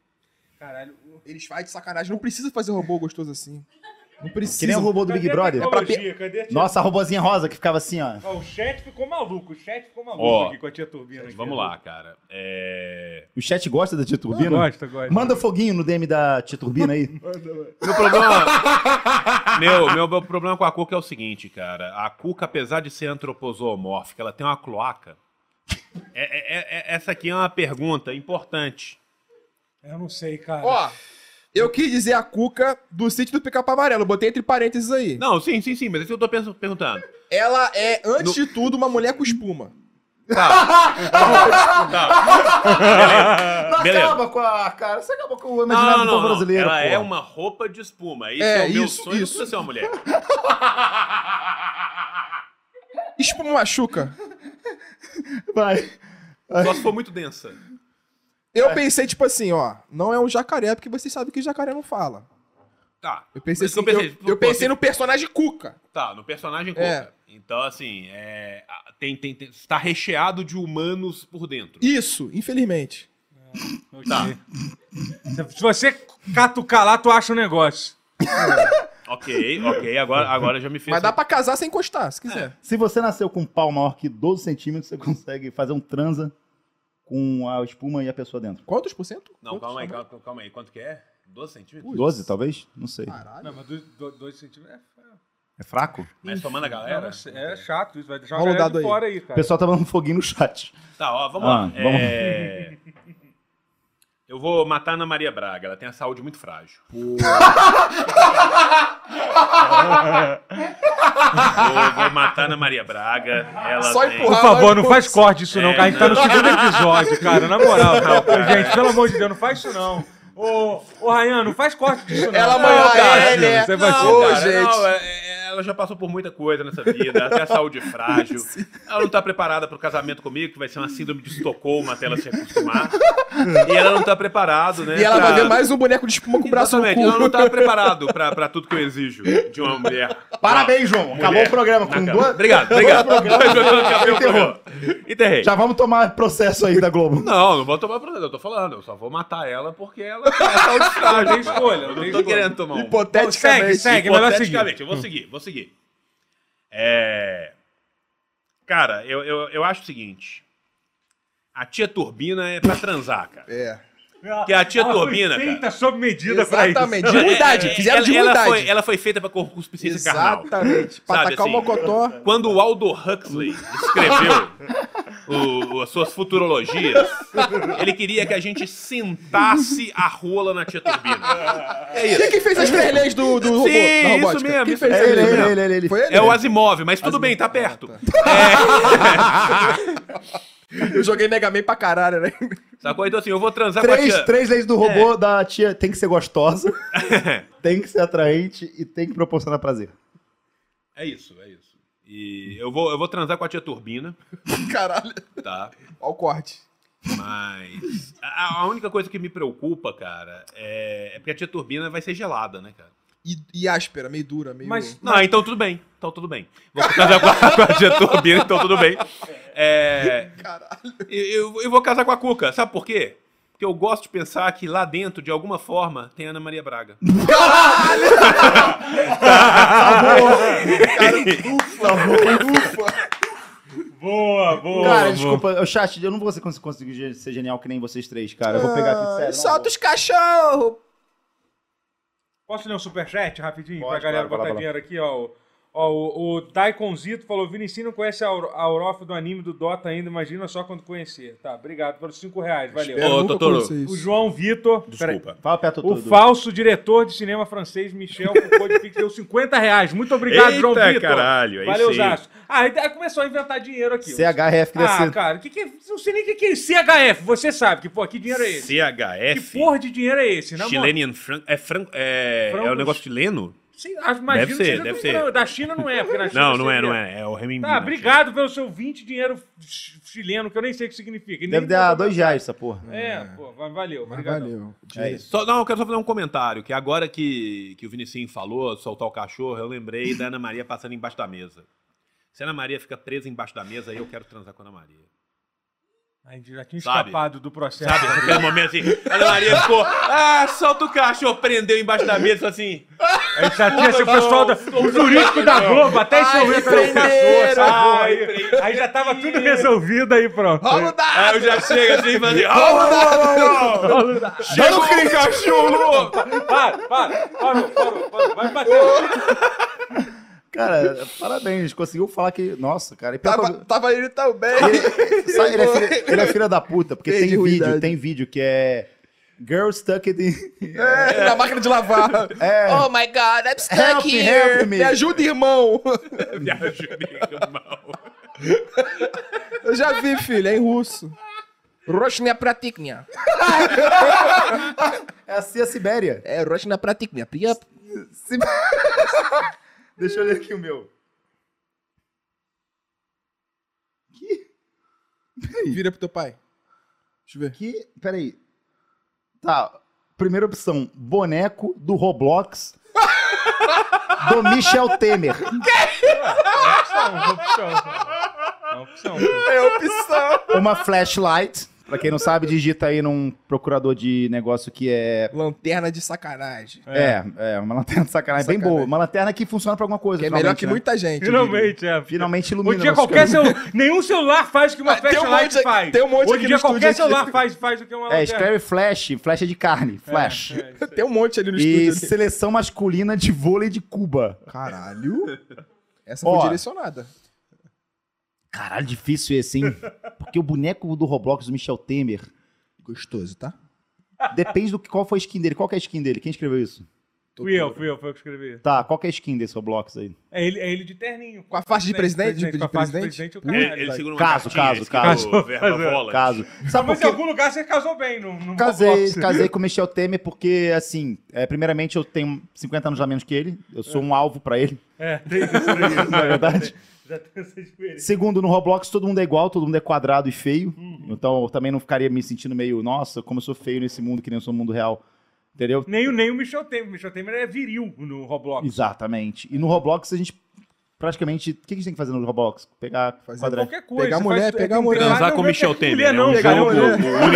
B: Caralho.
E: Eles fazem de sacanagem. Não precisa fazer robô gostoso assim. Não precisa.
A: Que nem o robô do
B: Cadê
A: Big
B: a
A: Brother.
B: tecnologia? Cadê a tia
A: Nossa, a robozinha rosa que ficava assim, ó.
B: Ó, o chat ficou maluco, o chat ficou maluco
C: Ó,
B: aqui com a tia Turbina. aqui.
C: Vamos lá, cara. É...
A: O chat gosta da Tia Turbina?
B: Gosta, gosta.
A: Manda foguinho no DM da Tia Turbina aí.
C: Meu problema. meu, meu, meu problema com a Cuca é o seguinte, cara. A Cuca, apesar de ser antropozoomórfica, ela tem uma cloaca
G: É- é- é- é- essa aqui é uma pergunta importante.
B: Eu não sei, cara.
E: Ó, eu quis dizer a cuca do sítio do pica-pau amarelo. Botei entre parênteses aí.
G: Não, sim, sim, sim, mas é isso que eu tô pensa- perguntando.
E: Ela é, antes de tudo, uma mulher com espuma.
A: Não
G: Beleza.
A: acaba com a cara, você acabou com o
G: Não,
A: imaginário do
E: um
G: não, não,
A: povo
G: não.
A: brasileiro.
G: Ela
A: porra.
G: é uma roupa de espuma. Isso é,
E: É,
G: o meu
E: isso,
G: sonho, não
E: isso.
G: precisa ser uma mulher.
E: Espuma machuca.
A: Vai.
E: É.
G: Só se for muito densa. É.
E: Eu pensei, tipo assim, ó, não é um jacaré, porque vocês sabem que jacaré não fala.
G: Tá.
E: Eu pensei,
G: Mas que
E: assim, eu pensei, eu,
G: pô,
E: pensei
G: se-
E: no personagem Cuca.
G: Tá, no personagem
E: É.
G: Coca. Então, assim, é, a- tem, tem, tem- tá recheado de humanos por dentro.
E: Isso, infelizmente.
G: Tá,
B: Se você catucar lá, tu acha um negócio.
G: ok, ok. Agora, agora já me fez...
E: Mas dá pra casar sem encostar, se
G: É.
E: quiser.
A: Se você nasceu com um pau maior que 12 centímetros, você consegue fazer um transa com a espuma e a pessoa dentro.
E: Quantos por cento?
G: Não, calma aí, calma, calma aí. Quanto que é? 12 centímetros?
A: 12, talvez? Não sei.
E: Caralho.
B: Não, mas dois, do- dois centímetros é-
A: É fraco?
G: Mas tomando a
B: é,
G: galera...
B: é chato isso. Vai deixar
E: Rola o
B: uma galera
E: dado
B: de
E: aí.
B: fora aí,
A: O
B: cara.
A: pessoal tava dando foguinho no chat.
G: Tá, ó, vamos
A: Ah,
G: lá.
A: vamos.
G: É, Eu vou matar a Ana Maria Braga. Ela tem a saúde muito frágil. vou, vou matar a Ana Maria Braga. Ela
E: Só
G: tem...
B: Por
E: empurrar.
B: favor, não faz corte isso não,
G: Ah, É,
B: cara. A gente tá no
G: não.
B: segundo episódio, cara. Na moral,
G: Não, cara.
B: gente, pelo amor de Deus, não faz isso não. Ô, ô Rayan, não faz corte disso não.
E: Ela
B: Não,
E: amanhã,
B: cara,
E: ele é-
B: Você vai
E: Não,
B: ser-
E: Ô,
G: Cara,
E: gente.
G: não, é- é- ela já passou por muita coisa nessa vida, ela tem a saúde frágil. Ela não tá preparada pro casamento comigo, que vai ser uma síndrome de Estocolmo até ela se acostumar. E ela não tá preparada, né?
E: E ela vai
G: pra-
E: ver mais um boneco de espuma com o braço no
G: Exatamente, ela
E: cu.
G: não tá preparado pra, pra tudo que eu exijo de uma mulher.
A: Parabéns, João. Acabou
G: Mulher.
A: o programa com
G: Na cama.
A: duas.
G: Ah, Obrigado, obrigado. Dois jogando no cabelo,
A: Enterrou.
G: acabou. Enterrei.
A: Já vamos tomar processo aí da Globo.
G: Não, não vou tomar processo, eu tô falando. Eu só vou matar ela porque ela tem a saúde frágil.
B: Tem escolha, tem
G: Eu não tô
B: escolha.
G: querendo tomar um.
B: Não, Segue,
E: Hipoteticamente.
B: segue, melhor seguir.
G: Hipoteticamente, eu vou seguir, vou seguir. É... Cara, eu, eu, eu acho o seguinte. A tia Turbina é pra transar, cara.
E: É.
G: Que a tia
B: Ela foi
G: turbina, cara.
B: feita sob medida pra isso.
E: Exatamente. De unidade. Fizeram
G: É, ela,
E: de
G: ela foi,
E: unidade.
G: ela foi feita pra concupiscência carnal.
E: Exatamente. Pra
G: Sabe,
E: atacar o
G: assim,
E: mocotó.
G: Quando o Aldo Huxley escreveu o- o- as suas futurologias, ele queria que a gente sentasse a rola na tia Turbina.
E: Quem que fez as três leis do, do robô?
G: É
E: da
G: Sim, isso
E: robótica?
G: mesmo,
E: Quem
G: isso
E: fez
G: mesmo.
E: as
A: Ele,
E: leis?
A: ele, ele, ele, ele.
E: É né? Foi ele?
G: É o Asimov, mas tudo bem, tá perto. É,
E: Eu joguei Mega Man pra caralho, né?
G: Sacou? Então assim, eu vou transar com a
A: Três,
G: tia...
A: três leis do robô da tia tem que ser gostosa, tem que ser atraente e tem que proporcionar prazer.
G: É isso, é isso. E eu vou, eu vou transar com a tia Turbina,
E: Caralho.
G: tá?
E: Ó o corte.
G: Mas a, a única coisa que me preocupa, cara, é, é porque a tia Turbina vai ser gelada, né, cara?
E: E, e áspera, meio dura, meio...
B: Mas
G: Não, então tudo bem. Então tudo bem. Vou casar com a, com a tia Turbina, então tudo bem. É,
E: Caralho.
G: eu, eu- eu vou casar com a Cuca, sabe por quê? Porque eu gosto de pensar que lá dentro, de alguma forma, tem Ana Maria Braga.
E: Ufa.
B: Boa, boa.
A: cara,
B: boa.
A: desculpa, eu, chat, eu não vou cons- conseguir ge- ser genial que nem vocês três, cara. Eu vou pegar aqui,
G: É,
A: sério. não
E: Solta os cachorros.
B: Posso ler um superchat rapidinho
A: Pode,
B: pra galera
A: claro, vai lá,
B: botar
A: vai
B: dinheiro aqui, ó. O- Ó, o, o Daikonzito falou, Vinicinho não conhece a Aur- a Aurof do anime do Dota ainda, imagina só quando conhecer. Tá, obrigado pelos 5 reais, valeu.
G: Ô,
E: Eu nunca
G: Totoro.
E: conheci isso.
B: O João Vitor, peraí,
G: Desculpa.
A: vou- Fala perto
B: o
A: tudo.
B: falso diretor de cinema francês Michel Foucault de Pix deu 50 reais. Muito obrigado, João
G: Eita,
B: Vitor.
G: caralho, é aí
B: Valeu,
G: sim.
B: Zaço. Ah, aí aí começou a inventar dinheiro aqui.
A: CHRF
B: Ah,
A: crescendo.
B: cara, que que é, não sei nem o que, que é isso. CHF, você sabe que, pô, que dinheiro é esse? Que
G: CHF.
B: porra de dinheiro é esse? Na moral.
G: Chilenian Frank. É, franco, é, é
B: Francos.
G: um negócio chileno?
B: Sim, acho- imagino
G: Deve
B: que
G: ser,
B: seja
G: deve
B: do-
G: ser.
B: não, da China não é, porque na China
G: Não, não é,
B: seria.
G: não é. É o renminbi.
B: Tá,
G: né?
B: obrigado pelo seu 20 dinheiro ch- chileno, que eu nem sei o que significa. E nem
A: Deve dar
B: vou-
A: dois reais essa porra.
B: É, pô, va- valeu.
E: Mas
B: obrigadão.
E: valeu.
A: É isso.
G: Só, não, eu quero só fazer um comentário, que agora que, que o Vinicinho falou, soltar o cachorro, eu lembrei da Ana Maria passando embaixo da mesa. Se a Ana Maria fica presa embaixo da mesa, aí eu quero transar com a Ana Maria.
B: A gente já tinha
G: Sabe?
B: escapado do processo.
G: Sabe? Naquele momento assim, a Ana Maria ficou, ah, solta o cachorro, prendeu embaixo da mesa, assim,
B: A gente já tinha esse pessoal, da, o jurídico da Globo, até esse
E: Ai,
B: momento era o
E: prenderam.
B: cachorro, sabe?
G: Ai,
B: Aí, aí já tava tudo resolvido aí, pronto.
G: É.
E: Vamos dar.
G: aí eu já chego assim, e falo assim, oh, chegou o cachorro!
B: Para, para, parou, parou, parou, vai bater.
A: Cara, parabéns, conseguiu falar que. Nossa, cara. e pior que
E: Tava,
A: eu-
E: tava indo tão bem.
A: Sabe, ele, é filha, ele é filha da puta, porque
E: Perdi
A: tem
E: a
A: vídeo,
E: ruindade.
A: tem vídeo que é. Girl stuck in.
E: É, na máquina de lavar.
A: É.
E: Oh my god, I'm stuck
A: Help me,
E: here.
G: É.
A: help me.
E: ajuda, irmão.
C: Viagem, irmão.
E: Eu já vi, filho, é em russo. Roshnia pratiknya.
A: É assim a Sibéria.
E: É, Roshnia pratiknya.
A: Deixa eu ler aqui o meu. Que.
E: Vira pro teu pai. Deixa eu ver.
A: Que. Peraí. Tá. Primeira opção: boneco do Roblox. do Michel Temer.
B: Opção, opção. É uma opção.
E: É opção.
A: Uma flashlight. Pra quem não sabe, digita aí num procurador de negócio que é
E: Lanterna de sacanagem.
A: É, é, uma lanterna de sacanagem, bem
E: Sacanagem.
A: boa. Uma lanterna que funciona pra alguma coisa.
E: Que é melhor
A: finalmente,
E: que
A: né?
E: muita gente. eu diria.
B: Finalmente, é.
A: Finalmente ilumina.
B: Hoje em dia
A: nosso
B: qualquer
A: caminho.
B: celular. Nenhum celular faz o que uma
E: Ah, tem um
B: flashlight
E: monte-
B: faz.
E: tem um monte
B: Hoje
E: aqui
B: em dia
E: no estúdio
B: qualquer
E: aqui.
B: celular faz, faz o que uma
A: É,
B: lanterna.
A: escreve flash, flecha de carne, flash.
B: É, isso aí.
E: Tem um monte ali no
A: E
E: estúdio. ali.
A: seleção masculina de vôlei de Cuba.
E: Caralho. Essa
A: Ó.
E: foi direcionada.
A: Caralho, difícil esse, hein? Porque o boneco do Roblox do Michel Temer
E: Gostoso, tá?
A: depende do que, qual foi a skin dele. Qual que é a skin dele? Quem escreveu isso?
B: Fui eu, fui eu, foi eu que escrevi.
A: Tá, qual que é a skin desse Roblox aí?
B: É ele, é ele de terninho.
E: Com a faixa de presidente, de-
B: Com a
E: de
B: faixa de presidente,
E: presidente?
B: o
C: Ele,
B: caralho.
C: ele
E: É,
C: segura uma
A: Caso,
C: cartinha,
A: caso,
C: escrito
B: caso.
C: Verba bola.
A: Caso. Sabe por
B: Mas
A: quê?
B: em algum lugar você casou bem no, no
A: Casei,
B: Roblox.
A: casei com o Michel Temer porque, assim, é, primeiramente eu tenho 50 anos a menos que ele. Eu sou um alvo pra ele,
B: É, tem isso aí.
A: na verdade.
B: Já tem essa experiência.
A: Segundo, no Roblox todo mundo é igual, todo mundo é quadrado e feio.
B: Uhum.
A: Então eu também não ficaria me sentindo meio, nossa, como eu sou feio nesse mundo que nem eu sou no mundo real. Entendeu?
B: Nem, o- nem o Michel Temer. O Michel Temer é viril no Roblox.
A: Exatamente. E no Roblox a gente praticamente. O que a gente tem que fazer no Roblox? Pegar
E: Fazer
A: quadrado.
B: Qualquer coisa.
E: Pegar
B: você
E: mulher,
B: tu-
E: pegar
B: tem que
E: mulher.
B: pegar-
C: Transar
B: não,
C: com
B: não,
C: Michel
B: não,
C: Temer.
B: Mulher
C: né?
B: não,
C: É um
B: cara.
C: jogo,
B: Não,
C: o
B: é pegar
C: universo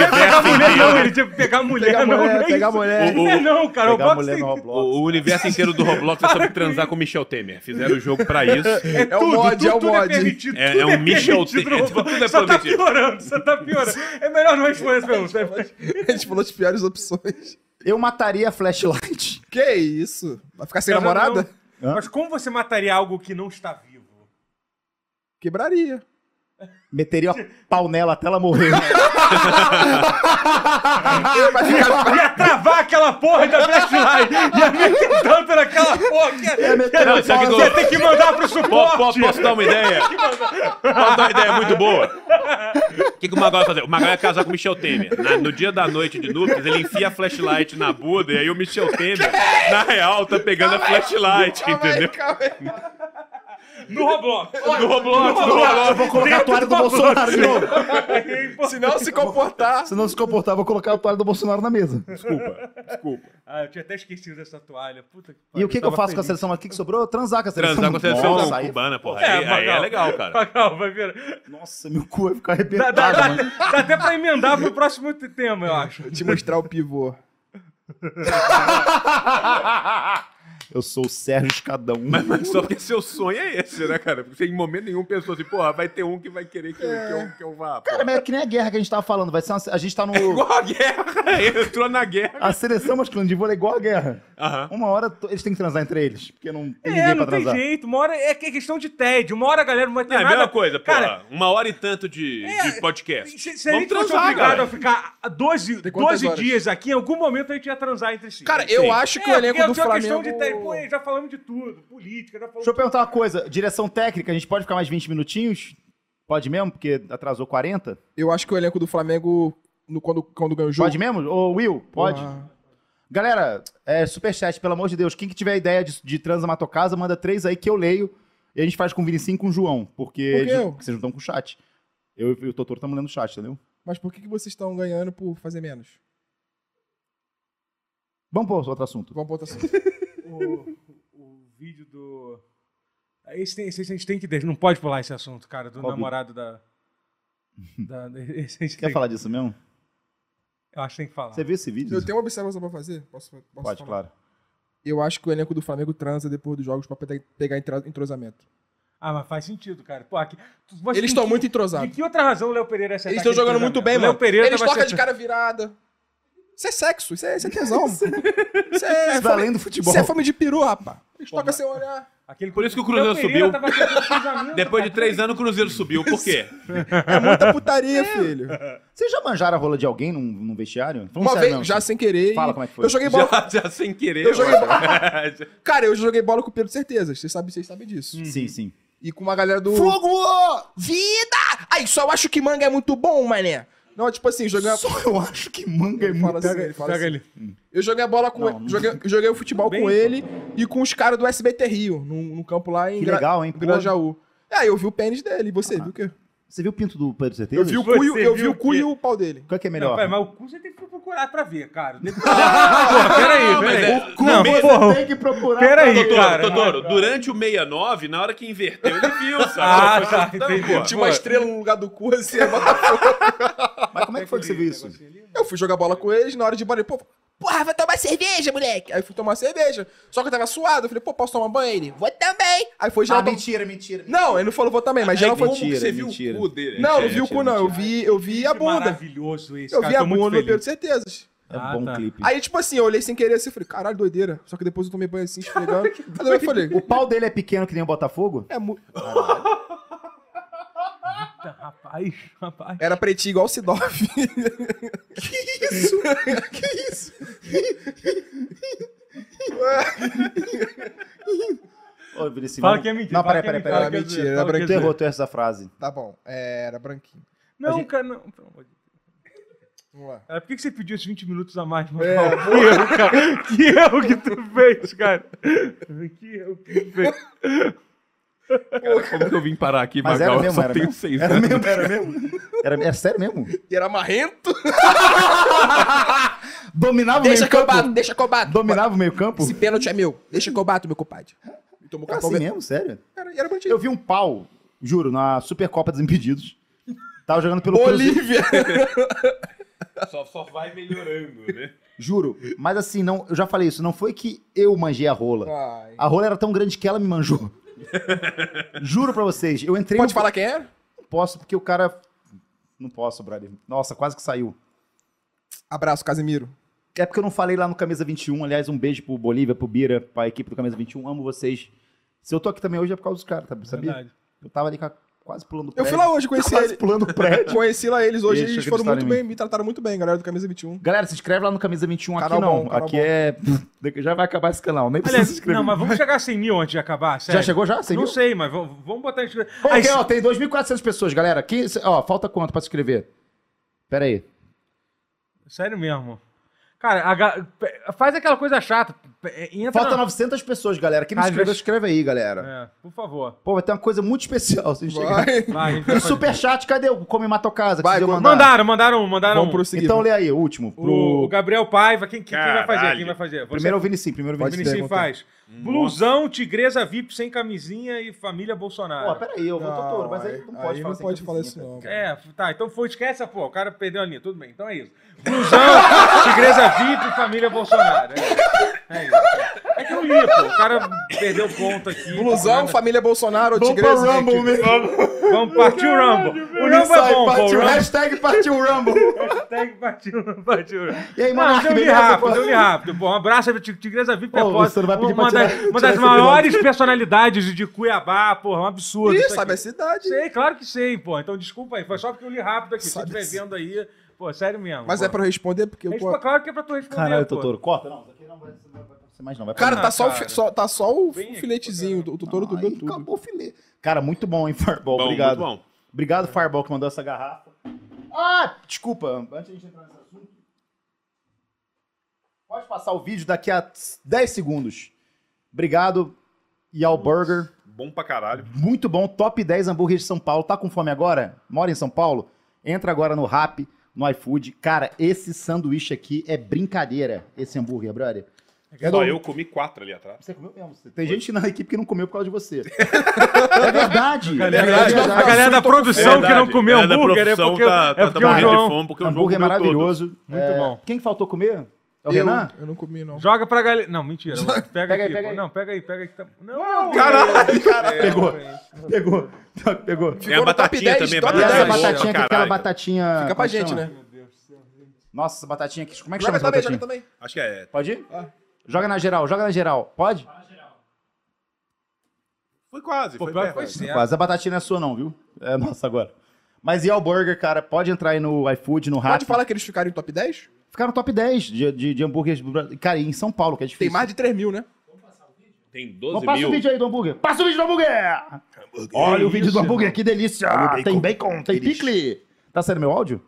B: mulher não,
C: inteiro.
B: ele tinha que pegar mulher
E: Pegar
B: não.
E: mulher,
B: é
E: pegar
B: isso.
E: mulher.
B: Não é não,
A: Pegar a
B: cara. O Roblox
A: mulher
B: tem...
A: no Roblox.
C: O, o universo inteiro do Roblox é sobre transar com Michel Temer. Fizeram o jogo pra isso.
B: É
E: o
B: tudo,
E: mod,
B: tudo,
E: é o
B: tudo
E: mod.
B: permitido.
C: É-
B: tudo
C: é um Michel
B: permitido
C: Temer,
B: no Roblox.
C: tudo é
B: Só tá
C: prometido.
B: piorando, só tá piorando. É melhor não responder essa pergunta. né?
E: A gente falou as piores opções.
A: Eu mataria a flashlight.
E: Que isso? Vai ficar sem
B: Cara,
E: namorada?
B: não. Mas como você mataria algo que não está vivo?
E: Quebraria.
A: Meteria a pau nela até ela morrer.
E: Vai ficar...
B: Ia travar aquela porra da flashlight! Ia meter tanto naquela porra que ia,
A: meter
C: Não, sabe que
B: ia ter que mandar pro
C: Po- po-
B: suporte!
C: Posso dar uma ideia? Posso dar uma ideia muito boa? O que, que o Magal vai fazer? O Magal vai casar com o Michel Temer. Na- no dia da noite de núpcias, ele enfia a flashlight na Buda e aí o Michel Temer, na real, tá pegando a flashlight, entendeu?
E: Calma aí.
B: No Roblox!
C: No Roblox, no
A: Eu
C: Roblox.
A: vou colocar a toalha do Bolsonaro de novo.
B: É importante.
E: Se não se comportar...
A: Se não se comportar, vou colocar a toalha do Bolsonaro na mesa.
B: Ah, eu tinha até esquecido dessa toalha. Puta que
A: E
B: pariu,
A: o que, que eu
B: tava
A: faço com a
B: feliz.
A: seleção? O que, que sobrou? Transar com a seleção.
C: Transar com a seleção
A: Tá Nossa, aí-
C: cubana, porra.
B: É,
C: Aí, aí é
B: Magal.
C: legal, cara.
B: Magal, Ah, vai ver.
A: Nossa, meu cu vai ficar
B: Dá,
A: arrebentado.
B: dá- dá-
A: mano.
B: dá até pra emendar pro próximo t- tema, eu acho.
E: Te mostrar o pivô.
A: Eu sou o Sérgio um. Escadão.
C: Mas, mas só porque seu sonho é esse, né, cara? Porque em momento nenhum pensou assim, porra, vai ter um que vai querer que, eu- que eu, que eu vá. porra.
A: Cara, mas é que nem a guerra que a gente tava falando. Vai ser uma- a gente tá no.
C: É Igual a guerra. Entrou na guerra.
A: A seleção masculina de vôlei é igual a guerra.
C: Aham.
A: Uma hora to- eles têm que transar entre eles, porque não tem
B: É,
A: ninguém
B: não
A: pra
B: tem
A: transar.
B: jeito. Uma hora é que é questão de tédio. Uma hora a galera não vai ter
C: Não, é a
B: nada.
C: mesma coisa, porra.
B: Cara,
C: uma hora e tanto de, de podcast.
B: se, se a gente fosse obrigado a ficar 12,
E: quantas
B: 12
E: horas?
B: dias aqui, em algum momento a gente ia transar entre si.
E: Cara,
B: Sim.
E: eu acho que o
B: É, porque
E: elenco do
B: tinha uma questão
E: Flamengo...
B: de tédio. Pô, é, já falamos de tudo. Política, já falamos
A: Deixa eu perguntar uma coisa. Direção técnica, a gente pode ficar mais 20 minutinhos? Pode mesmo, porque atrasou 40?
E: Eu acho que o elenco do Flamengo, no, quando, quando ganhou o jogo...
A: Pode mesmo? Ô, Will, pode?
E: Porra.
A: Galera, é, superchat, pelo amor de Deus. Quem que tiver ideia de, de transamatocasa, manda três aí que eu leio. E a gente faz com o Vinicinho e com o João, porque
E: Por que
A: eles-
E: eu?
A: vocês não estão com o chat. Eu e o Totoro estamos lendo o chat, entendeu?
E: Mas por que, que vocês estão ganhando por fazer menos?
A: Vamos para outro assunto.
E: Vamos pra outra
B: o, o vídeo do. é, Esse, tem- esse a gente tem que deixar. Não pode pular esse assunto, cara, do
A: Qual
B: namorado da. da esse a gente
A: Quer
B: tem-
A: falar disso mesmo?
B: Eu acho que tem que falar.
A: Você viu esse vídeo?
E: Ah. Eu tenho uma observação pra fazer? Posso, posso
A: Pode,
E: falar?
A: claro.
E: Eu acho que o elenco do Flamengo transa depois dos jogos pra pe- pegar entra- entrosamento.
B: Ah, mas faz sentido, cara. Pô, aqui, tu- você-
E: Eles
B: de
E: estão
B: que-
E: muito
B: De
E: entrosados.
B: que outra razão o Léo Pereira é
E: Eles estão jogando muito bem, mano.
B: Léo Pereira
E: Eles
B: tava
E: tocam de
B: acertando-
E: cara virada. Isso é sexo, isso é, isso é tesão. isso é,
A: Isso vai além do futebol.
E: isso é fome de peru, rapá. estoca sem olhar.
B: Aquele
C: Por isso que o Cruzeiro
B: Meu Pereira
C: subiu.
B: tava querendo cruzamento,
C: Depois de
B: cara.
C: três anos, o Cruzeiro subiu. Por quê?
E: É muita putaria, filho.
A: Vocês já manjaram a rola de alguém num, num vestiário? Falando
E: Uma
A: sério
E: vez,
A: mesmo,
E: já
A: assim.
E: sem querer.
A: Fala
E: e
A: como é que foi.
E: Eu joguei bola.
C: Já, já sem querer.
E: Eu joguei
C: mano.
E: Cara, eu joguei bola com o Pedro, certeza. Vocês sabem, vocês sabem disso.
A: Sim, sim.
E: E com uma galera do. Fogo! Vida! Aí, só eu acho que manga é muito bom, mané. Não, tipo assim, joguei a...
A: Só eu acho que manga é
E: Ele fala
A: muito...
E: assim, ele fala
B: Pega
E: assim.
B: ele.
E: Eu joguei a bola com
A: Não, não-
E: ele. Joguei, joguei o futebol
B: Bem,
E: com
B: pô.
E: ele e com os caras do SBT Rio, num, num campo lá em
A: Que legal, hein? Ah.
E: Gra- Grajaú. É, eu vi o pênis dele. E você viu o quê?
A: Você viu o pinto do Pedro Certeza?
E: Eu vi o
B: Você
E: cuio, eu vi
B: viu
E: o cu
B: o quê?
E: e o pau dele.
A: Qual que é melhor?
B: Não, peraí, mas o cu você tem que procurar pra ver, cara. Depois-
C: Pô, peraí, peraí. Não,
B: mas- é-
C: mas-
B: porra.
F: Tem que procurar.
B: Peraí,
C: Totoro,
B: cara.
C: Totoro, durante o 69, na hora que inverteu, ele viu, sabe?
B: Ah,
C: Foi
B: tá,
C: chutando,
B: entendi.
C: pô.
E: Tinha uma estrela no lugar do cu, assim, a bota-
A: Mas como é que foi que você viu isso?
E: Eu fui jogar bola com eles, na hora de banho, ele, pô, porra, vai tomar cerveja, moleque. Aí eu fui tomar cerveja. Só que eu tava suado, eu falei, pô, posso tomar banho? Ele, vou também. Aí foi geral.
A: Ah, mentira, mentira.
E: Não, ele não falou, vou também, mas geral
C: Como
E: foi. um
C: que
A: Mentira,
C: você viu
A: mentira.
C: o cu
B: É,
C: dele?
E: Não, não vi o
A: mentira,
E: cu, não. Eu vi, eu vi a bunda.
B: Maravilhoso esse,
E: Eu
B: cara.
E: vi a
B: Tô muito
E: bunda, eu
B: feliz.
E: tenho certezas.
A: É um
B: Ah,
A: bom
B: tá.
A: clipe.
E: Aí, tipo assim, eu olhei sem querer assim, eu falei, caralho, doideira. Só que depois eu tomei banho assim, esfregando. Aí eu falei,
A: O pau dele é pequeno que nem o Botafogo?
E: é mu...
B: Eita, Rapaz, rapaz.
E: Era pretinho igual o Sidoff. que isso? que isso?
A: Ô, Vinicius,
B: Fala
A: não-
B: que é mentira.
A: Não,
B: fala
A: peraí,
B: que é
A: peraí, peraí.
B: mentira, fala que é
E: mentira,
B: zoeira,
E: era
B: fala que é
A: Tu
B: zoeira.
A: errou, tu errou essa frase.
E: Tá bom, é, era branquinho.
B: Não, cara, não. pelo amor de Deus.
E: Vamos lá.
B: Cara, Por que que você pediu esses 20 minutos a mais, mano?
E: É,
B: que erro, cara. Que erro que tu fez, cara. Que erro que tu fez.
C: Como que eu vim parar aqui,
A: Mas
C: Magal?
A: era mesmo,
C: eu só
A: era
C: tenho
A: mesmo. É.
C: seis
A: Era
C: anos.
A: mesmo, era mesmo. Era, era sério mesmo?
E: E era marrento?
A: Dominava o
E: Deixa
A: meio
E: que eu
A: campo?
E: bato, deixa que eu bato.
A: Dominava o meio campo?
E: Esse pênalti é meu. Deixa que eu bato, meu compadre. E tomou
A: Cara,
E: cartão
A: assim
E: vermelho.
A: mesmo, sério?
E: Cara, e era bandido.
A: Eu vi um pau, juro, na Supercopa dos Impedidos. Tava jogando pelo Cruzeiro.
E: Bolívia.
C: Só, só vai melhorando, né?
A: Juro. Mas assim, não, eu já falei isso. Não foi que eu manjei a rola.
E: Ai.
A: A rola era tão grande que ela me manjou. Juro pra vocês. Eu entrei
E: Pode
A: no...
E: falar quem era?
A: Não posso, porque o cara... Não posso, brother. Nossa, quase que saiu.
E: Abraço, Casimiro.
A: É porque eu não falei lá no Camisa 21. Aliás, um beijo pro Bolívia, pro Bira, pra equipe do Camisa 21. Amo vocês. Se eu tô aqui também hoje é por causa dos caras, tá? sabia?
B: Verdade.
A: Eu tava ali com a- quase pulando o
E: Eu
A: prédio.
E: fui lá hoje, conheci
A: Quase
E: ele.
A: pulando o prédio.
E: Conheci lá eles hoje,
A: Eles
E: eles
A: chegam
E: foram
A: a estar
E: muito
A: em
E: bem, me trataram muito bem, galera do Camisa 21.
A: Galera, se inscreve lá no Camisa 21.
E: Canal
A: aqui não.
E: bom, canal
A: aqui
E: bom.
A: é. Já vai acabar esse canal. Nem precisa
B: Aliás,
A: se inscrever.
B: não, mas vamos chegar a 100 mil antes de acabar, sério.
A: Já chegou já? 100
B: Não
A: mil?
B: sei, mas vamos, vamos botar a gente...
A: Pô,
B: Ai,
A: aqui, ó, tem 2.400 pessoas, galera. Quem, ó, falta quanto pra se inscrever? Pera aí.
B: Sério mesmo. Cara, a ga- pe- faz aquela coisa chata. pe- Entra
A: Falta
B: na...
A: 900 pessoas, galera. Quem não
B: Às
A: escreveu,
B: vezes-
A: escreve aí, galera.
B: É, por favor.
A: Pô, vai ter uma coisa muito especial se a gente chegar.
E: Vai.
B: Vai, a gente vai
A: E
B: fazer.
A: superchat, cadê o Come Mato Casa? Que
E: Vai,
A: vocês iam
E: Gomes.
A: mandar?
B: Mandaram, mandaram, um, mandaram.
E: Vamos prosseguir.
A: Então lê aí, o último.
B: O,
A: Pro...
B: o Gabriel Paiva, quem, quem- quem vai fazer?
C: Caralho.
B: Quem vai fazer? Você,
A: Primeiro é o Vinicius. Primeiro é o
E: Pode
A: Vinicius.
E: ser.
B: Vinicius
E: pergunta.
B: faz. Blusão, tigresa VIP sem camisinha e família Bolsonaro.
A: Pô, peraí, eu vou Totoro, mas aí não pode falar
E: não
A: sem
E: pode falar isso,
A: camisinha,
E: não.
B: É, tá, então foi, esquece essa porra. O cara perdeu a linha, tudo bem, então é isso. Blusão, tigresa VIP e família Bolsonaro. É isso. É, isso. É que eu li, pô. O cara perdeu o ponto aqui. tá
E: Blusão, família Bolsonaro,
A: Vamos pra
E: Tigresa.
A: Rumble mesmo.
B: Vamos partir o Rumble. O Rumble é bom, pô. O
A: partiu,
B: Rumble
A: hashtag partiu Rumble.
B: Hashtag partiu, partiu.
A: E aí,
B: Não,
A: Monark,
B: deu li
A: beleza,
B: rápido,
A: pô?
B: deu li rápido. Bom, um abraço aí pra Tig- Tigresa VIP,
A: Ô,
B: porra,
A: você não vai pedir
B: uma
A: pra
B: das,
A: tirar-
B: uma
A: tirar
B: das
A: esse
B: maiores personalidades de Cuiabá, porra, um absurdo.
E: Ih,
B: isso
E: sabe a
B: aqui.
E: cidade.
B: Sei, claro que sei, pô. Então desculpa aí, foi só porque eu li rápido aqui. Se estiver vendo aí, pô, sério mesmo.
E: Mas
B: pô.
E: é pra eu responder, porque eu...
B: Respa,
E: Pô...
B: claro que é pra tu responder,
A: Caralho,
B: pô.
A: Totoro, corta. Não, isso aqui não vai isso não vai acontecer mais, não. Vai
E: Cara,
A: pra-
E: tá só, o
B: cara.
E: fi- só- tá só o
B: Vem aqui,
E: filetezinho, o Totoro
A: Aí,
E: do tudo.
A: Acabou o filé. Cara, muito bom, hein, Fireball.
C: Bom,
A: Obrigado.
C: muito bom.
A: Obrigado, Fireball, que mandou essa garrafa. Ah, desculpa. Antes de a gente entrar nesse assunto. Pode passar o vídeo daqui a 10 segundos. Obrigado. E ao Burger.
C: Bom pra caralho.
A: Muito bom, top 10 hambúrguer de São Paulo. Tá com fome agora? Mora em São Paulo? Entra agora no Rap, no iFood. Cara, esse sanduíche aqui é brincadeira, esse hambúrguer, brother. É
C: Ó,
A: do-
C: eu comi quatro ali atrás.
A: Você comeu mesmo. Tem gente na equipe que não comeu por causa de você. é verdade. É
B: A galera- A galera da produção que não
C: Verdade.
B: comeu
C: Galera da
B: hambúrguer é
C: produção
B: porque,
C: tá,
B: é
C: tá-
B: porque
C: tá
B: o
C: morrendo de
B: João
C: fome, porque o João
A: Hambúrguer é
C: comeu
A: maravilhoso.
B: Muito
A: É,
B: bom.
A: Quem faltou comer? É o
E: Eu,
A: Renan?
E: eu não comi, não.
B: joga pra galera... Não, mentira. Pega,
A: Pega aí,
B: aqui,
A: pega
B: pô.
A: aí.
B: Não, pega aí, pega aí. que tá- Não,
A: Caralho, Pegou. Pegou. Pegou.
C: Tem É, a
E: no top
C: batatinha
E: 10,
C: também.
E: top
A: E
E: Caralho,
A: essa
E: boa pra
A: batatinha que é aquela
C: caralho.
A: batatinha.
E: Fica pra
A: como é
E: gente,
A: chama?
E: né?
A: Nossa, essa batatinha aqui. Como é que chama
E: Joga
A: essa
E: também, joga Ah.
A: batatinha?
E: também.
C: Acho que é.
A: Pode ir? Joga na geral, joga na geral. Pode?
C: Foi quase.
B: Pô,
C: foi
B: pior que
C: perto.
B: foi certo.
A: Quase a batatinha não é sua, não, viu? É nossa agora. Mas e ao burger, cara? Pode entrar aí no iFood, no
E: Pode
A: Rappi.
E: falar que eles ficaram em top 10?
A: Ficaram top 10 de, de, de hambúrgueres. do Brasil. Cara, e em São Paulo, que é difícil.
E: Tem mais de 3 mil, né?
C: Tem
A: Não,
C: 12
A: passa
C: mil.
A: o vídeo aí do hambúrguer. Passa o vídeo do hambúrguer! Olha o vídeo do hambúrguer, que delícia! Tem bacon, tem picle. Tá saindo meu áudio?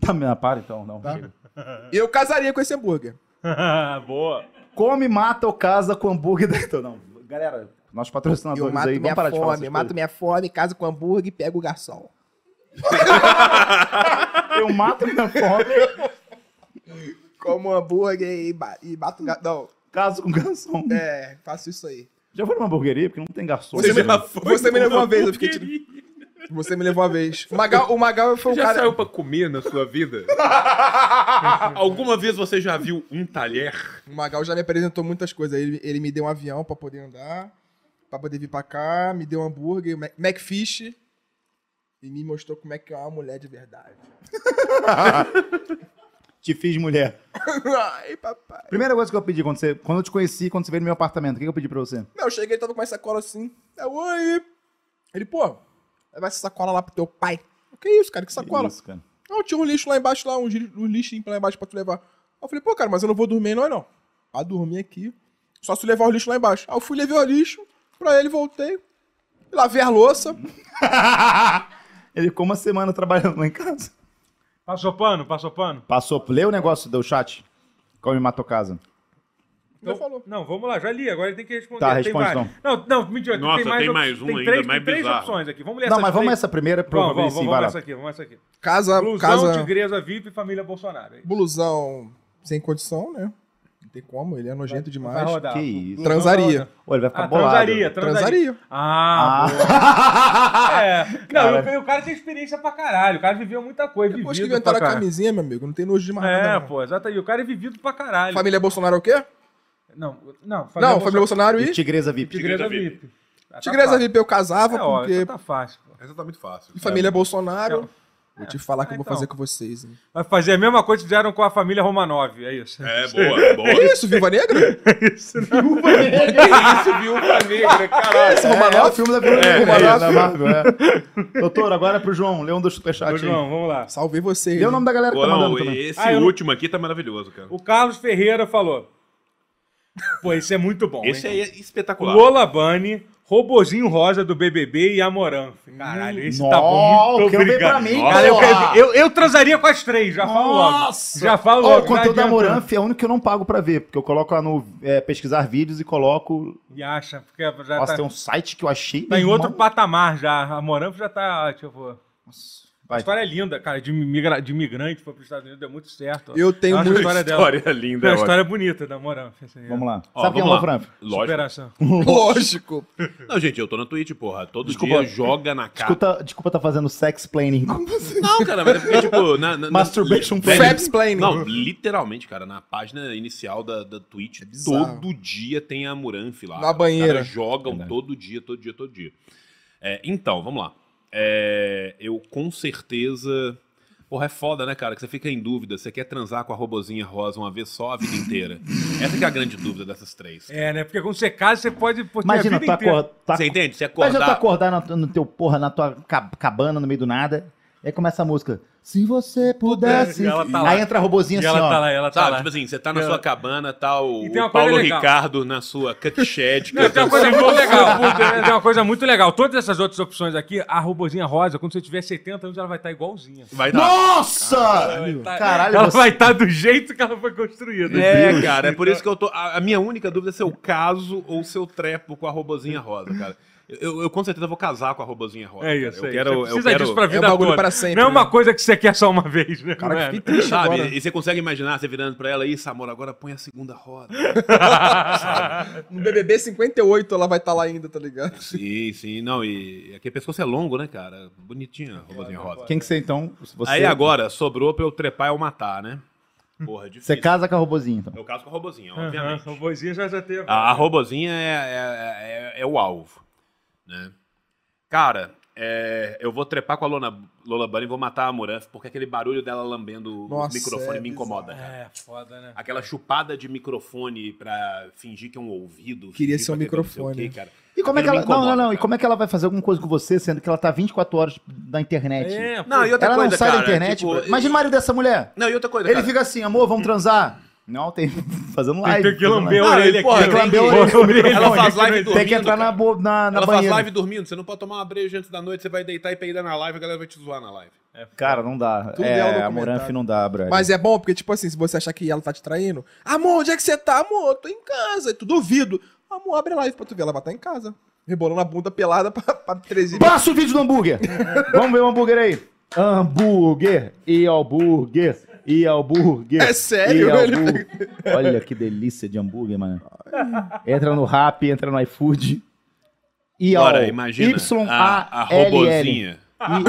A: Tá, minha para então, não. chega.
E: Eu casaria com esse hambúrguer.
B: Boa.
A: Come, mata ou casa com hambúrguer da... Então, não. Galera, nossos
E: Eu
A: patrocinadores
E: mato
A: aí,
E: minha
A: vamos parar de falar
E: fome,
A: essas
E: mato minha fome, caso com hambúrguer e pego o garçom.
A: coisas. Eu mato minha fome,
E: Como hambúrguer e, ba e bato o garçom. Não,
A: caso com garçom.
E: é, faço isso aí.
A: Já foi numa hamburgueria? Porque não tem garçom.
E: Você,
A: né?
E: me, você me levou uma vez, eu fiquei tirando. Você me levou uma vez. O Magal, o Magal
B: Então
E: foi o
C: Já
E: cara.
C: saiu pra comer na sua vida? Alguma vez você já viu um talher?
E: O Magal já me apresentou muitas coisas. Ele, ele me deu um avião pra poder andar, pra poder vir pra cá, me deu um hambúrguer, Mac, Macfish. E me mostrou como é que é uma mulher de verdade.
A: Te fiz mulher.
E: Ai, papai.
A: Primeira coisa que eu pedi quando, você, quando eu te conheci, quando você veio no meu apartamento, o que que eu pedi pra você?
E: Não, eu cheguei, ele tava com uma sacola assim. Eu, oi. Ele, pô, leva essa sacola lá pro teu pai. Eu, Que é isso, cara? Que sacola?
A: Isso, cara.
E: Não, tinha um lixo lá embaixo, lá, um, gi- um lixinho lá embaixo pra tu levar. Aí eu falei, pô, cara, mas eu não vou dormir não, não. Pra dormir aqui. Só se tu levar o lixo lá embaixo. Aí eu fui, levei o lixo, pra ele, voltei. Lavei a louça.
A: Ele ficou uma semana trabalhando lá em casa.
B: Passou pano, passou pano.
A: Passou, lê o negócio do chat. Come, mata ou casa.
E: Então, falou.
B: Não, vamos lá, já li. Agora ele tem que responder.
A: Tá,
B: tem
A: responde,
B: vários. Não, não, mentira.
C: Nossa,
B: tem mais,
C: tem
B: op-
C: mais um
B: tem
C: ainda,
B: três,
C: mais
B: tem três
C: bizarro.
B: opções aqui. Vamos ler
A: não,
B: essas
A: mas vamos
B: três.
A: essa primeira pra eu
B: Vamos,
A: ver
B: vamos,
A: sim,
B: vamos
A: vai lá.
B: essa aqui, vamos essa aqui.
E: Casa,
B: Blusão,
E: casa,
B: tigresa, VIP, família Bolsonaro.
E: blusão sem condição, né? Não tem como, ele é nojento demais.
B: Vai rodar.
A: Que isso.
B: Blusão
E: Transaria.
B: vai rodar.
A: Olha, ele vai ficar
B: Ah,
A: bolado.
B: transaria, transaria.
E: Transaria.
B: Ah,
A: Ah.
B: boa. é. Não, e o- e o cara tem experiência pra caralho. O cara viveu muita coisa.
E: Depois que
B: vivido
E: inventaram
B: pra
E: a
B: caralho.
E: camisinha, meu amigo, não tem nojo de mais
B: É,
E: nada, não.
B: pô, exatamente. O cara é vivido pra caralho.
E: Família Bolsonaro é o quê?
B: Não, não,
E: não, família Bolsonaro
A: E
E: e...
A: Tigresa VIP.
B: Tigresa
C: Tigresa
B: VIP. Ah, tá
E: Tigresa
B: fácil.
E: VIP eu casava,
B: É, ó,
E: porque...
B: então tá fácil. pô.
C: Essa tá muito fácil.
E: E família Bolsonaro... Vou te falar
B: então. Ah,
E: que eu vou
B: então.
E: fazer com vocês, hein.
B: Vai fazer a mesma coisa que fizeram com a família Romanov, é isso.
C: É, boa, boa.
E: Que isso, Viva Negra?
C: isso, viúva negra, caralho.
A: É, é o filme da Viúva
C: É,
A: Negra,
C: é
A: né, da Marvel, é. Doutor, agora é pro João. Lê um do
B: Ô,
A: superchat aí.
B: João, vamos lá.
E: Salvei vocês.
A: Lê o nome da galera que tá mandando
C: Não,
A: também.
C: esse
B: Ah, eu não-
C: último aqui tá maravilhoso, cara.
B: O Carlos Ferreira falou. Pô, esse é muito bom,
C: Esse
B: hein?
C: aí é espetacular.
B: Lola Bunny, Robozinho Rosa do BBB e Amoranf. Caralho, esse tá bom.
A: Nossa,
B: Muito
A: que eu dei pra
B: obrigado.
A: mim,
B: Cara, eu,
A: porra.
B: eu, eu transaria com as três, já falo logo.
A: Nossa!
B: Já falo
A: Ó,
B: logo.
A: o
B: já
A: conteúdo da
B: adiantando.
A: Moranf é o único que eu não pago pra ver, porque eu coloco lá no é, pesquisar vídeos e coloco.
B: E acha, porque já
A: Nossa,
B: tá,
A: tem um site que eu achei.
B: tá em
A: meu
B: outro
A: irmão.
B: patamar já. A Moranf já tá, tipo... A
A: Vai.
B: história é linda, cara, de, migra, de migrante foi pros Estados Unidos, deu muito certo.
E: Eu tenho
B: acho a
E: muito-
B: história dela.
C: História linda,
B: É uma
C: ótimo.
B: história bonita, na moral. Essa aí é
A: Vamos lá.
C: Ó,
A: Sabe quem é o
C: vamos lá.
A: Franf?
C: Lógico.
B: Superação.
E: Lógico.
C: Não, gente, eu tô na Twitch, porra. Todo
A: Desculpa.
C: dia joga na cara.
A: Escuta, desculpa tá fazendo sex planning com você.
C: Não, cara, mas é porque, tipo, na, na, na-
A: Masturbation
C: li-
A: plan.
C: velho,
E: Fabs planning. É
C: Não, literalmente, cara, na página inicial da, da Twitch,
E: bizarro.
C: todo dia tem a Muranf lá.
E: Na
C: cara. Os
E: banheira.
C: caras jogam todo dia, todo dia, todo dia. É, então, vamos lá. É, eu com certeza. Porra, é foda, né, cara? Que você fica em dúvida. Você quer transar com a robozinha rosa uma vez só a vida inteira? Essa que é a grande dúvida dessas três.
B: É, né? Porque quando você casa, você pode pô, ter
A: Imagina, tu acorda. Tá...
C: Você entende? Você
A: Imagina tu
C: acordar.
A: acordar na- no teu porra, na tua ca- cabana, no meio do nada. Aí começa a música. Se você pudesse.
B: E ela tá lá.
A: aí entra a robozinha
B: E
A: assim,
B: ela
A: ó.
B: tá lá, ela tá
C: Sabe,
B: lá.
C: tipo assim, você tá na sua cabana, tá o,
B: E tem uma
C: o Paulo
B: coisa legal.
C: Ricardo na sua cut shed.
B: Não, tem uma coisa muito legal. é, Tem uma coisa muito legal. Todas essas outras opções aqui, a robozinha rosa, quando você tiver 70 anos, ela vai estar igualzinha.
C: Vai dar.
A: Nossa! Caralho,
B: Tá, ela
A: você-
B: vai estar do jeito que ela foi construída.
C: É, cara, é por isso que eu tô. A, a minha única dúvida é se eu caso ou se eu trepo com a robozinha rosa, cara. Eu, eu com certeza vou casar com a robozinha rosa.
B: É
C: cara.
B: isso
C: eu
B: aí.
C: Quero,
B: você
C: eu
B: precisa
C: quero,
B: disso pra vida
E: um bagulho
B: toda.
E: pra sempre,
B: Não é uma
E: né?
B: coisa que você quer só uma vez, né?
E: Cara,
B: Não é,
E: que
B: né?
E: triste
C: Sabe?
E: agora.
C: E você consegue imaginar você virando pra ela, isso, amor, agora põe a segunda roda.
E: né? No BBB 58 ela vai estar lá ainda, tá ligado?
C: sim, sim. Não, e aquele pescoço é longo, né, cara? Bonitinha a robozinha rosa.
A: Quem que você então? Você,
C: Aí agora, sobrou pra eu trepar e eu matar, né? Porra,
A: você
C: difícil.
A: casa com a robozinha, então.
C: Eu caso com a robozinha,
B: Aham,
C: obviamente. Ah.
B: robozinha já, já teve.
C: A, a robozinha é, é- é- é o alvo, né? Cara,
G: é, eu vou trepar com a Lola, Lola Bunny e vou matar a Muranf, porque aquele barulho dela lambendo o
E: Nossa,
G: microfone
E: é
G: me incomoda, cara.
B: É, foda, né?
G: Aquela chupada de microfone pra fingir que é um ouvido.
E: Queria
G: fingir
E: ser um
G: pra ter não sei o
E: microfone.
G: quê, cara.
A: E como é que
G: Aquilo me
A: ela. Não, não,
G: incomoda,
A: não. E
G: cara.
A: como é que ela vai fazer alguma coisa com você, sendo que ela tá 24 horas na internet?
B: É, pô.
G: Não, e outra
A: Ela
G: coisa,
A: não sai
G: cara,
A: da internet.
G: tipo,
A: bro. Imagina o marido dessa mulher.
G: Não, e outra coisa,
A: Ele
G: cara.
A: fica assim, amor, vamos transar. Não, tem. Fazendo live.
B: Tem que
A: fazendo
B: lamber a
G: Não,
B: orelha
G: porra,
B: aqui.
A: tem que
B: né?
A: lamber a orelha.
B: Porra, orelha
G: Ela
B: aqui,
G: faz
B: né?
A: live.
G: live
A: Tem que
G: dormindo,
A: entrar na,
G: cara.
A: bo- na, na
G: Ela faz
A: banheira.
G: live dormindo, você não pode tomar uma breja antes da noite, você vai deitar e peidar na live, a galera vai te zoar na live.
A: Cara, não dá.
E: Tudo é
A: é,
E: um
A: a Moranf
E: documentário.
A: não dá, brother.
E: Mas é bom, porque, tipo assim, se você achar que ela tá te traindo, amor, onde é que você tá? Amor, eu tô em casa, e tu duvido. Amor, abre a live pra tu ver, ela vai estar em casa. Rebolando a bunda pelada pra, pra 13
A: Passa o vídeo do hambúrguer. Vamos ver o hambúrguer aí. Hambúrguer e hambúrguer e hambúrguer.
E: É sério?
A: e
E: Ele-
A: hambúrguer. Olha que delícia de hambúrguer, mano. Entra no Rap, entra no iFood. E
G: Agora, imagina a, a robozinha. do-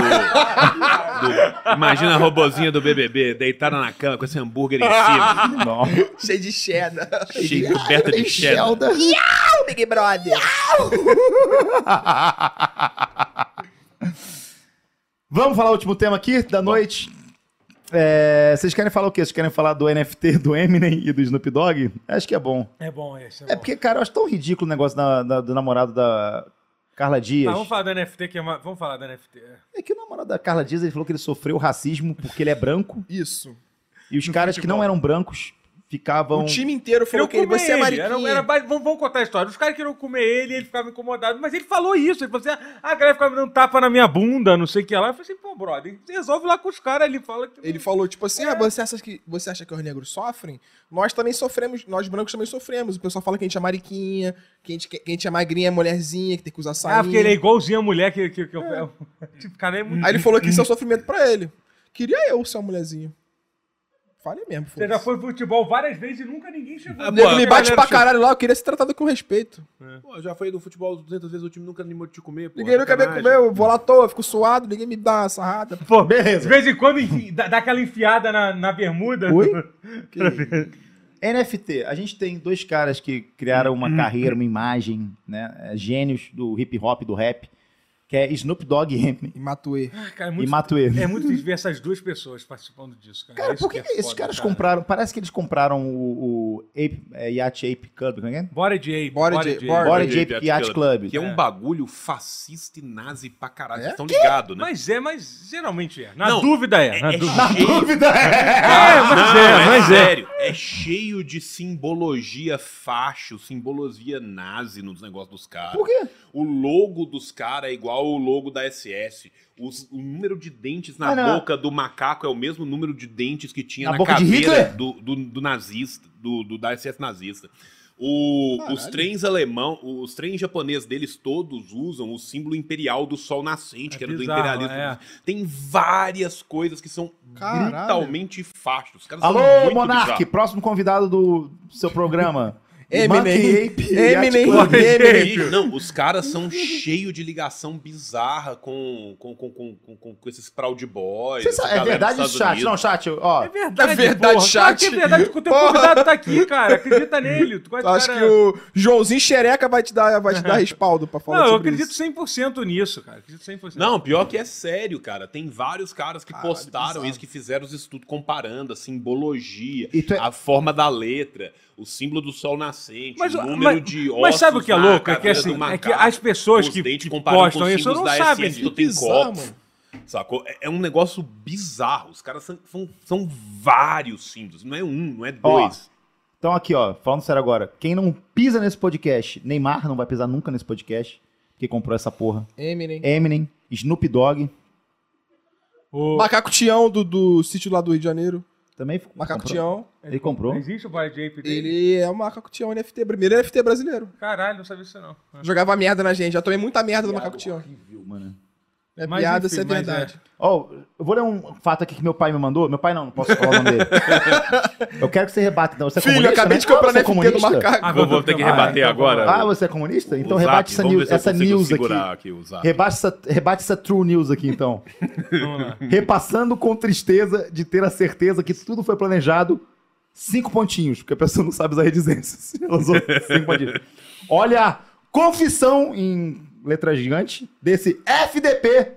G: imagina a robozinha do BBB deitada na cama com esse hambúrguer em cima,
E: Cheio de cheddar.
G: cheio coberta de cheddar.
E: Au, Big Brother.
A: Vamos falar o último tema aqui da noite. É, vocês querem falar o quê? Vocês querem falar do NFT do Eminem e do Snoop Dogg? Acho que é bom.
B: É bom esse.
A: É
B: bom.
A: porque, cara, eu acho tão ridículo o negócio da- da- do namorado da Carla
B: Ah,
A: Dias.
B: vamos falar do NFT que é uma... Vamos falar do NFT.
A: É que o namorado da Carla Dias ele falou que ele sofreu racismo porque ele é branco
E: Isso.
A: e os caras que não eram brancos ficavam.
E: O tipo- time inteiro falou que ele, você é
B: Então, ele.
E: mariquinha.
B: Era, era, ba- vamos, vamos contar a história. Os caras queriam comer ele ele ficava incomodado. Mas ele falou isso. Ele falou assim: ah, a galera ficava me dando tapa na minha bunda, não sei o que lá. Eu falei assim, pô, brother, resolve lá com os caras. Ele fala que.
E: Ele falou, tipo assim, ah, você, acha que, você acha que os negros sofrem? Nós também sofremos, nós brancos também sofremos. O pessoal fala que a gente é mariquinha, que a gente, que a gente é magrinha, mulherzinha, que tem que usar sainha.
B: Ah, porque ele é igualzinho a mulher que, que, que eu. Tipo, cara, é muito.
E: Aí ele falou que isso é um sofrimento pra ele. Queria eu ser uma mulherzinha. Falei mesmo,
B: Você
E: foda-se.
B: já foi futebol várias vezes e nunca ninguém chegou.
G: Ah,
E: O nego
G: Pô,
E: me bate
B: galera,
E: pra
B: chega-
E: caralho lá, eu queria ser tratado com respeito.
G: Pô, já foi do futebol 200 vezes, o time nunca animou de te comer, pô.
E: Ninguém nunca me
G: sacanagem.
E: comeu, eu vou lá à toa, fico suado, ninguém me dá uma sarrada.
B: Pô, De
A: Beleza.
B: vez em quando enfim, dá, dá aquela enfiada na, na bermuda.
A: Oi? NFT. A gente tem dois caras que criaram uma
B: Uhum.
A: carreira, uma imagem, né? É, Gênios do hip hop, do rap, que é Snoop Dogg e Eminem
E: E matuei.
B: Ah, cara, é
A: e
B: muito,
A: Matuê.
B: é muito difícil ver essas duas pessoas participando disso, cara.
A: Cara,
B: Isso
A: por que,
B: é
A: esses
B: foda,
A: caras
B: cara.
A: compraram? Parece que eles compraram o, o Ape, é, Yacht Ape Club, como é que é?
B: Bora de Ape.
E: Bora de-
B: Ape.
E: bora.
A: Bora
G: Yacht
A: Ape Yacht
G: Club.
A: Club.
G: Que é
B: É.
G: um bagulho fascista e nazi pra caralho.
E: É?
G: Vocês estão ligados, né?
B: Mas é, mas geralmente é. Na
G: Não,
B: dúvida é. Na dúvida.
A: Na dúvida é.
B: mas
G: Não,
B: é, mas é.
G: sério. É cheio de simbologia facho, simbologia nazi nos negócios dos caras.
A: Por quê?
G: O logo dos caras é igual o logo da SS. Os- o número de dentes na
A: Ah, não.
G: boca do macaco é o mesmo número de dentes que tinha
A: Na
G: na,
A: boca de
G: caveira
A: Hitler?
G: do, do, do nazista, do, do- da SS nazista. O- os trens alemão, os trens japoneses deles todos usam o símbolo imperial do sol nascente,
B: É
G: que era
B: bizarro,
G: do imperialismo.
B: é.
G: Tem várias coisas que são
E: Caralho.
G: brutalmente fachos. Os caras são
A: Alô,
G: muito
A: Monark,
G: bizarros.
A: próximo convidado do seu programa.
E: Eminem.
A: Monkey Ape Yacht
E: Eminem.
A: Club.
E: Eminem.
G: E, não, os caras são cheios de ligação bizarra com, com, com, com, com- com- com esses Proud Boys.
A: Você
G: essa
A: sabe- é
G: galera
A: verdade
G: dos
A: isso,
G: Estados
A: chat? Não,
G: Unidos.
A: chat, ó.
B: É verdade,
E: É verdade,
B: porra. Claro que é
E: chat.
B: verdade que o teu
E: Porra.
B: convidado tá aqui, cara. Acredita nele. Tu
E: Tu acha que o Joãozinho Xereca vai te dar, vai te dar respaldo pra falar
B: Não, eu
E: sobre
B: acredito
E: isso?
B: 100% nisso, cara. Acredito 100%.
G: Não, pior que é sério, cara. Tem vários caras que
E: Caralho,
G: postaram
E: bizarro.
G: isso, que fizeram os estudos comparando a simbologia,
A: E tu é-
G: a forma da letra, o símbolo do sol nascente,
B: Mas,
G: o número
B: mas,
G: de ossos
B: mas sabe o que é
G: na
B: louco? É que,
G: caveira do
B: assim, é que
G: macaco,
B: as pessoas
G: os
B: que,
G: dentes
B: que
G: comparando com
B: postam isso
G: símbolos
B: não
G: da
B: sabem
G: SS,
B: disso.
G: tu tem
E: Bizarro,
G: copo,
E: mano.
G: Sacou? É- É um negócio bizarro. Os caras são, são, são vários símbolos. Não é um, não é dois.
A: Então aqui, ó, falando sério agora. Quem não pisa nesse podcast, Neymar não vai pisar nunca nesse podcast, porque comprou essa porra.
E: Eminem.
A: Eminem, Snoop Dogg,
B: O-
E: Macaco Tião do, do sítio lá do Rio de Janeiro.
A: também ficou-
E: Macaco
A: comprou.
E: Tião.
A: Ele comprou.
B: Existe o Bora de Ape dele?
E: Ele é o Macaco Tião NFT. Primeiro NFT brasileiro.
B: Caralho, não sabia isso não.
E: Jogava merda na gente. Já tomei muita merda do Macaco Tião. Não É
B: Mas
E: piada,
B: enfim,
E: isso é
B: mas
E: verdade.
A: Ó, eu vou ler um fato aqui que meu pai me mandou. Meu pai não, não posso falar o nome dele. Eu quero que você rebata. Então, você é
E: Filho, eu
A: comunista,
E: acabei
A: né?
E: de comprar
A: Ah, você é
E: NFT do
A: comunista?
E: Macaco.
G: Vou, vou ter que rebater agora.
A: Ah, você é comunista? Então
G: o
A: rebate essa
G: Zap. Vamos ver
A: news,
G: se eu
A: essa
G: consigo
A: news
G: segurar
A: aqui.
G: aqui o Zap.
A: Rebate essa, rebate essa true news aqui, então.
B: Vamos lá.
A: Repassando com tristeza de ter a certeza que tudo foi planejado. Cinco pontinhos, porque a pessoa não sabe usar reticências. Ela usou cinco pontinhos. Olha, a confissão em letra gigante, desse FDP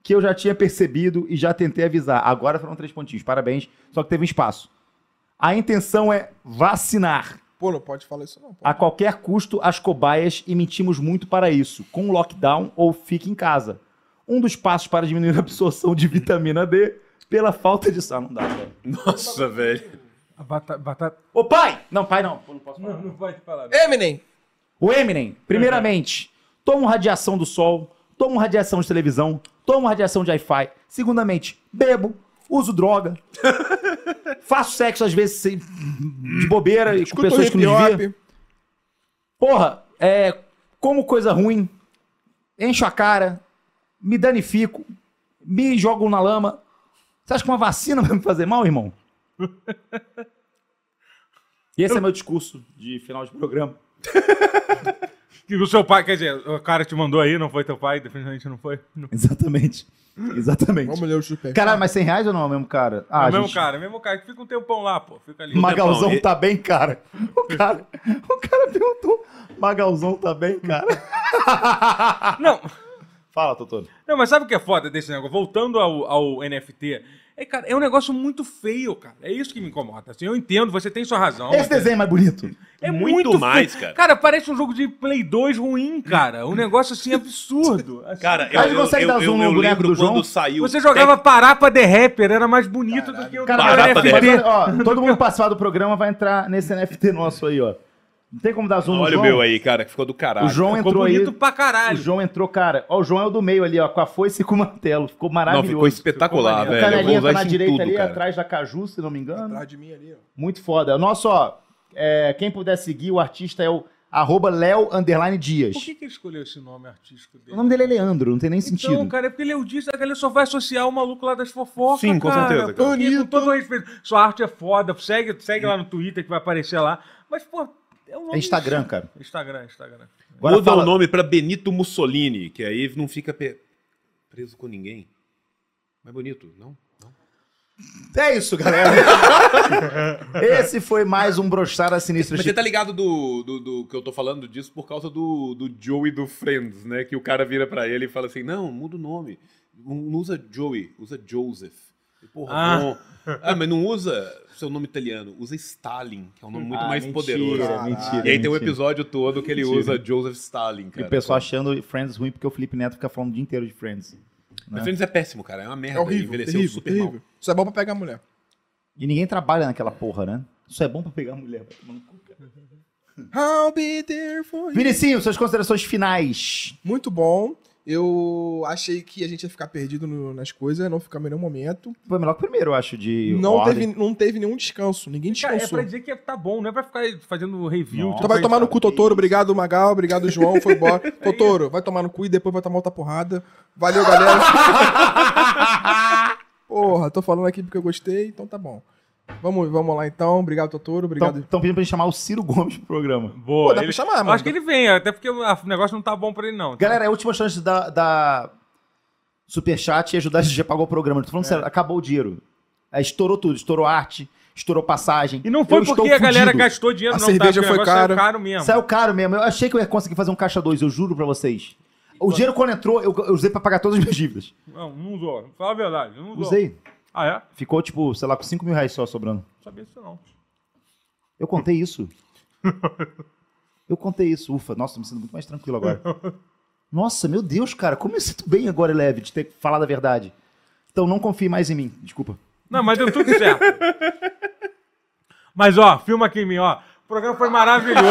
A: que eu já tinha percebido e já tentei avisar. Agora foram três pontinhos, parabéns. Só que teve um espaço. A intenção é vacinar
E: Pô, não pode falar isso não. pô.
A: a qualquer custo as cobaias e mentimos muito para isso, com lockdown ou fique em casa. Um dos passos para diminuir a absorção de vitamina D pela falta de sal. Ah, não dá, velho.
C: Nossa, velho.
B: Batata.
A: Ô pai! Não, pai não. Pô, não posso falar.
B: Não, não pode falar.
E: Eminem!
A: O Eminem, primeiramente, tomo radiação do sol, tomo radiação de televisão, tomo radiação de Wi-Fi. Segundamente, bebo, uso droga, faço sexo às vezes sem- de bobeira e com
E: Escuta o
A: pessoas que
E: hip
A: não devia.
E: hop.
A: Porra, é, como coisa ruim, encho a cara, me danifico, me jogo na lama. Você acha que uma vacina vai me fazer mal, irmão? E esse é meu discurso de final de programa.
B: E o seu pai, quer dizer, o cara te mandou aí, não foi teu pai? Definitivamente não foi. Não.
A: Exatamente. Exatamente.
E: Vamos ler o super.
A: Caralho, mas 100 reais ou não é o mesmo cara? Ah,
B: é o mesmo
A: gente,
B: cara, é o mesmo cara que fica um tempão lá, pô. Fica ali.
A: Magalzão
C: Tempão, e-
A: tá bem, cara. O cara, o cara perguntou. Magalzão tá bem, cara.
B: Não,
A: Fala, Totoro.
B: não, mas sabe o que é foda desse negócio? Voltando ao, ao NFT. É, cara, é um negócio muito feio, cara. É isso que me incomoda. Assim, eu entendo, você tem sua razão.
A: Esse desenho é mais bonito.
B: É
C: Muito
B: feio.
C: mais, cara.
B: Cara, parece um jogo de Play 2 ruim, cara. Um negócio assim absurdo. Assim,
C: Cara, é-
A: Mas consegue dar zoom no boneco do João?
C: quando saiu.
B: Você jogava Parapa The Rapper, era mais bonito do que o
A: Cara,
C: Barata
A: mas-
B: NFT.
A: mas olha, ó, todo mundo que participar do programa vai entrar nesse NFT nosso aí, ó. Não tem como dar zoom no
C: Olha o
A: João.
C: meu aí, cara, que ficou do caralho.
A: O João é
B: Ficou
A: entrou aí.
B: bonito pra
A: O
B: caralho.
A: João entrou, cara. Ó, o João é o do meio ali, ó, com a foice e com o martelo. Ficou
C: Não,
A: maravilhoso.
C: ficou espetacular,
B: Ficou
A: o
B: maneiro.
C: velho. Eu vou
A: canelinha
C: usar
A: tá na
C: isso em
A: direita
C: tudo,
A: ali,
C: cara.
A: atrás da Caju, se não me engano.
E: Atrás de mim ali, ó.
A: Muito foda. Nossa, ó, é, quem puder seguir, o artista é o arroba Léo Underline Dias.
B: Por que, que ele escolheu esse nome artístico dele?
A: O nome dele é Leandro, não tem nem
B: Então,
A: sentido.
B: cara, é porque ele é o disso, a galera só vai associar o maluco lá das fofocas.
C: Sim, com
B: cara.
C: certeza, cara.
B: Porque, com todo respeito. Sua arte é foda, segue, segue lá no Twitter que vai aparecer lá. Mas, pô, é um nome.
A: É Instagram, cara.
B: Instagram, Instagram.
A: Agora
C: Muda
A: fala-
C: o nome pra Benito Mussolini, que aí não fica pe- preso com ninguém. Mais bonito, não?
A: É isso, galera. Esse foi mais um Brochada Sinistra.
C: Mas você tá ligado do, do, do que eu tô falando disso por causa do, do Joey do Friends, né? Que o cara vira pra ele e fala assim: não, muda o nome. Não não usa Joey, usa Joseph. E, Porra,
B: Ah.
C: bom. Ah, mas não usa seu nome italiano, usa Stalin, que é um nome muito
A: Ah,
C: mais
A: mentira,
C: poderoso.
A: mentira,
C: e aí tem um
A: mentira.
C: episódio todo que ele usa Joseph Stalin,
A: E
C: cara.
A: o pessoal achando Friends ruim porque o Felipe Neto fica falando o dia inteiro de Friends.
C: Mas Friends é péssimo, cara. É uma merda.
E: É horrível,
C: Envelheceu
E: terrível,
C: super mal.
E: terrível. Isso é bom pra pegar mulher.
A: E ninguém trabalha naquela porra, né? Isso é bom pra pegar mulher. vai tomar no cu, cara.
E: I'll be there for you.
A: Vinicinho, suas considerações finais.
E: Muito bom. Eu achei que a gente ia ficar perdido no- nas coisas, não ficamos em nenhum momento.
A: Foi melhor que o primeiro, eu acho, de
E: Não
A: ordem.
E: teve, não teve nenhum descanso, ninguém
B: Cara, é
E: descansou.
B: pra dizer que é- tá bom, não é pra ficar fazendo review. tipo,
A: Nossa.
E: Então vai tomar no cu, Totoro. Obrigado, Magal. Obrigado, João. Foi bom. Totoro, vai tomar no cu e depois vai tomar outra porrada. Valeu, galera. Porra, tô falando aqui porque eu gostei, então tá bom. Vamos, vamos lá então. Obrigado, Totoro. Obrigado.
A: Estão pedindo pra gente chamar o Ciro Gomes pro programa.
B: Boa.
E: Pô, dá
B: ele-
E: pra chamar,
B: Então, Eu
E: mano.
B: acho que ele vem, até porque o a- o negócio não tá bom pra ele, não.
A: Tá Galera, é a última chance da, da Superchat e ajudar a gente a pagar o programa. Tô falando sério, acabou o dinheiro. É, estourou tudo, estourou arte, estourou passagem.
B: E não foi
A: Eu estou
B: porque a galera
A: fudido.
B: gastou dinheiro,
E: A
B: não,
E: cerveja
B: tá? Porque o
E: foi
B: negócio saiu
E: cara.
B: caro mesmo.
A: Saiu caro mesmo. Eu achei que eu ia conseguir fazer um caixa 2, eu juro pra vocês. O dinheiro quando entrou, eu, eu usei pra pagar todas as minhas dívidas.
B: Não, não usou. Fala a verdade, não usou.
A: Usei.
B: Ah, é? Não
A: Ficou, tipo, sei lá, com 5 mil reais só sobrando.
B: sabia disso, não.
A: Eu contei isso. Eu contei isso. Ufa, nossa, tô me sinto muito mais tranquilo agora. Nossa, meu Deus, cara, como eu me sinto bem agora, leve, de ter falado a verdade. Então não confie mais em mim, desculpa.
B: Não, mas deu tudo certo. mas, ó, filma aqui em mim, ó. O programa foi maravilhoso.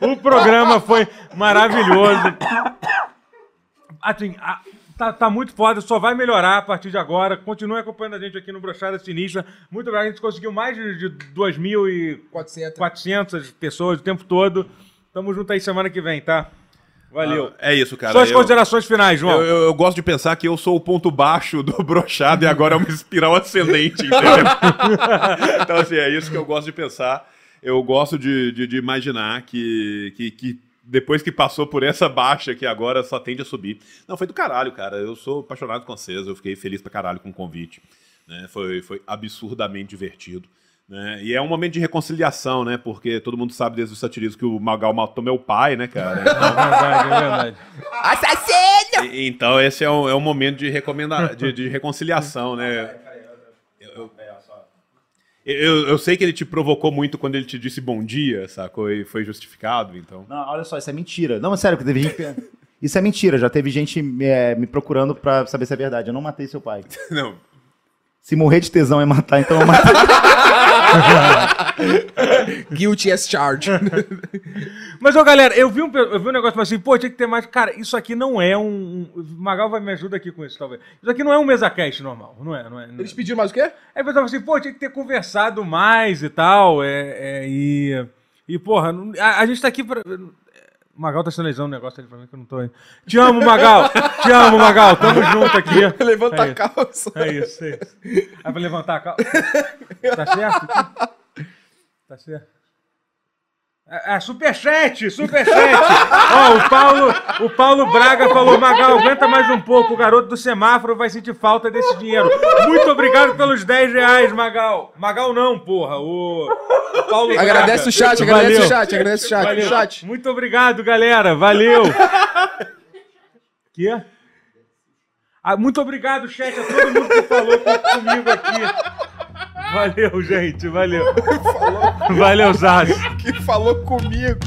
B: o programa foi maravilhoso. Assim, a- tá, tá muito foda, só vai melhorar a partir de agora. Continue acompanhando a gente aqui no Brochada Sinistra. Muito obrigado, a gente conseguiu mais de 2.400
E: 400.
B: pessoas o tempo todo. Tamo junto aí semana que vem, tá? Valeu.
C: É isso, cara.
B: Suas
C: Eu-
B: considerações finais, João.
C: Eu, eu- eu gosto de pensar que eu sou o ponto baixo do brochado e agora é uma espiral ascendente, entendeu? então, assim, é isso que eu gosto de pensar. Eu gosto de, de- de imaginar que, que, que depois que passou por essa baixa que agora só tende a subir. Não, foi do caralho, cara. Eu sou apaixonado com vocês, eu fiquei feliz pra caralho com o convite. né? Foi, foi absurdamente divertido. né?
G: né? E é um momento de reconciliação, né? Porque todo mundo sabe desde o satirismo que o Magal matou meu pai, né, cara? Então-
B: verdade, é verdade.
G: E- Então, esse é um, é um momento de, recomenda de, de reconciliação, né? Eu, eu- eu- eu sei que ele te provocou muito quando ele te disse bom dia, sacou? E foi justificado, então.
A: Não, olha só, isso é mentira. Não, é sério, que teve gente. que- Isso é mentira, já teve gente é, me procurando pra saber se é verdade. Eu não matei seu pai.
G: Não.
A: Se morrer de tesão é matar, então eu matei.
E: Guilty as charged.
B: Mas, ô, galera, eu vi um, pe- eu vi um negócio mas assim, pô, tinha que ter mais. Cara, isso aqui não é um. um- Magal vai me ajudar aqui com isso, talvez. Isso aqui não é um mesacast normal. Não é, não é. Não é.
E: Eles pediram mais o quê?
B: Aí o pessoal falou assim, pô, tinha que ter conversado mais e tal. É, é, e. E, porra, não- a, a gente tá aqui pra. Magal tá sinalizando um negócio ali pra mim que eu não tô aí. Te amo, Magal! Te amo, Magal! Tamo junto aqui.
E: Levanta
B: é
E: a calça.
B: É isso, é isso. Aí pra levantar a calça. Tá certo? Tá certo? É, é superchat, superchat. Ó, o Paulo, o Paulo Braga falou, Magal, aguenta mais um pouco, o garoto do semáforo vai sentir falta desse dinheiro. Muito obrigado pelos 10 reais, Magal. Magal não, porra, o o Paulo
E: Agradece
B: Braga.
E: o chat, agradece
B: Valeu.
E: o chat, agradece o chat.
B: Valeu.
E: Chat.
B: Muito obrigado, galera. Valeu. que? Ah, muito obrigado, chat, a todo mundo que falou com- comigo aqui. Valeu, gente. Valeu. Valeu, Zaz.
E: Que falou comigo.